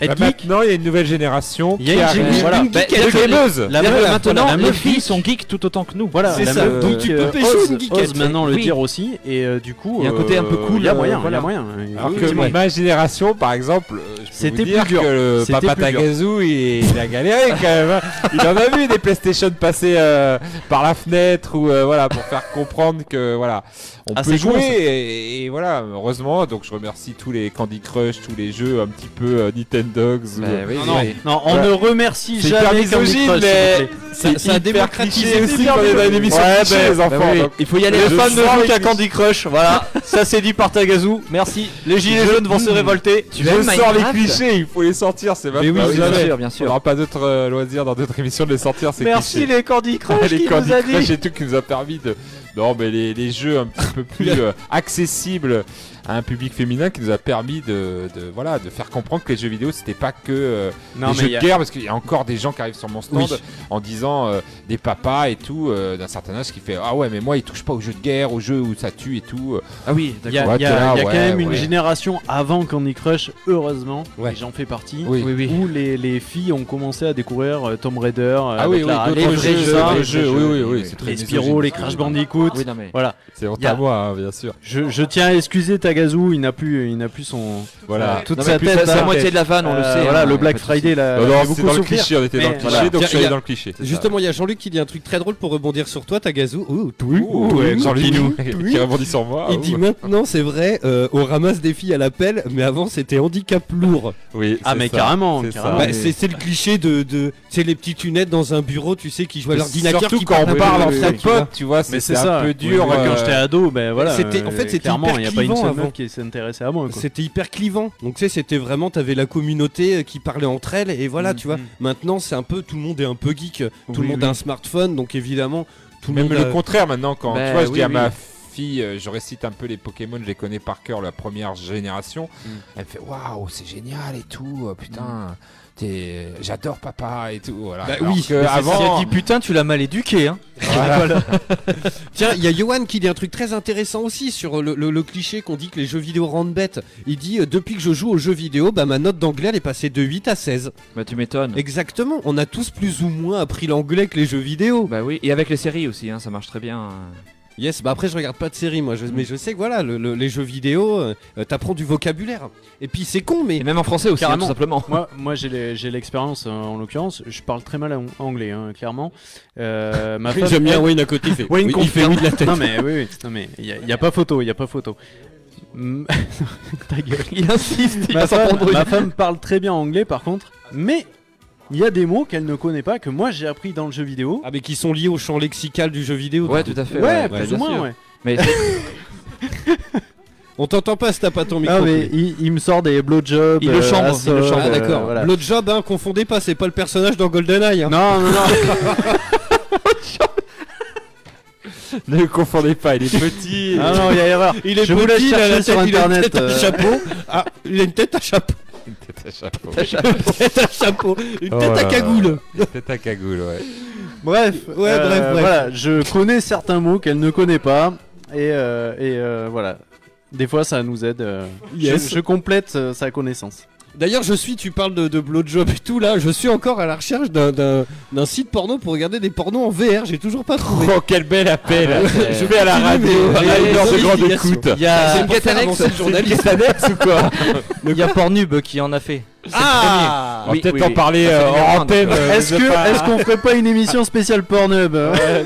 C: Être geek,
E: Maintenant, il y a une nouvelle génération
C: il y
E: qui
C: a une
E: arrive.
C: gé- euh, voilà.
D: Une geek,
I: Bah,
D: elle
I: c'est
D: fait buzz.
I: que-
C: La
I: C'est-à-dire
C: meuf-
I: que maintenant,
C: la
I: les
C: meuf
I: filles sont geeks tout autant que nous.
C: Voilà,
D: C'est
C: la
D: ça,
C: meuf
D: donc
C: geek,
D: tu peux
C: euh,
D: pêcher
C: ose-
D: une geekette.
C: ose maintenant le
I: Oui.
C: dire aussi, et euh, du coup,
I: Il y a un côté un peu
C: euh,
I: cool,
C: Il y a
I: euh,
C: moyen, il y
I: voilà.
C: a moyen.
E: Alors
C: Oui,
E: que
C: oui, oui.
E: ma génération, par exemple, euh, je peux
C: C'était
E: vous dire
C: plus dur.
E: que le
C: C'était
E: papa
C: plus dur.
E: Tagazu, il, il a galéré quand même. hein. Il en a vu des PlayStation passer euh, par la fenêtre ou euh, voilà pour faire comprendre que voilà on
C: Ah,
E: peut
C: c'est
E: jouer
C: con, ça.
E: et, et voilà heureusement donc je remercie tous les Candy Crush, tous les jeux un petit peu euh, Nintendogs. ou-
I: Bah oui,
C: Non,
I: oui.
C: non, on
E: Voilà.
C: ne remercie
E: C'est hyper
C: jamais Candy
E: misogyne,
C: Crush, s'il
E: mais-
C: vous plaît.
E: C'est
D: ça a
E: hyper
D: démocratisé
E: cliché aussi quand on est dans une émission
C: Ouais,
E: cliché,
C: ben,
E: les enfants.
C: bah oui.
E: donc.
F: Il faut y aller.
E: Je
F: Le fan de
E: sens
F: jeu
E: les
F: à Candy Crush, voilà. Ça c'est dit par Tagazu. Merci. Les gilets jaunes vont se révolter.
I: Tu
E: je
I: aimes
E: sors les
I: Minecraft
E: clichés, il faut les sortir, c'est
C: Mais oui,
E: pas
C: vous
E: jamais.
I: bien sûr, bien
E: On
I: sûr.
E: n'aura pas d'autres euh, loisirs dans d'autres émissions de les sortir, c'est
F: Merci les Candy Crush
E: les
F: qui
E: Candy
F: nous a
E: Crush
F: dit.
E: et tout qui nous a permis de. Non, mais les, les jeux un petit peu plus euh, accessibles à un public féminin qui nous a permis de, de- voilà, de faire comprendre que les jeux vidéo c'était pas que euh,
C: Non,
E: les
C: mais
E: jeux
C: il y
E: de
C: a-
E: guerre parce qu'il y a encore des gens qui arrivent sur mon stand
C: Oui.
E: en disant euh, des papas et tout euh, d'un certain âge qui fait ah ouais mais moi ils touchent pas aux jeux de guerre aux jeux où ça tue et tout
I: Ah oui,
C: Il y a,
I: d'accord.
E: Ouais,
C: il y a-
E: t'es là,
C: il y a
E: ouais,
C: quand même une
E: ouais.
C: génération avant Candy Crush, heureusement,
E: Ouais.
C: et j'en fais partie,
E: oui,
C: où les, les filles ont commencé à découvrir euh, Tomb Raider, euh,
E: ah oui
C: avec
E: oui
C: la-
E: d'autres
C: les vrais
E: jeux,
C: jeux,
E: d'autres
C: les,
E: jeux,
C: vrais
E: oui
C: jeux,
E: oui oui c'est très
C: les Spyro,
E: misogyne,
C: les
E: ça.
C: Crash Bandicoot.
I: Ah Oui, non mais.
C: Voilà,
E: c'est honte
C: y a-
E: à moi hein, bien sûr
C: je, je tiens à excuser Tagazu, il n'a plus, il n'a plus son
E: voilà
C: toute
I: Non, mais
C: sa
I: plus,
C: tête.
I: ça, c'est
C: hein.
I: la moitié de la vanne, on le
C: Euh,
I: sait.
C: Voilà,
I: hein,
C: le
I: y a
C: Black
I: pas de souci.
C: Friday, là,
E: non,
C: a
E: non,
C: beaucoup
E: c'est bah, dans le
C: souffert.
E: cliché, on était dans le
C: Mais-
E: cliché,
C: voilà.
E: donc je suis
D: Tiens,
E: allé
D: y a-
E: dans le cliché.
D: Justement, il y a Jean-Luc qui dit un truc très drôle pour rebondir sur toi, Tagazu. Oh, oui,
E: Ouh,
D: oui,
E: ouais, Jean-Luc,
D: oui, oui.
E: qui rebondit sur moi.
D: Il
E: ouh.
D: dit maintenant, c'est vrai, euh, on ramasse des filles à la pelle, mais avant c'était handicap lourd.
E: Oui,
C: Ah
E: c'est
C: mais
E: ça.
C: carrément,
E: c'est
C: carrément.
E: ça.
D: Bah,
E: Ah, mais-
D: c'est c'est le cliché de, de c'est les petites lunettes dans un bureau, tu sais, qui jouent à l'ordinateur.
E: Surtout
D: qui
E: quand on
D: parlent
E: parle
D: à-
E: entre
D: Oui, oui, oui.
E: potes, tu vois,
C: Mais
E: c'est
C: c'est
E: un
C: ça.
E: peu dur.
C: Oui, mais Quand j'étais
E: euh,
C: ado, ben voilà.
D: C'était- en
C: euh,
D: fait, c'était
C: clairement,
D: hyper
C: il n'y a pas une
D: clivant
C: seule
D: avant.
C: meuf qui s'intéressait à moi. Quoi.
D: C'était hyper clivant. Donc tu sais, c'était vraiment, t'avais la communauté euh, qui parlait entre elles et
E: Mm,
D: voilà, tu vois.
C: Mhm.
D: Maintenant, c'est un peu, tout le monde est un peu geek, euh, tout
C: Oui,
D: le monde
C: oui.
D: a un smartphone, donc évidemment, tout le
E: Même
D: monde. euh,
E: le
D: a-
E: contraire maintenant, quand
I: Bah,
E: tu vois, je
I: oui,
E: dis à
I: oui.
E: ma fille, euh, je récite un peu les Pokémon, je les connais par cœur, la première génération.
C: Mm.
E: Elle me fait waouh, c'est génial et tout, euh, putain, t'es- j'adore papa et tout. Voilà.
D: Bah
E: Alors
D: oui,
E: que
F: Mais c'est- Si elle
E: avant,
F: dit putain, tu l'as mal éduqué, hein.
D: Tiens, il y a Johan qui dit un truc très intéressant aussi sur le, le- le cliché qu'on dit que les jeux vidéo rendent bêtes. Il dit euh, depuis que je joue aux jeux vidéo, bah ma note d'anglais elle est passée de 8 à 16.
I: Bah, tu m'étonnes.
D: Exactement, on a tous plus ou moins appris l'anglais que les jeux vidéo.
I: Bah oui, et avec les séries aussi, hein, ça marche très bien. hein.
D: Yes, bah après je regarde pas de série moi, je- mais je sais que voilà, le- le- les jeux vidéo, euh, euh, t'apprends du vocabulaire. Et puis c'est con, mais
I: Et même en français aussi, hein,
C: Carrément.
I: tout simplement.
C: Moi, moi j'ai les- j'ai l'expérience euh, en l'occurrence. Je parle très mal ang- anglais, hein, clairement. Euh, ma femme- elle-
D: Wayne à côté, il fait il
C: Wayne
D: fait
C: confirme.
D: oui de la tête.
C: Non mais oui, oui. Non mais il y, a- il y a pas photo, il y a pas photo. Mm. Ta gueule.
I: Il insiste, il
C: Ma
I: va s'en
C: femme,
I: prendre une.
C: ma femme parle très bien anglais par contre, mais il y a des mots qu'elle ne connaît pas que moi j'ai appris dans le jeu vidéo.
D: Ah mais qui sont liés au champ lexical du jeu vidéo.
I: Ouais, tout à fait.
C: Ouais,
I: bah,
C: plus
I: bien
C: ou moins,
I: sûr.
C: ouais.
I: Mais
D: On t'entend pas si t'as pas ton micro.
C: Ah, mais il, il me sort des blowjobs.
I: Il le
C: euh,
I: chambre, il
C: assault,
I: le chambre,
D: Ah,
C: euh,
D: d'accord.
C: voilà.
D: L'autre job, hein, confondez pas, c'est pas le personnage dans GoldenEye. hein.
C: Non, non, non.
E: ne le confondez pas, il est petit.
C: Ah non, il y a erreur.
D: Il est
C: Je vous laisse
D: petit, il a la tête,
C: chercher sur
D: il a une
C: Internet,
D: tête à
C: euh.
D: chapeau. Ah, il a une tête à chapeau,
E: Une tête à chapeau.
D: une tête à chapeau, une
E: Oh
D: tête
E: là
D: à
E: là.
D: cagoule.
E: Une tête à cagoule, ouais.
C: Bref, ouais,
D: bref, bref.
C: Euh, Voilà, je connais certains mots qu'elle ne connaît pas. Et, euh, et euh, voilà. Des fois, ça nous aide. euh,
D: Yes.
C: je, je complète euh, sa connaissance.
D: D'ailleurs, je suis, tu parles de, de blowjob et tout là, je suis encore à la recherche d'un- d'un d'un site porno pour regarder des pornos en VR, j'ai toujours pas trouvé. Ah,
E: Oh, quel bel appel Je vais à la
D: continue,
E: radio,
D: mais-
E: à une heure de
D: mais-
E: grande
D: mais-
E: écoute.
F: Il y a,
D: pour faire avancer le journaliste.
E: ou quoi
F: il y a Pornhub qui en a fait.
D: Ah
E: On va
I: Oui,
E: peut-être
I: oui,
E: en
I: oui.
E: parler
I: Ça, c'est
E: euh,
I: numéro
E: en
I: un,
E: antenne.
I: donc,
E: euh,
C: Est-ce
E: je
C: que,
E: sais pas.
C: est-ce qu'on ferait pas une émission spéciale Pornhub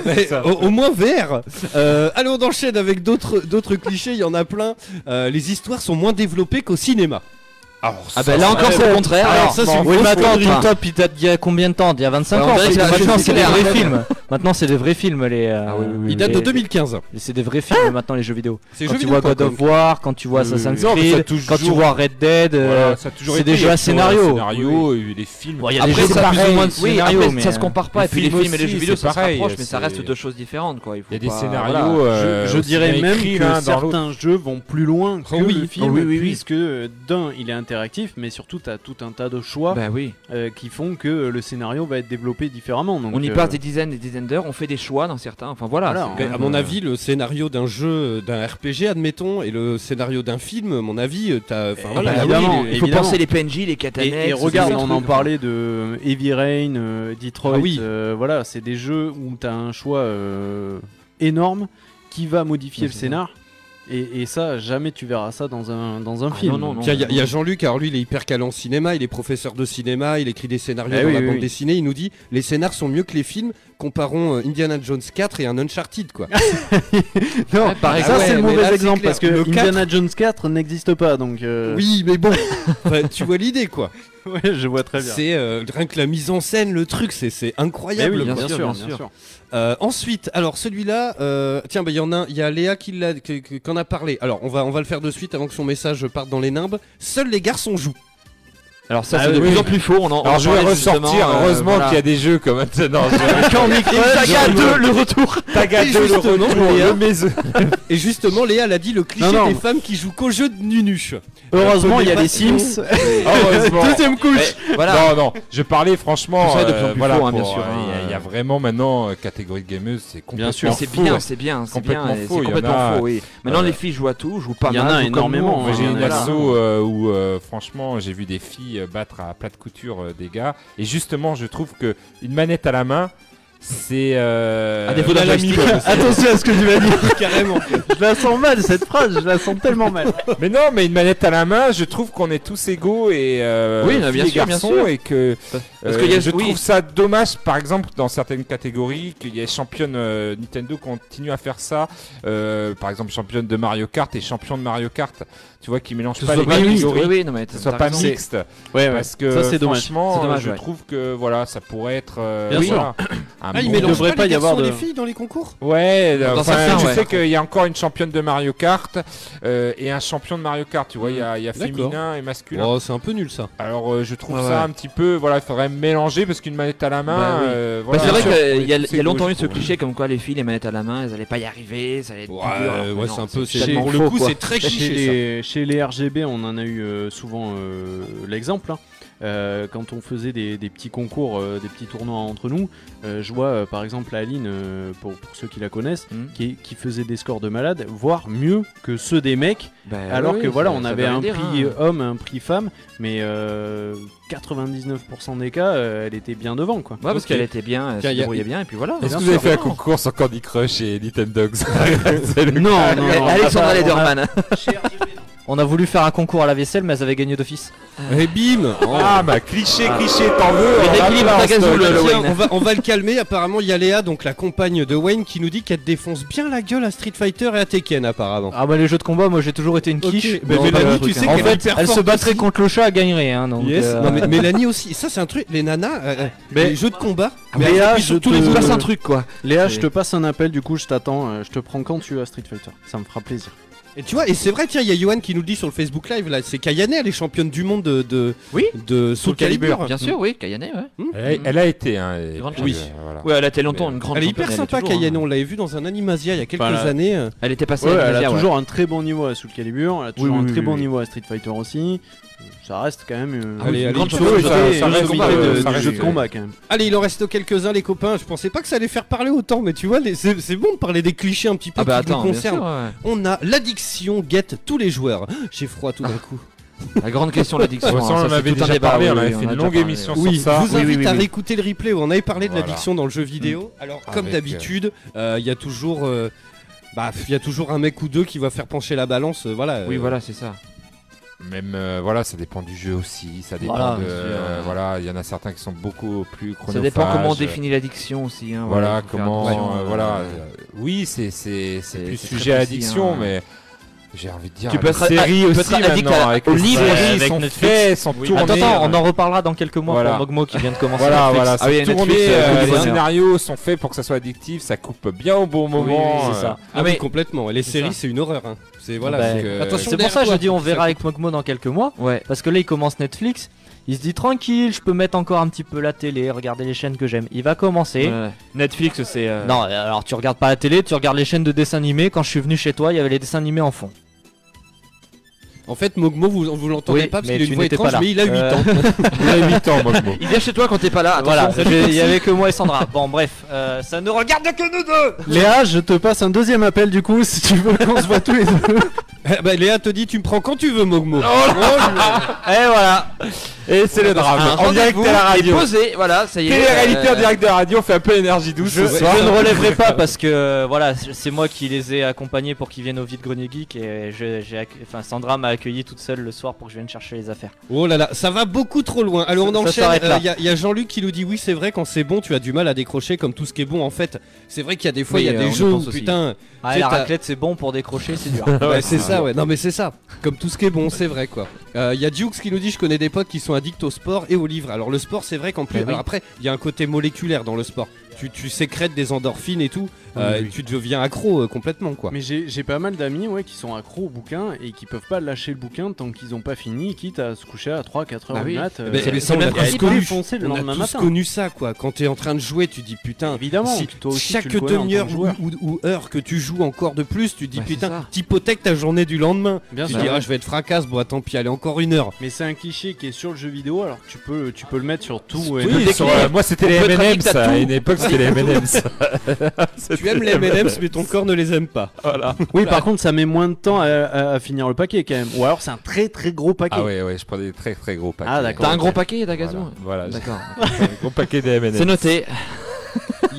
D: Mais au, au moins VR. Euh, allez, on enchaîne avec d'autres d'autres clichés. Il y en a plein. Euh, les histoires sont moins développées qu'au cinéma.
I: ah bah là encore c'est le contraire.
D: Alors, ça, c'est une
F: Oui,
D: grosse
F: mais attends,
D: connerie.
F: ton top, il date d'il y a combien de temps Il y a 25
I: Ouais, on
F: ans.
I: dirait
F: parce
I: que
F: que
I: c'est la
F: maintenant, c'est des
I: chaîne
F: vrais
I: scolaire.
F: films. Maintenant, c'est des vrais films. Les, euh,
I: Ah oui, oui, oui,
F: les-
D: Il date de 2015.
F: C'est des vrais films maintenant, les jeux vidéo.
D: C'est
F: Quand
D: jeux
F: tu vois God
D: vidéo.com.
F: of War, quand tu vois
E: Oui, oui,
F: Assassin's
E: oui. Non, mais ça a
F: Creed, quand tu
E: toujours-
F: vois Red Dead. euh,
E: Voilà, ça a toujours
F: c'est
E: été euh,
F: des jeux à scénario.
E: scénario, et les films.
F: Bon, il y a
I: Après,
F: des jeux
I: c'est
F: qui ont plus
I: pareil.
F: ou moins de
I: Oui,
F: scénario,
I: après,
F: mais
I: ça se
F: euh,
I: compare pas.
E: les
I: et puis les
E: films
I: films et les
E: aussi,
I: jeux vidéo,
E: c'est
I: ça se
E: pareil,
I: rapproche, mais ça
E: c'est-
I: reste deux choses différentes, quoi. faut
E: Il y a des
I: pas-
E: scénarios.
I: voilà.
E: euh,
C: je, je dirais
E: aussi bien
C: même
E: écrits
C: que
E: l'un hein, dans
C: certains jeux vont plus loin que
D: hein, Oh oui.
C: le film,
D: Oh oui, oui, oui.
C: puisque euh, d'un, il est interactif, mais surtout, t'as tout un tas de choix
I: Bah oui.
C: euh, qui font que euh, le scénario va être développé différemment. Donc,
I: On y
C: euh,
I: passe des dizaines et des dizaines d'heures, on fait des choix dans certains. Enfin voilà.
C: Voilà,
I: c'est quand
D: Mais
I: même,
D: Ben, à mon
I: euh,
D: avis, le scénario d'un jeu, d'un RPG, admettons, et le scénario d'un film, à mon avis, euh, t'as. Enfin,
C: Eh
D: voilà, il
C: ben,
D: y a-
C: évidemment,
I: Ah bah il faut
C: évidemment.
I: penser les PNJ, les katanes.
C: Et, et regarde, on en parlait de Heavy Rain, euh, Detroit.
D: Ah oui.
C: euh, voilà, c'est des jeux où tu as un choix euh, énorme qui va modifier
I: Oui,
C: le
I: c'est
C: scénar. Et, et ça, jamais tu verras ça dans un, dans un
I: Ah,
C: film.
I: non, non, non.
D: Tiens, il y a- il y a, Jean-Luc, alors lui il est hyper calé en cinéma, il est professeur de cinéma, il écrit des scénarios
C: Eh
D: dans
C: oui,
D: la
C: oui,
D: bande
C: oui.
D: dessinée, il nous dit les scénars sont mieux que les films, comparons euh, Indiana Jones 4 et un Uncharted quoi.
C: Non,
I: Ouais, pareil.
C: ça,
D: Ah ouais,
C: c'est le
D: mais
C: mauvais
D: là, c'est
C: exemple
D: clair.
C: parce que
D: Le
C: Indiana Jones 4 n'existe pas donc. euh,
D: Oui, mais bon, Enfin, tu vois l'idée quoi.
C: ouais, je vois très bien.
D: C'est euh, rien que la mise en scène, le truc, c'est- c'est
C: Eh
D: incroyable.
C: oui,
D: quoi.
C: bien, sûr, bien sûr.
D: Euh, ensuite, alors celui-là, euh, tiens, bah, il y en a, un- il y a Léa qui l'a- qui- qui- qu'en a parlé. Alors on va, on va le faire de suite avant que son message parte dans les nimbes. Seuls les garçons jouent.
I: Alors ça,
C: Ah,
I: c'est de
C: oui.
I: plus en plus faux. On en, on en
E: Alors je vais
I: parlait
E: ressortir,
I: justement, euh,
E: heureusement
I: voilà.
E: qu'il y a des jeux comme maintenant.
D: Saga 2, le retour.
E: Taga
D: Et
E: 2, le
D: justement,
E: retour,
D: Léa.
E: le maison.
D: Et justement, Léa l'a dit, le cliché
C: Non, non,
D: des
C: mais-
D: femmes qui jouent qu'au jeu de Nunuche.
C: Heureusement, il y a
D: Premier
C: les
D: pas-
C: Sims.
E: Heureusement.
C: Deuxième couche.
I: Voilà.
E: Non, non, je parlais franchement.
I: Tout ça est de plus en
E: euh,
I: plus
E: voilà,
I: faux, hein, bien
E: pour,
I: sûr,
E: euh,
I: hein,
E: Il y a- il y, a
I: euh.
E: vraiment maintenant euh, catégorie de gameuses, c'est complètement
C: Bien sûr.
E: faux.
I: C'est bien, c'est bien, c'est bien.
E: Complètement
I: et
E: faux, il
I: C'est
E: y en
I: complètement
E: a,
I: faux, oui. Maintenant,
E: euh,
I: les filles jouent à tout, jouent pas
C: il y en
I: mal,
C: a
I: jouent comme
C: énormément,
I: nous,
E: Moi, j'ai
I: enfin,
E: une
I: voilà.
E: asso euh, où euh, franchement j'ai vu des filles euh, battre à plat de couture euh, des gars et justement je trouve que une manette à la main c'est euh,
I: À défaut d'un
E: la
I: joystick.
E: lamine.
C: Attention à ce que tu vas dire.
D: Carrément.
C: Je la sens mal cette phrase. Je la sens tellement mal.
E: mais non mais une manette à la main je trouve qu'on est tous égaux et euh,
I: Oui, non, bien
E: filles et
I: sûr, bien
E: garçons
I: sûr.
E: et que euh,
I: Parce qu'il y a-
E: je
I: oui.
E: trouve ça dommage par exemple dans certaines catégories qu'il y ait championne euh, Nintendo continue à faire ça euh, par exemple championne de Mario Kart et champion de Mario Kart tu vois qui mélangent
I: Que ce
E: pas
I: soit
E: les
I: pas mixte, oui,
E: catégories
I: oui, non, mais
E: que ce
I: t'as-
E: soit
I: t'as
E: pas
I: raison.
E: mixte
C: Ouais, ouais.
E: Parce que
C: Ça, c'est dommage.
E: franchement,
I: C'est dommage,
E: je
I: ouais.
E: trouve que voilà, ça pourrait être. euh,
C: Bien sûr.
E: voilà, un
D: Ah, il
C: mélange
E: bon-
D: mélange
C: devrait
D: pas,
C: pas
D: les
C: y avoir
D: garçons et
C: de-
D: les filles dans les concours
E: Ouais, euh,
I: Dans
E: enfin,
I: certains,
E: je
I: ouais.
E: sais qu'il y a encore une championne de Mario Kart euh, et un champion de Mario Kart. Tu vois, il
I: Hmm.
E: y a, il y a
D: D'accord.
E: féminin et masculin.
D: Oh, c'est un peu nul ça.
E: Alors, euh, je trouve
I: Ouais,
E: ça
I: ouais.
E: un petit peu. Voilà, il faudrait mélanger parce qu'une manette à la main.
I: Bah oui.
E: euh,
I: Bah,
E: voilà,
I: c'est vrai
E: sur-
I: qu'il y a, il y
E: c'est
I: a longtemps
E: gauche,
I: eu ce
E: quoi.
I: cliché comme quoi les filles, les manettes à la main, elles allaient pas y arriver, ça allait être
D: Ouais,
I: plus dur. Alors,
D: ouais,
I: non,
D: c'est un peu.
I: tellement
D: C'est pour le
I: faux,
D: coup,
I: quoi.
D: c'est très
C: chez
D: cliché. ça.
C: les, chez les RGB, on en a eu euh, souvent euh, l'exemple. hein. Euh, quand on faisait des, des petits concours, euh, des petits tournois entre nous, euh, je vois euh, par exemple Aline, euh, pour, pour ceux qui la connaissent,
I: Mhm.
C: qui, qui faisait des scores de malade, voire mieux que ceux des mecs,
I: Bah,
C: alors
I: oui,
C: que voilà,
I: ça-
C: on
I: ça
C: avait
I: veut
C: un
I: rien dire,
C: prix euh,
I: hein.
C: homme, un prix femme, mais euh, 99% des cas, euh, elle était bien devant quoi.
I: Ouais, parce
D: Ok.
I: qu'elle était bien, elle se
D: Tiens, y a-
I: débrouillait bien, et puis voilà.
E: Est-ce
I: Bien
E: que vous avez
I: sûr.
E: fait un concours sur Candy Crush et Nintendogs
C: Non, non, non, on a
I: Alexandra
C: pas- on a-
I: Lederman.
F: On a voulu faire un concours à la vaisselle, mais elles avaient gagné d'office.
D: Et bim
E: Ah, bah, cliché, cliché, t'en veux.
I: Mais
E: on
I: dès
E: a
I: qu'il y a
E: plein en
I: Tagazu,
E: stock.
I: le- le-
D: Tiens,
I: Wayne.
D: on, va, on va le calmer. Apparemment, il y a Léa, donc la compagne de Wayne, qui nous dit qu'elle défonce bien la gueule à Street Fighter et à Tekken, apparemment.
F: Ah bah les jeux de combat, moi j'ai toujours été une quiche.
D: Ok, mais
F: dans
D: Mélanie,
F: le
D: tu
F: truc,
D: sais
F: hein.
D: qu'elle
F: En fait,
D: est hyper
F: elle se
D: forte
F: battrait
D: aussi.
F: contre le chat, elle gagnerait. Hein, donc,
D: Yes.
F: euh,
D: Non, mais Mélanie aussi. Ça, c'est un truc. Les nanas, euh, les jeux de combat.
C: Ah, Mais
D: elles
C: là,
D: appuient
C: je
D: sur tous
C: te-
D: les
I: Il se
D: boutons.
I: passe un truc quoi.
C: Léa,
I: Oui.
C: je te passe un appel, du coup je t'attends, euh, je te prends quand tu as Street Fighter, ça me fera plaisir.
D: Et tu vois, et c'est vrai, tiens, il y a Yohan qui nous le dit sur le Facebook Live, là, c'est Kayane, elle est championne du monde de, de,
I: Oui.
D: de Soul Calibur.
I: Bien sûr, oui, Kayané, ouais.
E: Elle a- Elle a été. hein, et
I: Hmm. Grande
E: puis,
I: oui.
E: euh, voilà.
I: Ouais, elle a été longtemps une grande
D: Elle est hyper
I: championne,
D: sympa,
I: toujours,
D: Kayane,
I: hein.
D: on l'avait vu dans un Animasia il y a quelques
C: Voilà.
D: années. euh.
I: Elle était passée
C: Ouais,
I: à
C: elle a
I: Ninja, ouais.
C: toujours un très bon niveau à Soul Calibur, elle a toujours
I: Oui,
C: un
I: oui,
C: très
I: oui,
C: bon
I: oui.
C: niveau à Street Fighter aussi. Euh, Ça reste quand même euh,
I: Ah oui,
D: Allez,
I: une
D: allez,
I: grande
D: chaud,
I: championne,
C: ça-
I: ouais,
E: ça
C: une
E: reste
C: sommité
E: combat,
C: de-
E: euh,
C: du
E: ça
C: jeu
E: reste-
C: de combat quand même.
D: Allez, il en reste quelques-uns, les copains. Je pensais pas que ça allait faire parler autant, mais tu vois, les- c'est c'est bon de parler des clichés un petit peu
I: Ah bah
D: qui nous
I: attends, bien
D: concernent.
I: sûr, ouais.
D: On a l'addiction guette tous les joueurs. J'ai froid tout d'un coup.
I: La grande question de l'addiction.
E: De toute façon,
I: hein,
E: on
I: ça,
E: avait
I: c'est tout un
E: déjà
I: débat,
E: parlé,
I: oui,
E: on avait
I: oui,
E: fait
I: en
E: une
I: a déjà
E: longue
I: parlé.
E: émission
D: Oui,
E: sur ça.
D: je vous
I: Oui,
D: invite
I: oui, oui,
D: à
I: oui. Mm.
D: réécouter le replay où on avait parlé de
E: Voilà.
D: l'addiction dans le jeu vidéo. Alors, comme
E: Avec,
D: d'habitude, euh, il y a toujours. euh, bah, il y a toujours un mec ou deux qui va faire pencher la balance, euh, voilà.
I: Oui,
D: euh,
I: voilà, c'est ça.
E: Même euh, voilà, ça dépend du jeu aussi, ça dépend
F: Voilà,
E: de,
I: bien sûr.
E: euh, voilà, il y en a certains qui sont beaucoup plus chronophages.
I: Ça dépend comment on
E: euh,
I: définit l'addiction aussi. hein,
E: Voilà,
I: faut faire
E: comment
I: attention,
E: euh,
I: euh,
E: voilà. euh, oui, c'est c'est c'est
I: c'est-
E: plus
I: c'est très
E: sujet à
I: précis,
E: addiction,
I: hein.
E: mais j'ai envie de dire
I: Tu peux
E: les
I: être-
E: séries
I: tu peux
E: aussi
I: être addict
E: maintenant,
I: à-
E: avec
I: aux
E: les
I: livres,
E: séries,
I: avec
E: sont
I: Netflix.
E: faits, sont
F: Attends,
E: tournés.
F: attends, on en reparlera dans quelques mois
E: euh, Voilà.
F: pour Mogmo qui vient de commencer.
E: Voilà,
F: Netflix.
E: voilà,
I: Ah oui,
E: c'est
I: Netflix,
E: tourné,
I: euh,
E: euh,
I: Coup de
E: les
I: bonheur.
E: scénarios sont faits pour que ça soit addictif, ça coupe bien au bon
I: Oui, oui,
E: moment.
I: c'est ça.
D: Ah
I: Ah,
D: oui,
I: mais-
D: complètement. Et les
I: c'est
D: séries,
I: ça.
D: c'est une horreur. hein. C'est voilà.
F: Bah,
D: donc, euh,
F: C'est pour ça que je dis on verra
D: avec
F: avec Mogmo dans quelques mois.
I: Ouais.
F: Parce que là, il commence Netflix. Il se dit tranquille, je peux mettre encore un petit peu la télé, regarder les chaînes que j'aime. Il va commencer.
I: Ouais. Netflix, c'est. euh,
F: Non, alors tu regardes pas la télé, tu regardes les chaînes de dessins animés. Quand je suis venu chez toi, il y avait les dessins animés en fond.
D: En fait, Mogmo, vous, vous l'entendez
F: Oui,
D: pas parce
F: mais
D: qu'il a une
F: tu
D: voix
F: n'étais pas
D: étrange,
F: là.
D: mais il a 8
F: Euh,
D: ans.
E: Il a 8 ans, moi, je m'en-
I: Il vient chez toi quand t'es pas là.
F: Voilà,
I: attention.
F: j'ai- il y avait que moi et Sandra. Bon, bref, euh, ça ne regarde que nous deux.
C: Léa, je te passe un deuxième appel du coup si tu veux qu'on se voit tous les deux.
D: Eh bah, Léa te dit tu me prends quand tu veux, Mogmo.
F: Et voilà.
E: Et c'est le
G: ah,
E: drame. En direct
I: rendez-vous
E: à la radio.
I: est posé, voilà, ça y est.
E: Télé-réalité
I: euh,
E: en direct de la radio, on fait un peu énergie douce
F: Je,
E: ce soir.
F: je ne relèverai pas parce que euh, voilà, c- c'est moi qui les ai accompagnés pour qu'ils viennent au vide grenier geek et je- j'ai accue- enfin Sandra m'a accueilli toute seule le soir pour que je vienne chercher les affaires.
D: Oh là là, ça va beaucoup trop loin. Alors on
F: Ça- ça
D: enchaîne. Euh,
F: s'arrête
D: Il
F: là.
D: y a, y a Jean-Luc qui nous dit oui, c'est vrai quand c'est bon, tu as du mal à décrocher comme tout ce qui est bon en fait. C'est vrai qu'il y a des fois, il y
I: Oui,
D: a
I: euh, on
D: des
I: y
D: jeux où
I: pense aussi.
D: putain.
F: Ah,
D: C'est
F: la
D: ta-
F: raclette c'est bon pour décrocher, c'est dur.
C: Ah
D: Ouais, Bah, c'est ça, ouais. Non, mais c'est ça. Comme tout ce qui est bon, c'est vrai, quoi. Il y a Dukes qui nous dit Je connais des potes qui sont addicts au sport et aux livres. Alors, le sport, c'est vrai qu'en plus.
F: Eh oui.
D: alors après, il y a un côté moléculaire dans le sport. Tu, tu sécrètes des endorphines et tout. euh,
C: Oui, oui.
D: et Tu deviens accro euh, complètement, quoi.
C: Mais j'ai j'ai pas mal d'amis ouais, qui sont accros au bouquin et qui peuvent pas lâcher le bouquin tant qu'ils ont pas fini, quitte à se coucher à 3-4 heures
D: Bah
C: du
D: oui.
C: mat. euh,
D: Mais- mais ça, on
C: et
D: l'a
C: à
D: tous
C: être
D: connu.
C: défoncé le
D: On a
C: lendemain
D: tous
C: matin.
D: connu ça, quoi. Quand t'es en train de jouer, tu dis Putain.
C: Évidemment,
D: si
C: toi aussi,
D: chaque
C: tu le connais en tant que
D: demi-heure ou,
C: joueur.
D: ou- ou heure que tu joues encore de plus, tu dis
I: Ouais, c'est
D: Putain,
I: ça.
D: t'hypothèques ta journée du lendemain.
C: Bien
D: tu
C: sûr.
D: dis Ah, je vais être fracasse, bon, tant pis, allez, encore une heure.
C: Mais c'est un cliché qui est sur le jeu vidéo, alors que tu peux, tu peux le mettre sur tout. et-
D: Oui,
E: Sur,
D: c'est-
E: euh, moi c'était
D: On peut
E: les
D: être
E: M&M's
D: addict à
E: à
D: tout.
E: une époque c'était les M&M's.
D: Tu aimes les MLMs, mais ton corps ne les aime pas.
C: Oui, par contre, ça met moins de temps à, à- à finir le paquet quand même. Ou alors, c'est un très très gros paquet.
E: Ah ouais ouais, je prenais des très très gros paquets.
C: Ah, d'accord.
I: T'as un gros paquet, t'as gazon.
E: Voilà, voilà,
I: D'accord.
E: j'ai un gros paquet des M&M's.
I: C'est noté.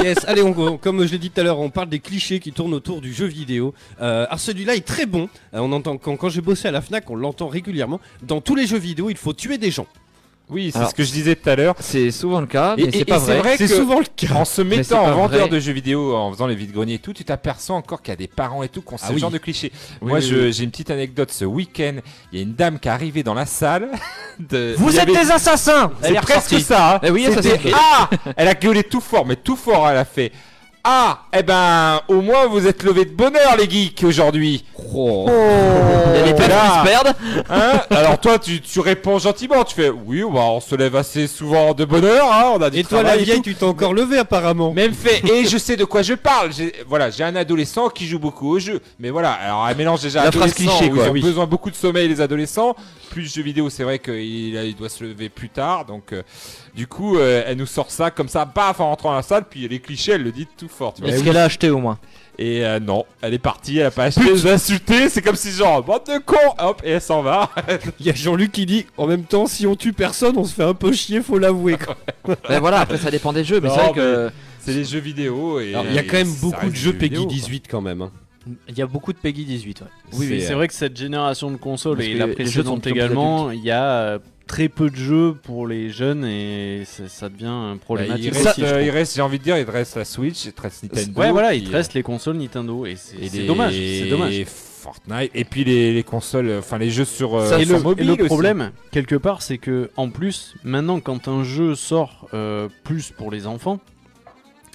D: Yes, allez, on, on- comme je l'ai dit tout à l'heure, on parle des clichés qui tournent autour du jeu vidéo. Euh, alors celui-là est très bon. Euh, on entend quand, quand j'ai bossé à la Fnac, on l'entend régulièrement. Dans tous les jeux vidéo, il faut tuer des gens.
E: Oui, c'est
I: Alors-
E: ce que je disais tout à l'heure.
I: C'est souvent le cas,
E: Et-
I: mais
E: et-
I: c'est
E: et
I: pas
E: c'est
I: vrai.
E: vrai
D: C'est
E: que-
D: souvent le cas.
E: En se
I: c'est
E: mettant
I: pas
E: en vendeur
I: vrai.
E: de jeux vidéo, en faisant les vides greniers et tout, tu t'aperçois encore qu'il y a des parents et tout qui ont ce
D: Ah oui.
E: genre de clichés.
I: Oui,
E: Moi,
I: oui,
E: je- j'ai une petite anecdote. Ce week-end, il y a une dame qui est arrivée dans la salle. de- il
F: Vous
E: y
F: êtes
E: avait-
F: des assassins.
E: C'est presque ça. hein.
I: Eh oui,
E: C'était,
I: Assassin's Creed.
E: Ah Elle a gueulé tout fort, mais tout fort, elle a fait. Ah, eh ben, au moins vous êtes levés de bonheur, les geeks, aujourd'hui.
I: Oh. Il y a des
E: T'es
I: pères qui
E: là,
I: se perdent.
E: hein Alors toi, tu, tu réponds gentiment, tu fais oui, bah, on se lève assez souvent de bonheur, hein, on a du
D: Et toi, la
E: travail et
D: vieille,
E: tout.
D: tu t'es encore levé apparemment.
E: Même fait, et je sais de quoi je parle. J'ai- Voilà, j'ai un adolescent qui joue beaucoup au jeu. Mais voilà, alors elle mélange déjà
I: La phrase
E: adolescents
I: cliché,
E: où
I: quoi,
E: ils ont
I: oui.
E: besoin beaucoup de sommeil les adolescents. Plus jeux vidéo, c'est vrai qu'il il doit se lever plus tard. Donc euh, du coup, euh, elle nous sort ça comme ça, paf, en rentrant dans la salle. Puis les clichés, elle le dit tout fort. tu vois.
F: Est-ce qu'elle a acheté au moins
E: Et euh, non, elle est partie, elle a pas acheté, je l'ai insultée, C'est comme si genre bande de cons, hop, et elle s'en va.
D: Il y a Jean-Luc qui dit en même temps, si on tue personne, on se fait un peu chier, faut l'avouer. quoi.
I: Ben voilà, après ça dépend des jeux, mais
E: Non,
I: c'est vrai que
E: C'est les jeux vidéo et
D: Alors, Il y a quand
E: et
D: même
E: ça
D: beaucoup de
E: reste
D: jeux
E: des
D: Peggy
E: vidéos, quoi.
D: 18 quand même. hein.
F: Il y a beaucoup de Peggy 18. Ouais.
C: Oui,
D: C'est,
C: oui, c'est
D: euh,
C: vrai que cette génération de consoles
I: Parce
C: et
I: que
C: la
I: les- les jeux sont
C: précédente
I: de plus en plus
C: également, il y a euh, très peu de jeux pour les jeunes et ça, ça devient un
E: Bah, il
C: problématique.
E: reste,
C: aussi, je
E: euh,
C: trouve.
E: il reste, j'ai envie de dire, il te reste la Switch, il te reste Nintendo.
C: ouais, voilà, il
E: puis,
C: te reste les consoles Nintendo et c'est
E: euh, et
C: c'est
E: les-
C: dommage, c'est dommage.
E: Et Fortnite, et puis les, les consoles, euh, enfin les jeux sur, euh,
I: Ça,
C: et
E: sur
C: le,
E: mobile.
C: et le
E: aussi.
C: problème, quelque part, c'est que en plus, maintenant, quand un jeu sort euh, plus pour les enfants,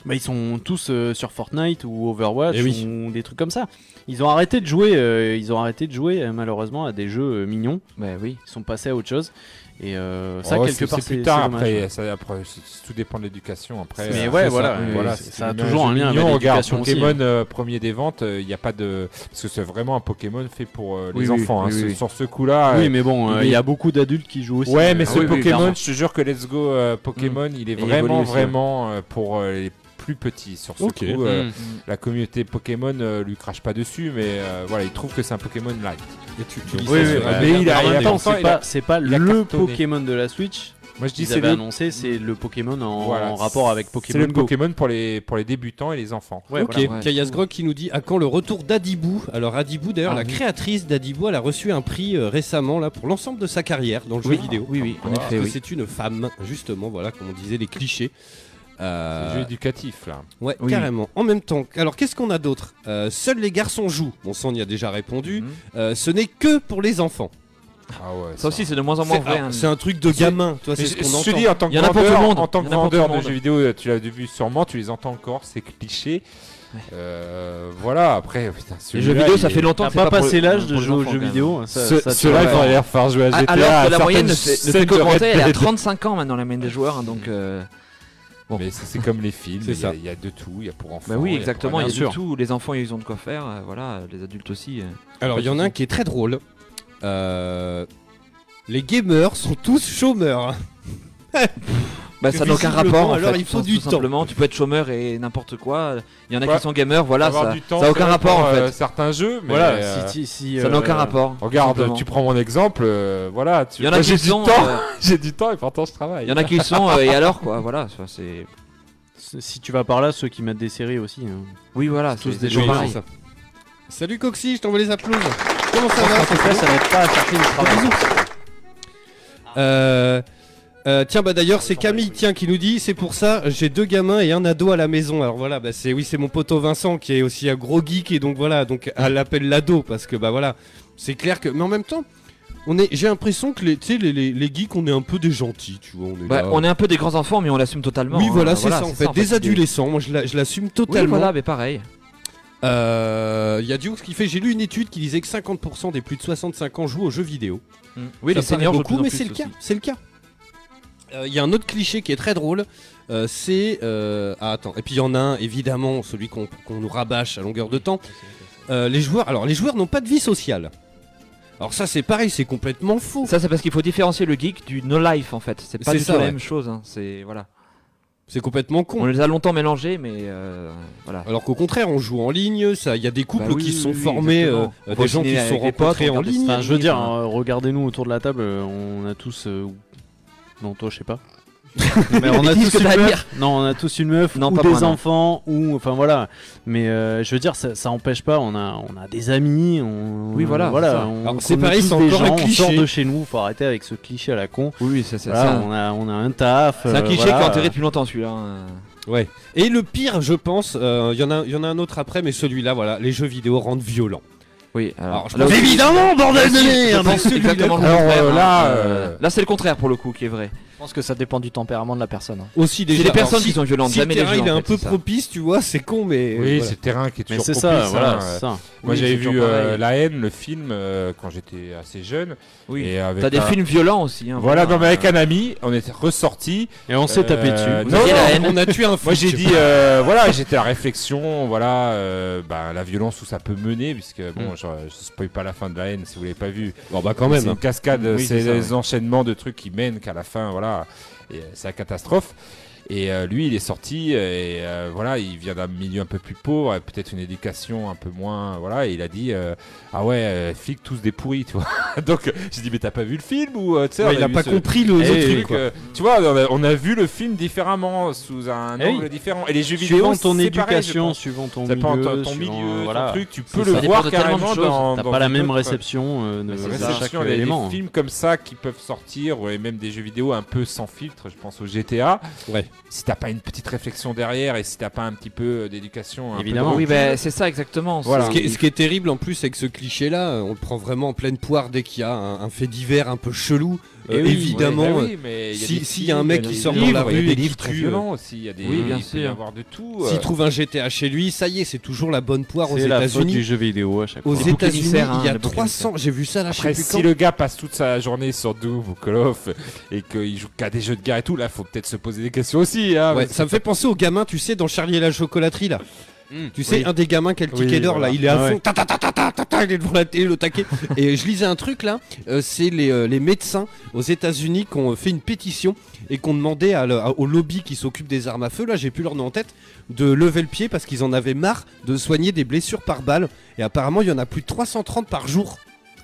C: bah, ils sont tous euh, sur Fortnite ou Overwatch
E: Eh oui.
C: ou des trucs comme ça. Ils ont arrêté de jouer, euh, ils ont arrêté de jouer euh, malheureusement à des jeux euh, mignons.
I: Ben oui.
C: Ils sont passés à autre chose. Et euh,
E: Oh,
C: ça,
E: ouais,
C: quelque
E: c'est-
C: part,
E: c'est
C: c'est
E: plus tard.
C: c'est dommage.
E: Après, ça, après, c'est- c'est- tout dépend de l'éducation. Après,
C: Mais
E: euh,
C: ouais,
E: c'est
C: voilà,
E: ça,
C: oui,
E: voilà,
C: c'est-
E: si
C: ça
E: tu
C: a
E: mets
C: toujours
E: jeu
C: un lien avec
E: mignon, regarde,
C: l'éducation aussi,
E: Pokémon euh, premier des ventes, euh, il n'y a pas de, parce que c'est vraiment un Pokémon fait pour euh, les
C: Oui, oui,
E: enfants. hein,
C: oui,
E: sur-
C: oui.
E: Sur ce coup-là, euh,
C: Oui, mais bon, euh, il
E: il est-
C: y a beaucoup d'adultes qui jouent aussi.
E: Ouais, mais
C: Euh,
E: ce
I: oui, oui,
E: Pokémon,
I: clairement.
E: je te jure que Let's Go euh,
C: Mm.
E: Pokémon, il est
I: il
E: vraiment,
I: évolue aussi, ouais.
E: vraiment euh, pour euh, les plus petits. Sur ce
D: Ok.
E: coup, euh,
C: Mm.
E: la communauté Pokémon euh, lui crache pas dessus, mais euh, voilà, il trouve que c'est un Pokémon light.
D: Et tu, tu lis
C: Oui,
D: ça
C: oui,
D: sur
E: bah,
D: un-
E: mais il a-
C: en
E: il a
C: même temps,
E: pourtant,
C: c'est
E: il a-
C: pas, c'est pas
E: il a
C: le
E: cartonné.
C: Pokémon de la Switch.
E: Moi, je dis
C: Ils
E: c'est
C: avaient
E: le,
C: annoncé, c'est le Pokémon en,
E: voilà,
C: en rapport avec
E: c'est
C: Pokémon
E: le
C: Go.
E: Pokémon pour les pour les débutants et les enfants.
C: Ouais,
D: ok,
C: voilà.
I: Ouais.
D: Kayas Grog qui nous dit à quand le retour d'Adibou Alors Adibou, d'ailleurs, la créatrice d'Adibou, elle a reçu un prix euh, récemment là pour l'ensemble de sa carrière dans le jeu vidéo.
I: Oui, oui, en
E: Parce
I: effet,
D: Parce que
I: oui.
D: c'est une femme, justement, voilà, comme on disait, les clichés.
E: C'est
D: Euh,
E: un jeu éducatif là.
D: ouais,
I: Oui.
D: carrément. En même temps, alors qu'est-ce qu'on a d'autre Euh, Seuls les garçons jouent. Bon, ça on y a déjà répondu.
I: Mhm.
D: Euh, ce n'est que pour les enfants.
E: Ah ouais.
I: Ça aussi, c'est de moins en moins
D: C'est
I: vrai.
D: alors,
I: hein.
D: c'est un truc de
E: C'est-
D: gamin. Toi,
E: Mais
D: c'est
E: je,
D: ce qu'on
E: je te
D: entend.
E: dis en tant
I: Il
E: que
I: y en a pour tout le
E: vendeur,
I: monde.
E: en tant que
I: Il y en a pour tout le
E: vendeur de
I: monde.
E: jeux vidéo, euh, tu l'as vu sûrement, tu les entends encore ces clichés. Euh, voilà, après putain,
I: Les
E: celui-là,
I: jeux vidéo,
E: il
I: ça
E: est-
I: fait longtemps
C: T'as
I: que c'est
C: pas
I: pour
C: passé
I: les-
C: l'âge de
I: pour les
C: jouer aux
I: enfants,
C: jeux
I: quand même.
C: vidéo. hein, ça-
E: Ce-
C: ça, tu
E: Ceux-là,
C: vois.
E: il faudrait les refaire jouer à
I: Ah,
E: GTA.
I: Alors que
E: à
I: la moyenne ne
E: certaines
I: fait ne
E: scènes
I: fait
E: de Red
I: qu'augmenter, elle est à
E: Dead.
I: 35 ans maintenant, la moyenne des joueurs, hein, donc. euh, Bon.
E: Mais c'est c'est comme les films,
D: C'est
E: il y, a-
D: ça.
E: il y a de tout, il y a pour enfants.
I: Bah oui,
E: il y a pour
I: exactement, il y a
E: adultes.
I: surtout les enfants, ils ont de quoi faire, euh, voilà, les adultes aussi. euh.
D: Alors, il y en a un qui est très drôle. Euh, les gamers sont tous chômeurs. hein.
I: Bah, ça n'a aucun
D: Visiblement,
I: rapport. en
D: alors,
I: fait,
D: il
I: tout
D: faut
I: sim-
D: du
I: tout
D: temps.
I: Simplement, tu peux être chômeur et n'importe quoi. Il y en a
E: Ouais.
I: qui sont gamers, voilà,
E: Avoir
I: ça
E: du temps,
I: n'a aucun
E: c'est
I: rapport en
E: pour, euh,
I: fait.
E: certains jeux, mais
C: Voilà,
E: euh,
C: si, si- si,
I: Ça n'a
C: euh,
I: aucun rapport.
E: regarde,
I: Simplement.
E: tu prends mon exemple, euh, voilà, tu
I: Il y en a
E: Moi,
I: qui
E: j'ai du
I: sont.
E: temps,
I: euh,
E: j'ai du temps et pourtant je travaille.
I: Il y en a qui sont. euh, Et alors quoi, voilà, ça, c'est.
C: Si si tu vas par là, ceux qui mettent des séries aussi. hein.
I: Oui, voilà,
C: tous
I: c'est
C: des
I: des gens
C: gens
I: pareils.
D: ça. Salut Coxy, je t'envoie les applaudissements. Comment ça va ça va Euh, euh, tiens, bah d'ailleurs, c'est Camille tiens, qui nous dit c'est pour ça, j'ai deux gamins et un ado à la maison. Alors voilà, bah, c'est oui, c'est mon poteau Vincent qui est aussi un gros geek et donc voilà, donc elle l'appelle l'ado parce que bah voilà, c'est clair que. Mais en même temps, on est, j'ai l'impression que les, tu sais, les, les, les geeks, on est un peu des gentils, tu vois. On est
I: Bah,
D: là.
I: on est un peu des grands enfants, mais on l'assume totalement.
D: Oui,
I: hein,
D: euh, voilà, c'est ça en fait. des
I: c'est-
D: adolescents, moi je la- je l'assume
I: Oui,
D: totalement. Euh,
I: voilà, mais pareil.
D: Il y a Dukes qui fait j'ai lu une étude qui disait que 50% des plus de 65 ans jouent aux jeux vidéo. Ça
I: Oui, les
D: paraît
I: seniors jouent de
D: beaucoup,
I: plus en
D: mais
I: plus
D: c'est le cas.
I: aussi.
D: C'est le cas. Euh, Il y a un autre cliché qui est très drôle, euh, c'est euh, ah attends et puis il y en a un évidemment celui qu'on qu'on nous rabâche à longueur de temps. Euh, les joueurs alors les joueurs n'ont pas de vie sociale. Alors ça c'est pareil c'est complètement faux.
I: Ça, c'est parce qu'il faut différencier le geek du no life en fait. C'est pas
D: C'est
I: du
D: ça,
I: tout la
D: ouais.
I: même chose. hein, C'est voilà.
D: C'est complètement
I: On
D: con.
I: les a longtemps mélangés, mais euh, voilà.
D: Alors qu'au contraire on joue en ligne, ça il y a des couples
I: Bah oui,
D: qui se sont
I: oui, oui,
D: formés, euh,
I: exactement.
D: euh,
I: On va
D: des
I: au
D: gens qui
I: ciné
D: se sont
I: avec les potes,
D: rencontrés en
I: regarder
D: ligne.
I: ça.
C: Enfin, je veux
I: oui,
C: dire,
I: enfin.
C: euh, regardez-nous autour de la table, euh, on a tous. euh, ou- Non, toi, je sais pas. Mais on a
I: Dis ce
C: tous
I: que
C: une
I: t'as à
C: meuf. Non, on a tous une meuf
I: Non,
C: ou
I: pas
C: des
I: moi, non.
C: enfants ou enfin voilà. Mais euh, je veux dire, ça, ça empêche pas. On a, on a des amis. On,
I: Oui, voilà, c'est ça.
C: voilà. on-
D: Alors,
C: on
D: c'est
C: connaît
D: pareil,
C: tous
D: c'est
C: des
D: encore un
C: gens, On sort
D: cliché.
C: de chez nous. Faut arrêter avec ce cliché à la con.
I: Oui, oui, ça, c'est
C: Voilà,
I: ça.
C: on a, on a un taf.
I: C'est un
C: euh,
I: cliché
C: voilà.
I: qui est enterré depuis longtemps celui-là. hein.
D: Ouais. Et le pire, je pense, euh, il y, en a- y en a un autre après, mais celui-là, voilà, les jeux vidéo rendent violents.
I: Ah. bah Oui, alors.
D: Alors, je
I: là
D: pense- Bah
I: aussi,
D: évidemment, bordel de
I: je
D: merde
I: pense exactement le
E: Alors,
I: contraire,
E: euh,
I: hein.
E: là,
I: Euh,
E: euh,
I: là, c'est le contraire pour le coup qui est vrai.
F: Je pense que ça dépend du tempérament de la personne. hein.
D: Aussi
I: C'est
D: déjà.
I: les personnes
D: alors, si-
I: qui sont violentes,
D: si le
I: jamais les
D: terrain,
I: gens.
D: il est
I: en
D: un
I: fait,
D: peu
I: c'est ça.
D: propice, tu vois, c'est con, mais.
E: Oui,
D: voilà.
E: c'est le terrain qui est
C: Mais
E: toujours
C: c'est ça,
E: propice,
C: voilà,
E: hein,
C: c'est
E: euh,
C: ça.
E: Moi
I: Oui,
E: j'avais
I: c'est
E: vu
I: toujours
E: euh,
I: pareil.
E: La haine, le film, euh, quand j'étais assez jeune.
I: Oui.
E: Et avec
I: T'as des
E: un-
I: films violents aussi. hein,
E: Voilà, non mais avec un ami, on était ressorti. Euh,
C: Et on s'est tapé dessus.
E: Non,
I: aviez
E: non,
I: la haine.
D: On a tué un
E: Moi
D: flic.
E: j'ai dit, euh, voilà, j'étais à la réflexion, voilà, euh, bah, la violence où ça peut mener, puisque bon,
I: Hmm.
E: je, je spoil pas la fin de la haine si vous l'avez pas vu.
D: Bon, bah quand
E: C'est
D: même.
E: une cascade,
I: Oui,
E: c'est
I: c'est ça,
E: des
I: ouais.
E: enchaînements de trucs qui mènent qu'à la fin, voilà, et, euh, c'est la catastrophe. Et euh, lui, il est sorti, et euh, voilà, il vient d'un milieu un peu plus pauvre, et peut-être une éducation un peu moins, voilà, et il a dit, euh, ah ouais, euh, flics tous des pourris, tu vois. Donc euh, j'ai dit, mais t'as pas vu le film ou euh, tu sais,
D: Ouais,
E: on
D: il a
E: eu
D: pas
E: ce-
D: compris le
E: ce
D: le
E: truc,
D: truc. quoi.
E: euh, tu vois, on a, on a vu le film différemment, sous un
C: Eh oui.
E: angle différent. Et les jeux vidéo,
C: Suivant ton
E: c'est pareil, je
C: éducation,
E: pense.
C: suivant ton milieu,
E: Ça dépend de ton, ton
C: suivant,
E: milieu, euh,
C: voilà.
E: ton truc, tu
C: C'est
E: peux le
C: ça.
E: voir
I: Ça dépend de tellement de
E: carrément
I: choses.
E: dans.
C: T'as
E: dans
C: pas la
E: une
C: même
E: autre-
C: réception euh, de,
E: c'est
C: de
E: ça,
C: chaque
E: sûr, les- les
C: élément. hein.
E: films comme ça qui peuvent sortir, ouais, et même des jeux vidéo un peu sans filtre, je pense au GTA.
D: Ouais.
E: Si t'as pas une petite réflexion derrière et si t'as pas un petit peu euh, d'éducation, un peu
C: Évidemment.
E: de-
I: Oui, bah, c'est ça exactement.
E: Voilà.
I: c'est-
D: Ce qui, est, ce qui est terrible en plus avec ce cliché-là, euh, on le prend vraiment en pleine poire dès qu'il y a un, un fait divers un peu chelou.
E: Et
D: Euh,
E: oui,
D: évidemment,
E: ouais, bah oui, mais il y a
D: si-
E: des
D: s'il y a un
E: films,
D: mec
E: il
D: qui
E: des
D: sort dans
E: livres,
D: la
E: il y a
D: rue
E: des
D: et qui
E: livres très
D: tue,
E: violents aussi, il euh, y a des,
I: Oui, bien
E: il peut y
I: sûr.
E: avoir de tout.
D: euh, S'il
E: euh.
D: trouve un GTA chez lui, ça y est, c'est toujours la bonne poire aux
C: C'est la faute
D: États-Unis.
C: du jeu vidéo à chaque
D: Aux
C: fois.
I: boucs
D: États-Unis,
I: émissaires, hein,
D: il y a
I: les boucs
D: 300. J'ai vu ça là, je sais
E: Après,
D: plus
E: si
D: quand.
E: le gars passe toute sa journée sur Doom ou Call of et qu'il joue qu'à des jeux de guerre et tout, là, faut peut-être se poser des questions aussi. hein,
D: Ouais,
E: parce
D: ça me fait penser au gamin, tu sais, dans Charlie et la chocolaterie là. Tu sais, un des gamins qui a le ticket
C: Oui,
D: d'or
C: voilà.
D: là, il est à
C: Ouais.
D: fond, ta, ta, ta, ta, ta, ta, ta, il est devant la télé, le taquet. et je lisais un truc là, euh, c'est les, euh, les médecins aux États-Unis qui ont euh, fait une pétition et qui ont demandé à le- à- au lobby qui s'occupe des armes à feu, là j'ai plus leur nom en tête, de lever le pied parce qu'ils en avaient marre de soigner des blessures par balle. Et apparemment, il y en a plus de 330 par jour.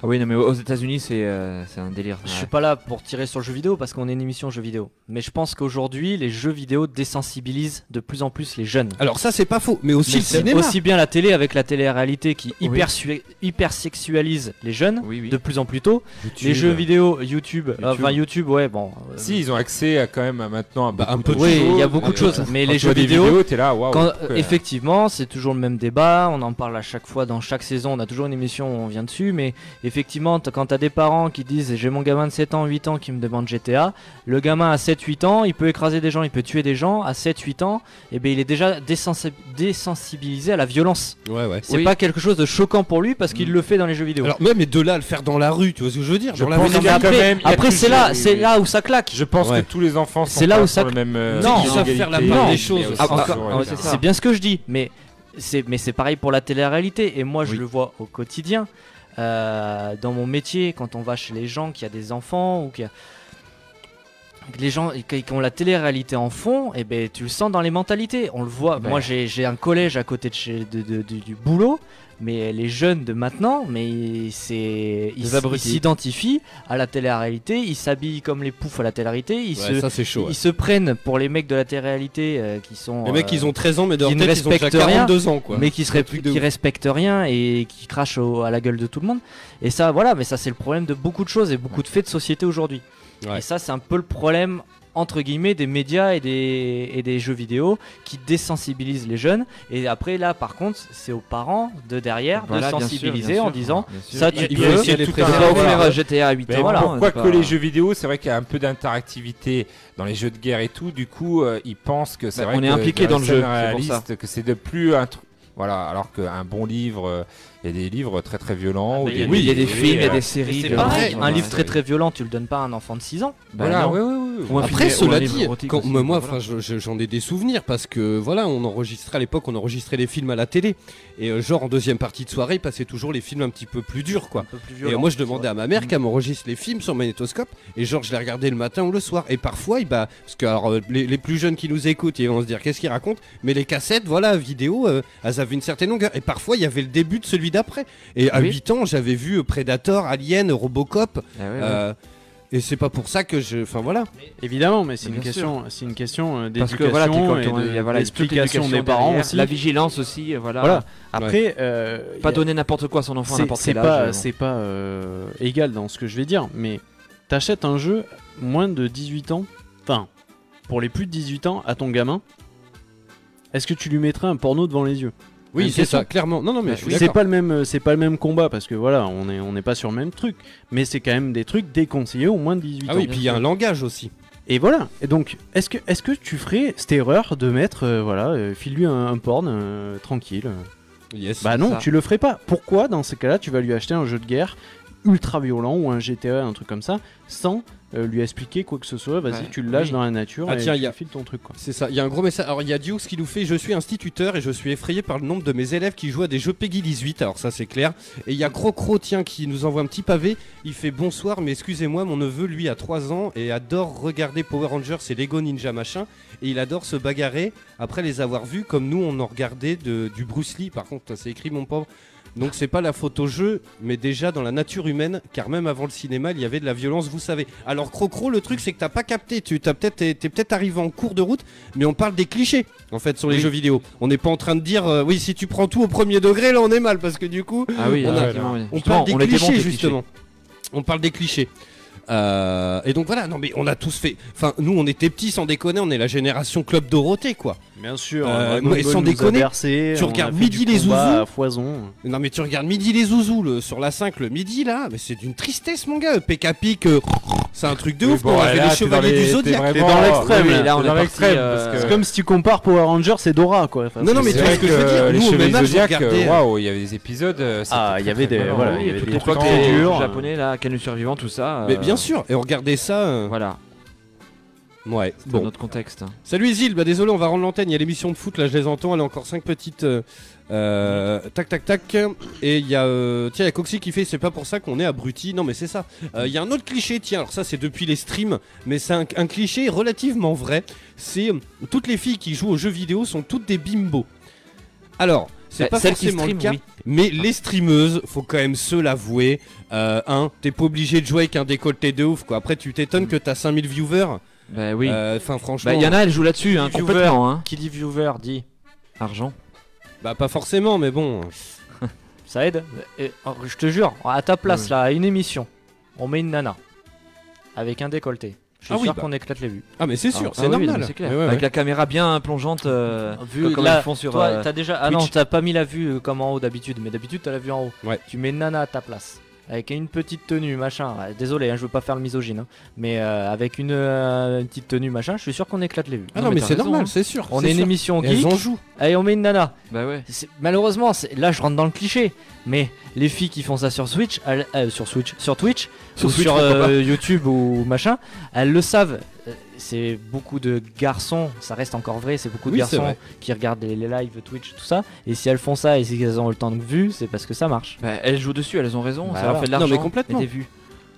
I: Ah oui, non, mais aux États-Unis, c'est euh, c'est un délire.
F: Je suis
I: Ouais.
F: pas là pour tirer sur le jeu vidéo parce qu'on est une émission jeu vidéo. Mais je pense qu'aujourd'hui, les jeux vidéo désensibilisent de plus en plus les jeunes.
D: Alors ça, c'est pas faux, mais aussi
F: Mais
D: le
F: c'est
D: cinéma.
F: aussi bien la télé avec la télé-réalité qui
I: Oui.
F: hyper, su- hyper sexualise les jeunes
I: Oui, oui.
F: de plus en plus tôt.
E: que
F: Les
E: YouTube,
F: jeux vidéo, YouTube, euh,
E: YouTube.
F: enfin YouTube, ouais, bon. euh,
E: Si, ils ont accès à, quand même à maintenant à
D: Bah, un
E: beaucoup
D: peu
E: de
D: de
F: oui,
E: choses,
F: il y a beaucoup de
E: euh,
F: choses. Mais
E: quand
F: les
E: tu vois
F: jeux
E: des
F: vidéo,
E: vidéos, t'es là, waouh.
F: Quand- euh,
E: pourquoi-
F: effectivement, c'est toujours le même débat, on en parle à chaque fois dans chaque saison, on a toujours une émission où on vient dessus, mais effectivement, t- quand t'as des parents qui disent j'ai mon gamin de 7 ans, 8 ans qui me demande GTA, le gamin à 7-8 ans, il peut écraser des gens, il peut tuer des gens, à 7-8 ans, et ben il est déjà désensi- désensibilisé à la violence.
D: Ouais, ouais.
F: C'est
I: Oui.
F: pas quelque chose de choquant pour lui parce qu'il
E: Mm.
F: le fait dans les jeux vidéo.
D: Alors même et de là à le faire dans la rue, tu vois ce que je veux dire
E: Je
D: Dans la
E: pense
D: maison.
E: qu'il y a quand
F: après,
E: même- il y a
F: après, c'est
E: toujours-
F: là,
E: oui,
F: c'est
E: oui.
F: là où ça claque.
E: Je pense
D: Ouais.
E: que tous les enfants sont
F: C'est là
E: pas
F: où
E: sur
F: ça-
E: le même. euh,
F: Non,
E: pied
D: ils savent faire la
E: d'égalité.
D: part
F: des
E: mais
D: choses.
E: aussi
D: Ah,
E: sur-
F: encore-
E: ouais,
I: ah, ouais,
E: c'est
I: c'est
E: ça.
I: ça.
F: C'est bien ce que je dis, mais c'est mais c'est pareil pour la télé-réalité et moi je
I: Oui.
F: le vois au quotidien. euh, dans mon métier, quand on va chez les gens qui a des enfants ou qui a... que les gens qui qui ont la télé-réalité en fond, et ben tu le sens dans les mentalités. On le voit.
I: Ben.
F: Moi, j'ai j'ai un collège à côté de chez de- de- du- du boulot, mais les jeunes de maintenant, mais c'est ils
I: Des
F: s- ils
I: abrutis.
F: s'identifient à la télé-réalité. Ils s'habillent comme les poufs à la télé-réalité. Ils
D: Ouais,
F: se
D: ça c'est chaud. ouais.
F: ils se prennent pour les mecs de la télé-réalité euh, qui sont.
D: Les mecs,
F: euh,
D: ils ont 13 ans, mais dans leur
F: ils ne
D: tête, ils ont déjà
F: respectent rien,
D: 42 ans, quoi.
F: mais qui, se
D: C'est un
F: ré-
D: truc de
F: qui
D: ouf.
F: respectent rien et qui crachent au- à la gueule de tout le monde. Et ça, voilà, mais ça, c'est le problème de beaucoup de choses et beaucoup de faits de société aujourd'hui.
D: Ouais.
F: Et ça, c'est un peu le problème, entre guillemets, des médias et des, et des jeux vidéo qui désensibilisent les jeunes. Et après, là, par contre, c'est aux parents de derrière
I: Voilà,
F: de
I: bien sûr,
F: sensibiliser
I: bien
F: en
I: sûr,
F: disant
I: bien sûr.
F: ça,
E: Il y a-
F: tu
E: il
F: peux.
E: y a aussi
F: Tu
E: les
F: peux
E: préfets.
F: pas
I: Voilà.
F: offrir à
I: GTA 8
E: Mais
F: ans, voilà,
E: pourquoi
I: c'est
E: que
I: pas-
E: les jeux vidéo, c'est vrai qu'il y a un peu d'interactivité dans les jeux de guerre et tout. Du coup, euh, ils pensent que c'est
I: Bah,
E: vrai
I: on
E: que
I: est impliqué dans le jeu,
E: scènes
I: c'est pour
E: réalistes, que c'est de plus un truc. Voilà, alors qu'un bon livre, euh, il y a des livres très très violents. ou
A: bah, il y a
I: Oui, il y a des
E: oui,
I: films, il y a
E: euh,
I: des séries.
A: c'est
I: de-
A: pareil,
I: Ouais,
F: Un livre
I: ouais.
F: très très violent, tu le donnes pas à un enfant de 6 ans.
I: Bah
E: Voilà,
I: non.
E: oui, oui, oui.
I: Ou un film-
D: Après,
I: ou un
D: cela
I: livre
D: dit,
I: érotique
D: quand,
I: aussi,
D: moi, moi,
I: voilà.
D: enfin, je- je- j'en ai des souvenirs parce que voilà, on enregistrait à l'époque, on enregistrait les films à la télé et euh, genre en deuxième partie de soirée, passait toujours les films un petit peu plus durs, quoi. Et euh, moi, je demandais à ma mère qu'elle m'enregistre les films sur magnétoscope et genre je les regardais le matin ou le soir. Et parfois, eh bah, parce que alors, euh, les, les plus jeunes qui nous écoutent, ils vont se dire qu'est-ce qu'ils racontent, mais les cassettes, voilà, vidéo, euh, elles avaient une certaine longueur. Et parfois, il y avait le début de celui d'après. Et à
I: Oui.
D: 8 ans, j'avais vu euh, Predator, Alien, Robocop.
I: Ah ouais, ouais.
D: euh, et c'est pas pour ça que je. Enfin voilà.
C: Évidemment, mais c'est
I: Mais
C: une,
I: bien
C: question, c'est une question euh,
I: Parce que voilà, t'es
C: d'éducation et
I: quand on- il y a,
C: de-
I: voilà, toute
C: d'explication
I: l'éducation
C: des parents
I: derrière,
C: aussi.
I: La vigilance aussi, euh, voilà.
C: Voilà. Après, euh,
I: Pas
C: il y a-
I: donner n'importe quoi à son enfant à
C: c'est
I: n'importe
C: c'est
I: quel
C: pas,
I: âge. euh,
C: c'est pas euh, égal dans ce que je vais dire, mais t'achètes un jeu moins de 18 ans, enfin, pour les plus de 18 ans, à ton gamin, est-ce que tu lui mettrais un porno devant les yeux
D: Oui,
C: Même
D: c'est
C: question.
D: ça, clairement. Non, non, mais je suis
C: C'est
D: d'accord.
C: pas le même, euh, c'est pas le même combat parce que voilà, on est, on n'est pas sur le même truc, mais c'est quand même des trucs déconseillés au moins de 18
D: Ah
C: ans.
D: oui, puis il y a un langage aussi.
C: Et voilà. Et donc, est-ce que, est-ce que tu ferais cette erreur de mettre, euh, voilà, euh, file-lui un, un porn euh, tranquille euh,
D: Yes.
C: Bah non,
I: ça.
C: tu le ferais pas. Pourquoi dans ces cas-là tu vas lui acheter un jeu de guerre ultra violent ou un GTA, un truc comme ça, sans euh, lui expliquer quoi que ce soit Vas-y,
I: Ouais,
C: tu le lâches
I: oui.
C: dans la nature
D: Ah
C: et
D: tiens,
C: tu
D: y a-
C: files ton truc quoi.
D: C'est ça, il y a un gros message. Alors il y a Dukes qui nous fait Je suis instituteur et je suis effrayé par le nombre de mes élèves qui jouent à des jeux Peggy 18. Alors ça c'est clair. Et il y a Crocro, tiens, qui nous envoie un petit pavé. Il fait Bonsoir, mais excusez-moi, mon neveu lui a 3 ans et adore regarder Power Rangers et Lego Ninja machin. Et il adore se bagarrer après les avoir vus, comme nous on en regardait de- du Bruce Lee. Par contre, c'est écrit mon pauvre. Donc c'est pas la faute au jeu, mais déjà dans la nature humaine, car même avant le cinéma, il y avait de la violence, vous savez. Alors Crocro, le truc c'est que t'as pas capté, tu t'as peut-être t'es t'es peut-être arrivé en cours de route mais on parle des clichés en fait sur les jeux vidéo. On n'est pas en train de dire euh, oui si tu prends tout au premier degré là on est mal parce que du coup
I: Ah oui,
D: on a-
I: effectivement, oui.
D: on
I: Justement,
D: parle des
I: on était bons,
D: clichés
I: des
D: justement. On parle des clichés. Euh, et donc voilà non mais on a tous fait. Enfin nous on était petits sans déconner on est la génération club Dorothée quoi.
C: Bien sûr.
D: Euh, Dragon mais Ball sans nous a déconner, tu on a regardes fait Midi du les combat Zouzous. à
C: foison.
D: Non mais tu regardes Midi les Zouzous le- sur la 5 le midi là mais c'est d'une tristesse mon gars. Pekka Pic euh, c'est un truc de
E: Mais
D: ouf
E: bon,
D: quoi. on
E: là,
D: avait
E: t'es
D: les chevaliers
E: dans les-
D: du zodiaque.
E: t'es
C: T'es dans l'extrême,
E: oui,
C: là.
I: Là, on
E: T'es dans
I: est
E: l'extrême,
I: parti, euh,
E: parce que-
C: C'est comme si tu compares Power Rangers et Dora quoi. Enfin,
D: Non, non,
C: c'est-
D: mais
E: C'est
D: tu vois
E: vrai euh,
D: ce que je veux dire Nous,
E: Les
D: au
E: chevaliers
D: même âge, on
E: zodiaques,
D: regardait,
E: euh,
D: euh,
E: waouh, il y avait des épisodes. euh, c'était
C: Ah, il y
E: très,
C: avait
E: très
C: des-
E: marrant.
C: voilà,
I: Oui,
C: il y avait
I: toutes
C: des
I: les
C: trucs
I: époques
C: très
I: des
C: durs,
I: jeux
C: euh.
I: japonais là, Canon survivant, tout ça.
D: Mais
I: euh,
D: bien sûr et on regardait ça. euh,
I: Voilà,
D: Ouais
I: c'est
D: bon.
I: notre contexte.
D: Salut Isil, bah désolé, on va rendre l'antenne. Il y a l'émission de foot, là je les entends. Elle a encore 5 petites. euh, euh, tac, tac, tac. Et il y a. euh, tiens, il y a Coxy qui fait c'est pas pour ça qu'on est abruti. Non, mais c'est ça. Euh, Il y a un autre cliché, tiens, alors ça c'est depuis les streams, mais c'est un, un cliché relativement vrai. C'est euh, toutes les filles qui jouent aux jeux vidéo sont toutes des bimbos. Alors, c'est
I: Bah,
D: pas
I: celles qui
D: forcément le
I: streament,
D: cas.
I: oui.
D: Mais les streameuses, faut quand même se l'avouer. Euh, un, t'es pas obligé de jouer avec un décolleté de ouf, quoi. Après, tu t'étonnes que t'as 5000 viewers.
I: Mm. Bah oui.
D: Euh, Enfin, franchement.
I: Bah, il y en a, elle joue là-dessus, hein,
F: Viewer.
I: complètement. Hein.
F: Qui dit viewer dit
I: Argent.
D: Bah pas forcément, mais bon.
F: ça aide. Et, oh, je te jure, à ta place
I: Ouais.
F: là, à une émission, on met une nana avec un décolleté. Je suis
D: Ah oui,
F: sûr
D: bah.
F: qu'on éclate les vues.
D: Ah mais c'est sûr,
I: Ah,
D: c'est
I: ah oui,
D: normal.
I: non, C'est clair.
D: Mais ouais,
I: Avec
D: ouais.
I: la caméra bien plongeante, euh,
F: Vu
I: comme- comme
F: là,
I: ils font sur.
F: Toi,
I: euh,
F: t'as déjà. Ah non,
I: Twitch.
F: t'as pas mis la vue euh, comme en haut d'habitude, mais d'habitude t'as la vue en haut.
D: Ouais.
F: Tu mets une nana à ta place. Avec une petite tenue, machin. Ouais, Désolé, hein, je veux pas faire le misogyne, hein, mais euh, avec une, euh, une petite tenue, machin, je suis sûr qu'on éclate les vues.
D: Ah non, mais
I: t'as
D: c'est
I: raison,
D: normal,
I: hein.
D: c'est sûr.
F: On
D: c'est
F: est une
D: sûr.
F: émission
D: Et Elles
F: geek.
D: en jouent.
F: Allez, on met une nana.
I: Bah ouais.
F: C'est- Malheureusement, c'est- là je rentre dans le cliché, mais les filles qui font ça sur Switch, elles- euh, sur Switch, sur Twitch,
I: Sur
F: ou
I: Switch,
F: sur
I: pourquoi
F: euh, YouTube ou machin, elles le savent. euh, c'est beaucoup de garçons, ça reste encore vrai, c'est beaucoup de
D: Oui, c'est
F: garçons
D: vrai.
F: qui regardent les, les lives Twitch, tout ça. Et si elles font ça et si elles ont le temps de vue, c'est parce que ça marche.
I: Bah, elles jouent dessus, elles ont raison,
F: Bah
I: ça leur
F: voilà.
I: fait de
D: Non,
I: l'argent
D: mais complètement.
I: et des vues.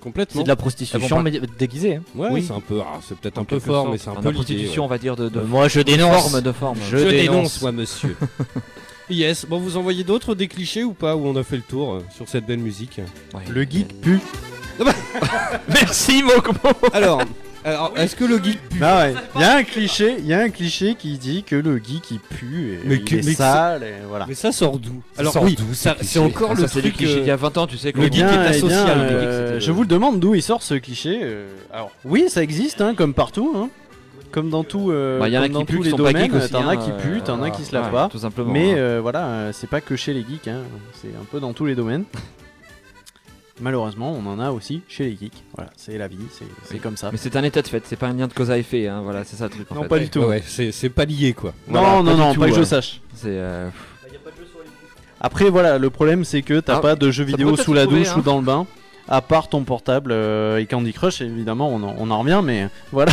D: Complètement.
F: C'est de la prostitution
I: Ah bon,
F: mais déguisée. hein.
D: Ouais,
F: Oui.
D: c'est un peu. ah, c'est peut-être
I: En
D: un peu
I: quelque
D: fort,
I: sorte.
D: mais c'est un
I: Enfin,
D: peu.
I: de la prostitution, on va dire, de, de
F: moi je
I: forme, de forme.
F: Je-
D: l'idée, ouais. Je
F: dénonce.
D: dénonce, moi, monsieur. yes. Bon, vous envoyez d'autres des clichés ou pas Où on a fait le tour euh, sur cette belle musique
I: Ouais.
C: Le geek pue.
I: Merci, Mokomo
D: Alors, alors est-ce que le geek pue
C: Ah ouais. Il y a un cliché, il y a un cliché qui dit que le geek il pue et
D: Mais
C: il
D: que-
C: est
D: mais que-
C: sale et voilà.
D: Mais ça sort d'où
E: Ça
D: Alors
E: sort
D: oui,
E: d'où, ce
D: ça-
E: cliché
D: c'est encore
I: Ah,
D: le
I: ça, c'est des
D: truc.
I: clichés
D: euh,
I: d'il y a 20 ans, tu sais.
D: le
I: qu'on-
D: geek est
C: eh
D: asocial,
C: bien,
D: le geek,
C: euh,
I: c'était-
C: je vous le demande d'où il sort ce cliché. euh, alors oui, ça existe hein, comme partout, hein, comme dans tout, euh,
I: Bah, y en a
C: comme dans
I: qui puent,
C: tous
I: qui
C: les
I: sont pas
C: domaines.
I: geeks aussi.
C: T'en as
I: hein,
C: qui puent,
I: euh,
C: t'en as qui se
I: ouais,
C: lavent pas.
I: Tout simplement.
C: Mais
I: hein.
C: euh, voilà, euh, c'est pas que chez les geeks, hein, c'est un peu dans tous les domaines. Malheureusement, on en a aussi chez les geeks. Voilà, c'est la vie, c'est c'est
I: Oui.
C: comme ça.
I: Mais c'est un état de fait, c'est pas un lien de cause à effet, hein, voilà, c'est ça le truc. en
C: Non,
I: fait.
C: pas du tout.
D: Ouais, ouais, c'est c'est pas lié quoi.
C: Non,
I: Voilà,
C: non,
I: pas
C: non,
I: du tout,
C: pas que je
I: ouais.
C: sache.
I: C'est. euh,
C: Après, voilà, le problème c'est que t'as
I: Ah,
C: pas de jeux vidéo
I: pourrait
C: sous la
I: peut-être
C: douche
I: trouver,
C: ou dans le bain, à part ton portable euh, et Candy Crush, évidemment, on en, on en revient, mais voilà,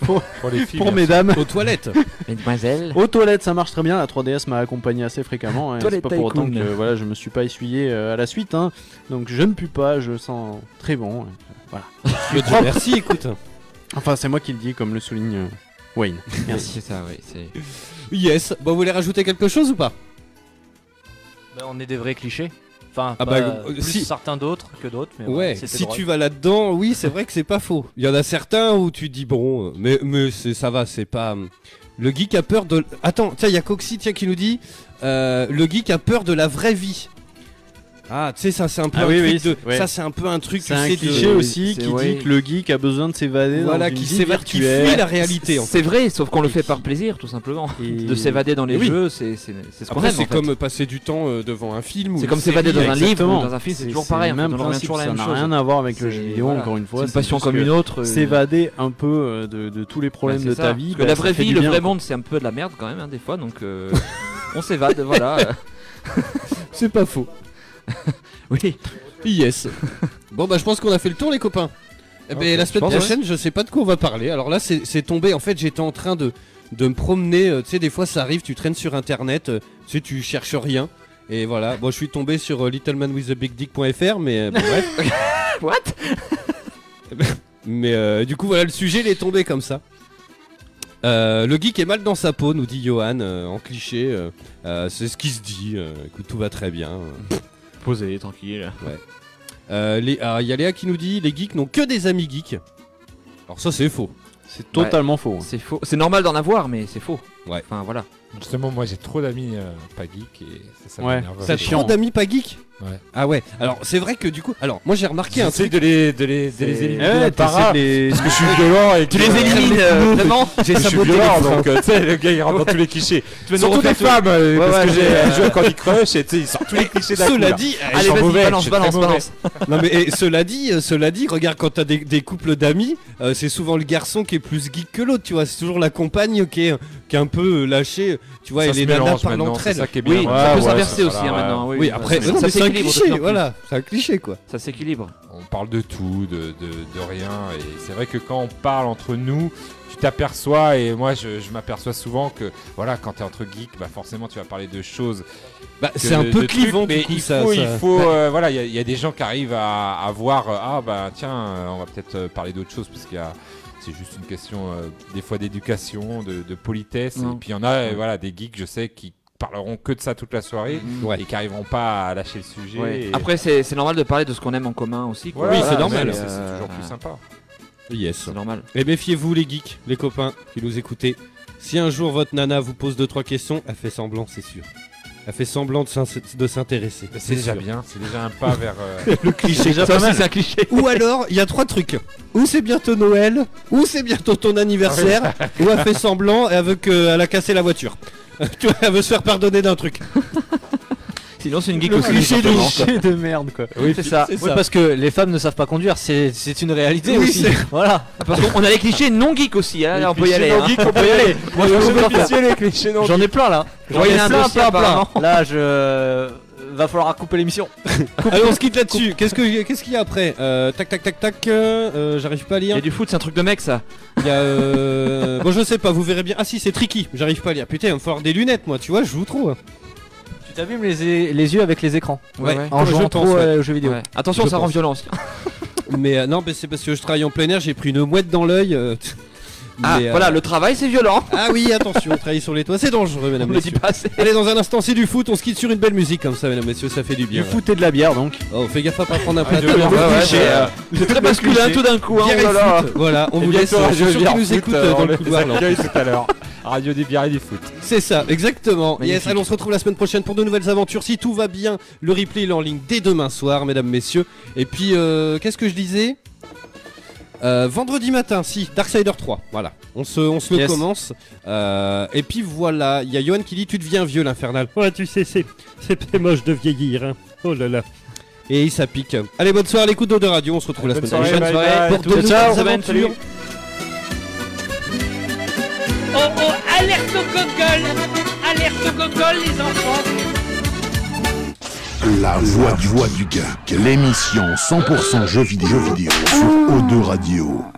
E: Pour les filles,
C: pour
E: bien
C: mesdames.
D: Aux toilettes.
I: Mesdemoiselles.
C: Aux toilettes, ça marche très bien. La 3DS m'a accompagné assez fréquemment. hein, et c'est
I: Toilette
C: pas pour autant que
I: tycoon.
C: euh, voilà, je me suis pas essuyé euh, à la suite. hein. Donc je ne pue pas, je sens très bon.
D: Dieu te merci, écoute.
C: Enfin, c'est moi qui le dis, comme le souligne euh, Wayne. Merci.
I: C'est ça, oui. c'est-
D: Yes. Bon, vous voulez rajouter quelque chose ou pas
F: Bah, on est des vrais clichés. Enfin,
D: Ah
F: pas,
D: bah, euh,
F: plus
D: si-
F: certains d'autres que d'autres, mais
D: Ouais.
F: voilà, c'était
D: Si
F: drôle.
D: tu vas là-dedans, oui, c'est vrai que c'est pas faux. Il y en a certains où tu dis bon, euh, mais mais c'est- ça va, c'est pas. hum. Le geek a peur de. Attends, tiens, il y a Coxy, tiens, qui nous dit euh, le geek a peur de la vraie vie. Ah, tu sais, ça c'est un peu
C: Ah
D: un
C: oui,
D: truc
C: oui,
D: de-
C: c'est- ouais.
D: Ça c'est un peu un truc.
C: C'est
D: tu
C: un
D: sais, de-
C: cliché aussi
I: c'est-
C: qui
I: ouais.
C: dit que le geek a besoin de s'évader
D: Voilà,
C: dans une
D: qui
C: vie
D: s'évade, qui
C: virtuelle.
D: fuit la réalité. en fait.
I: C'est vrai, sauf qu'on le fait par plaisir, tout simplement.
C: Et-
I: De s'évader dans les
C: Oui.
I: jeux, c'est c'est- c'est ce qu'on
D: Après,
I: aime. en
D: c'est
I: fait.
D: comme passer du temps euh, devant un film. ou
I: C'est
D: une
I: comme s'évader dans
D: série,
I: un
D: avec-
I: livre
C: Exactement.
I: ou dans un film, c'est toujours pareil. en fait,
C: le
I: on
C: même
I: revient
C: principe,
I: toujours à
C: ça
I: la
C: n'a
I: même chose.
C: rien à voir avec le
I: C'est-
C: jeu vidéo,
I: voilà.
C: encore une fois.
I: C'est une passion
C: juste
I: comme
C: que
I: une autre. euh,
C: S'évader un peu euh, de, de tous les
I: ouais,
C: problèmes
I: c'est
C: de
I: ça.
C: ta vie.
I: Parce
C: bah,
I: que la
C: ça
I: vraie
C: fait
I: vie,
C: du
I: le
C: bien.
I: vrai monde, c'est un peu de la merde quand même, hein, des fois. Donc, euh, on s'évade, voilà. euh.
D: C'est pas faux.
I: Oui.
D: Yes. bon bah je pense qu'on a fait le tour les copains. Eh ben, la semaine
I: pense, ouais.
D: prochaine, je sais pas de quoi on va parler. Alors là, c'est c'est tombé. En fait, j'étais en train de, de me promener. euh, tu sais, des fois, ça arrive, tu traînes sur internet, euh, tu sais, tu cherches rien. Et voilà. Bon, je suis tombé sur euh, littlemanwithabigdick.fr, mais euh, bon, bref.
I: What
D: Mais euh, du coup, voilà, le sujet, il est tombé comme ça. Euh, le geek est mal dans sa peau, nous dit Johan, euh, en cliché. euh, euh, c'est ce qui se dit. euh, écoute, tout va très bien.
I: Posé, tranquille.
D: Euh, les- ah, Il y a Léa qui nous dit les geeks n'ont que des amis geeks. Alors ça c'est faux.
C: C'est totalement faux.
I: C'est faux. C'est normal d'en avoir, mais c'est faux.
D: Ouais.
I: Enfin, voilà.
E: Justement, moi j'ai trop d'amis euh, pas geeks et ça, ça
C: Ouais.
E: m'énerve.
D: Ça
C: C'est
D: te
C: chiant.
D: prend d'amis pas geeks
E: Ouais.
D: Ah ouais. Alors c'est vrai que du coup. Alors moi j'ai remarqué un
E: J'essaie
D: truc.
E: de les, de les, de les
I: C'est-
E: éliminer.
C: Eh ouais,
E: un par
C: t'essaies
E: un,
C: de les-
E: Parce que je suis violent et que, euh,
I: euh, vraiment
D: J'ai
E: Je suis
D: saboté
E: violent
D: les
E: donc euh, tu sais, le gars il rentre dans tous les clichés. Surtout des femmes, euh,
I: Ouais,
E: parce
I: ouais,
E: que j'ai
I: mais,
E: euh,
I: euh,
E: joué à Candy Crush et tu sais, il sort tous les clichés d'un coup.
D: Cela
E: là.
D: dit, euh,
E: Ils
I: Allez,
E: sont
I: vas-y,
E: mauvais, je
I: balance,
E: suis
I: balance,
E: très mauvais.
I: balance.
D: non mais et cela dit, euh, cela dit, regarde quand t'as des, des couples d'amis, euh, c'est souvent le garçon qui est plus geek que l'autre, tu vois. C'est toujours la compagne qui est, qui est un peu euh, lâchée, tu vois.
E: Ça
D: et
E: se
D: les
E: mélange
D: nanas parlent
E: maintenant,
D: entre
E: c'est
D: elles.
E: ça qui est bien.
I: Oui,
E: Ouais,
I: ça peut
E: ouais,
I: s'inverser
E: ça,
I: aussi hein,
E: voilà,
I: maintenant.
D: Oui après,
I: ça-
D: non,
I: ça
D: mais c'est un
I: s'équilibre de
D: cliché,
I: plus en plus.
D: voilà, c'est un cliché quoi.
I: Ça s'équilibre.
E: on parle de tout, de, de- de rien. Et c'est vrai que quand on parle entre nous, tu t'aperçois, et moi je, je m'aperçois souvent que, voilà, quand t'es entre geeks, bah forcément tu vas parler de choses.
D: Bah,
E: que
D: c'est un
E: de-
D: peu
E: de
D: clivant
E: trucs, mais
D: du coup
E: il
D: ça.
E: faut,
D: ça- Bah.
E: il faut, euh, voilà, il y a- il y, a des gens qui arrivent à, à voir, euh, ah bah tiens, euh, on va peut-être euh, parler d'autre chose, parce qu'il y a. C'est juste une question euh, des fois d'éducation, de, de politesse.
I: Non.
E: Et puis il y en a, euh, voilà, des geeks, je sais, qui parleront que de ça toute la soirée
D: Ouais.
E: et qui arriveront pas à lâcher le sujet.
I: Mm. Ouais.
E: et-
I: Après, c'est c'est normal de parler de ce qu'on aime en commun aussi. quoi.
E: Voilà,
D: Oui, c'est
E: mais
D: normal.
E: C'est c'est
I: euh,
E: toujours plus sympa.
D: Yes.
I: C'est normal.
D: Et Eh, méfiez-vous les geeks, les copains qui nous écoutez. Si un jour votre nana vous pose deux trois questions, elle fait semblant, c'est sûr. Elle fait semblant de s'in- de s'intéresser.
E: Mais C'est déjà
D: sûr.
E: bien, c'est déjà un pas vers. euh,
D: Le cliché.
I: Ça aussi, c'est un cliché.
D: Ou alors, il y a trois trucs. Ou c'est bientôt Noël, ou c'est bientôt ton anniversaire, ou elle fait semblant et elle veut que- elle a cassé la voiture. tu vois, elle veut se faire pardonner d'un truc.
I: Sinon, c'est une geek
C: Le
I: aussi.
C: cliché de,
I: simplement, quoi.
C: cliché de merde quoi.
I: Oui, c'est ça.
F: Oui, parce que les femmes ne savent pas conduire, c'est c'est une réalité
D: Oui,
F: aussi. Voilà.
I: Ah, parce qu'on on a les clichés non geeks aussi. hein, là, on peut y aller. hein.
C: on peut y aller.
F: Moi, je peux pas faire.
C: les clichés non.
F: J'en ai plein là. J'en
I: Ouais, il y
F: ai
I: en a un
F: plein,
I: dossier,
F: plein, plein.
I: apparemment.
F: Là, je. Va falloir couper l'émission.
D: Allez, on se quitte là-dessus. Qu'est-ce que- qu'est-ce qu'il y a après Euh, Tac, tac, tac, tac. euh, euh, J'arrive pas à
I: Il y
D: lire.
I: a du foot, c'est un truc de mec ça.
D: Il y a. euh, bon, je sais pas, vous verrez bien. Ah, si, c'est tricky. J'arrive pas à lire. Putain, il va me falloir des lunettes, moi, tu vois, je joue trop. hein.
F: Tu t'abîmes les, les yeux avec les écrans.
I: Ouais,
D: Ouais.
F: En
D: Je
F: jouant
D: pense,
F: trop
D: ouais.
F: euh, aux jeux vidéo.
I: Ouais. Attention,
D: Je
I: ça rend
D: pense.
I: violent aussi.
D: Mais euh, non, mais c'est parce que je travaille en plein air, j'ai pris une mouette dans l'œil. euh,
I: Ah,
D: mais, euh,
I: voilà, le travail c'est violent.
D: Ah oui, attention, travailler sur les toits, c'est dangereux,
I: On
D: mesdames,
I: le dit
D: messieurs.
I: pas assez.
D: Allez, dans un instant, c'est du foot. On se quitte sur une belle musique comme ça, mesdames, messieurs, ça fait du bien.
C: Du foot et de la bière donc.
D: Oh, fais gaffe à pas prendre un
E: Ah,
D: plateau.
C: je-
D: dans
C: ouais,
D: le
C: ouais,
D: cliché.
C: c'est, euh,
I: C'est très masculin tout d'un coup. hein,
D: Bière et
I: oh là là.
D: foot. Voilà, on
E: Et
D: vous laisse.
E: bientôt,
D: Je
E: Radio
D: suis sûr
E: Bière
D: qu'ils nous
E: Foot,
D: écoutent
E: euh,
D: euh,
E: on
D: dans le
E: les
D: couloir. là.
E: accueille tout à l'heure. Radio du bière et du foot.
D: C'est ça, exactement. Yes,
I: Magnifique.
D: allez, on se retrouve la semaine prochaine pour de nouvelles aventures. Si tout va bien, le replay il est en ligne dès demain soir, mesdames, messieurs. Et puis, euh, qu'est-ce que je disais Euh, vendredi matin, si, Darksider 3, voilà. On se, on se le
F: Yes.
D: commence. Euh, et puis voilà, il y a Johan qui dit Tu deviens vieux, l'infernal.
G: Ouais, tu sais, c'est, c'est très moche de vieillir. Hein. Oh là là.
D: Et ça pique. Allez, bonne soirée, à l'écoute de radio. On se retrouve la semaine
E: soirée,
D: prochaine
E: bye bye,
D: pour
E: tout.
D: de nouvelles
E: Ciao.
D: aventures.
E: Salut.
A: Oh oh, alerte au gogol Alerte au gogol les enfants
B: La Voix du, voix du Geek, l'émission 100% jeux vidéo, jeux vidéo sur O2 Radio.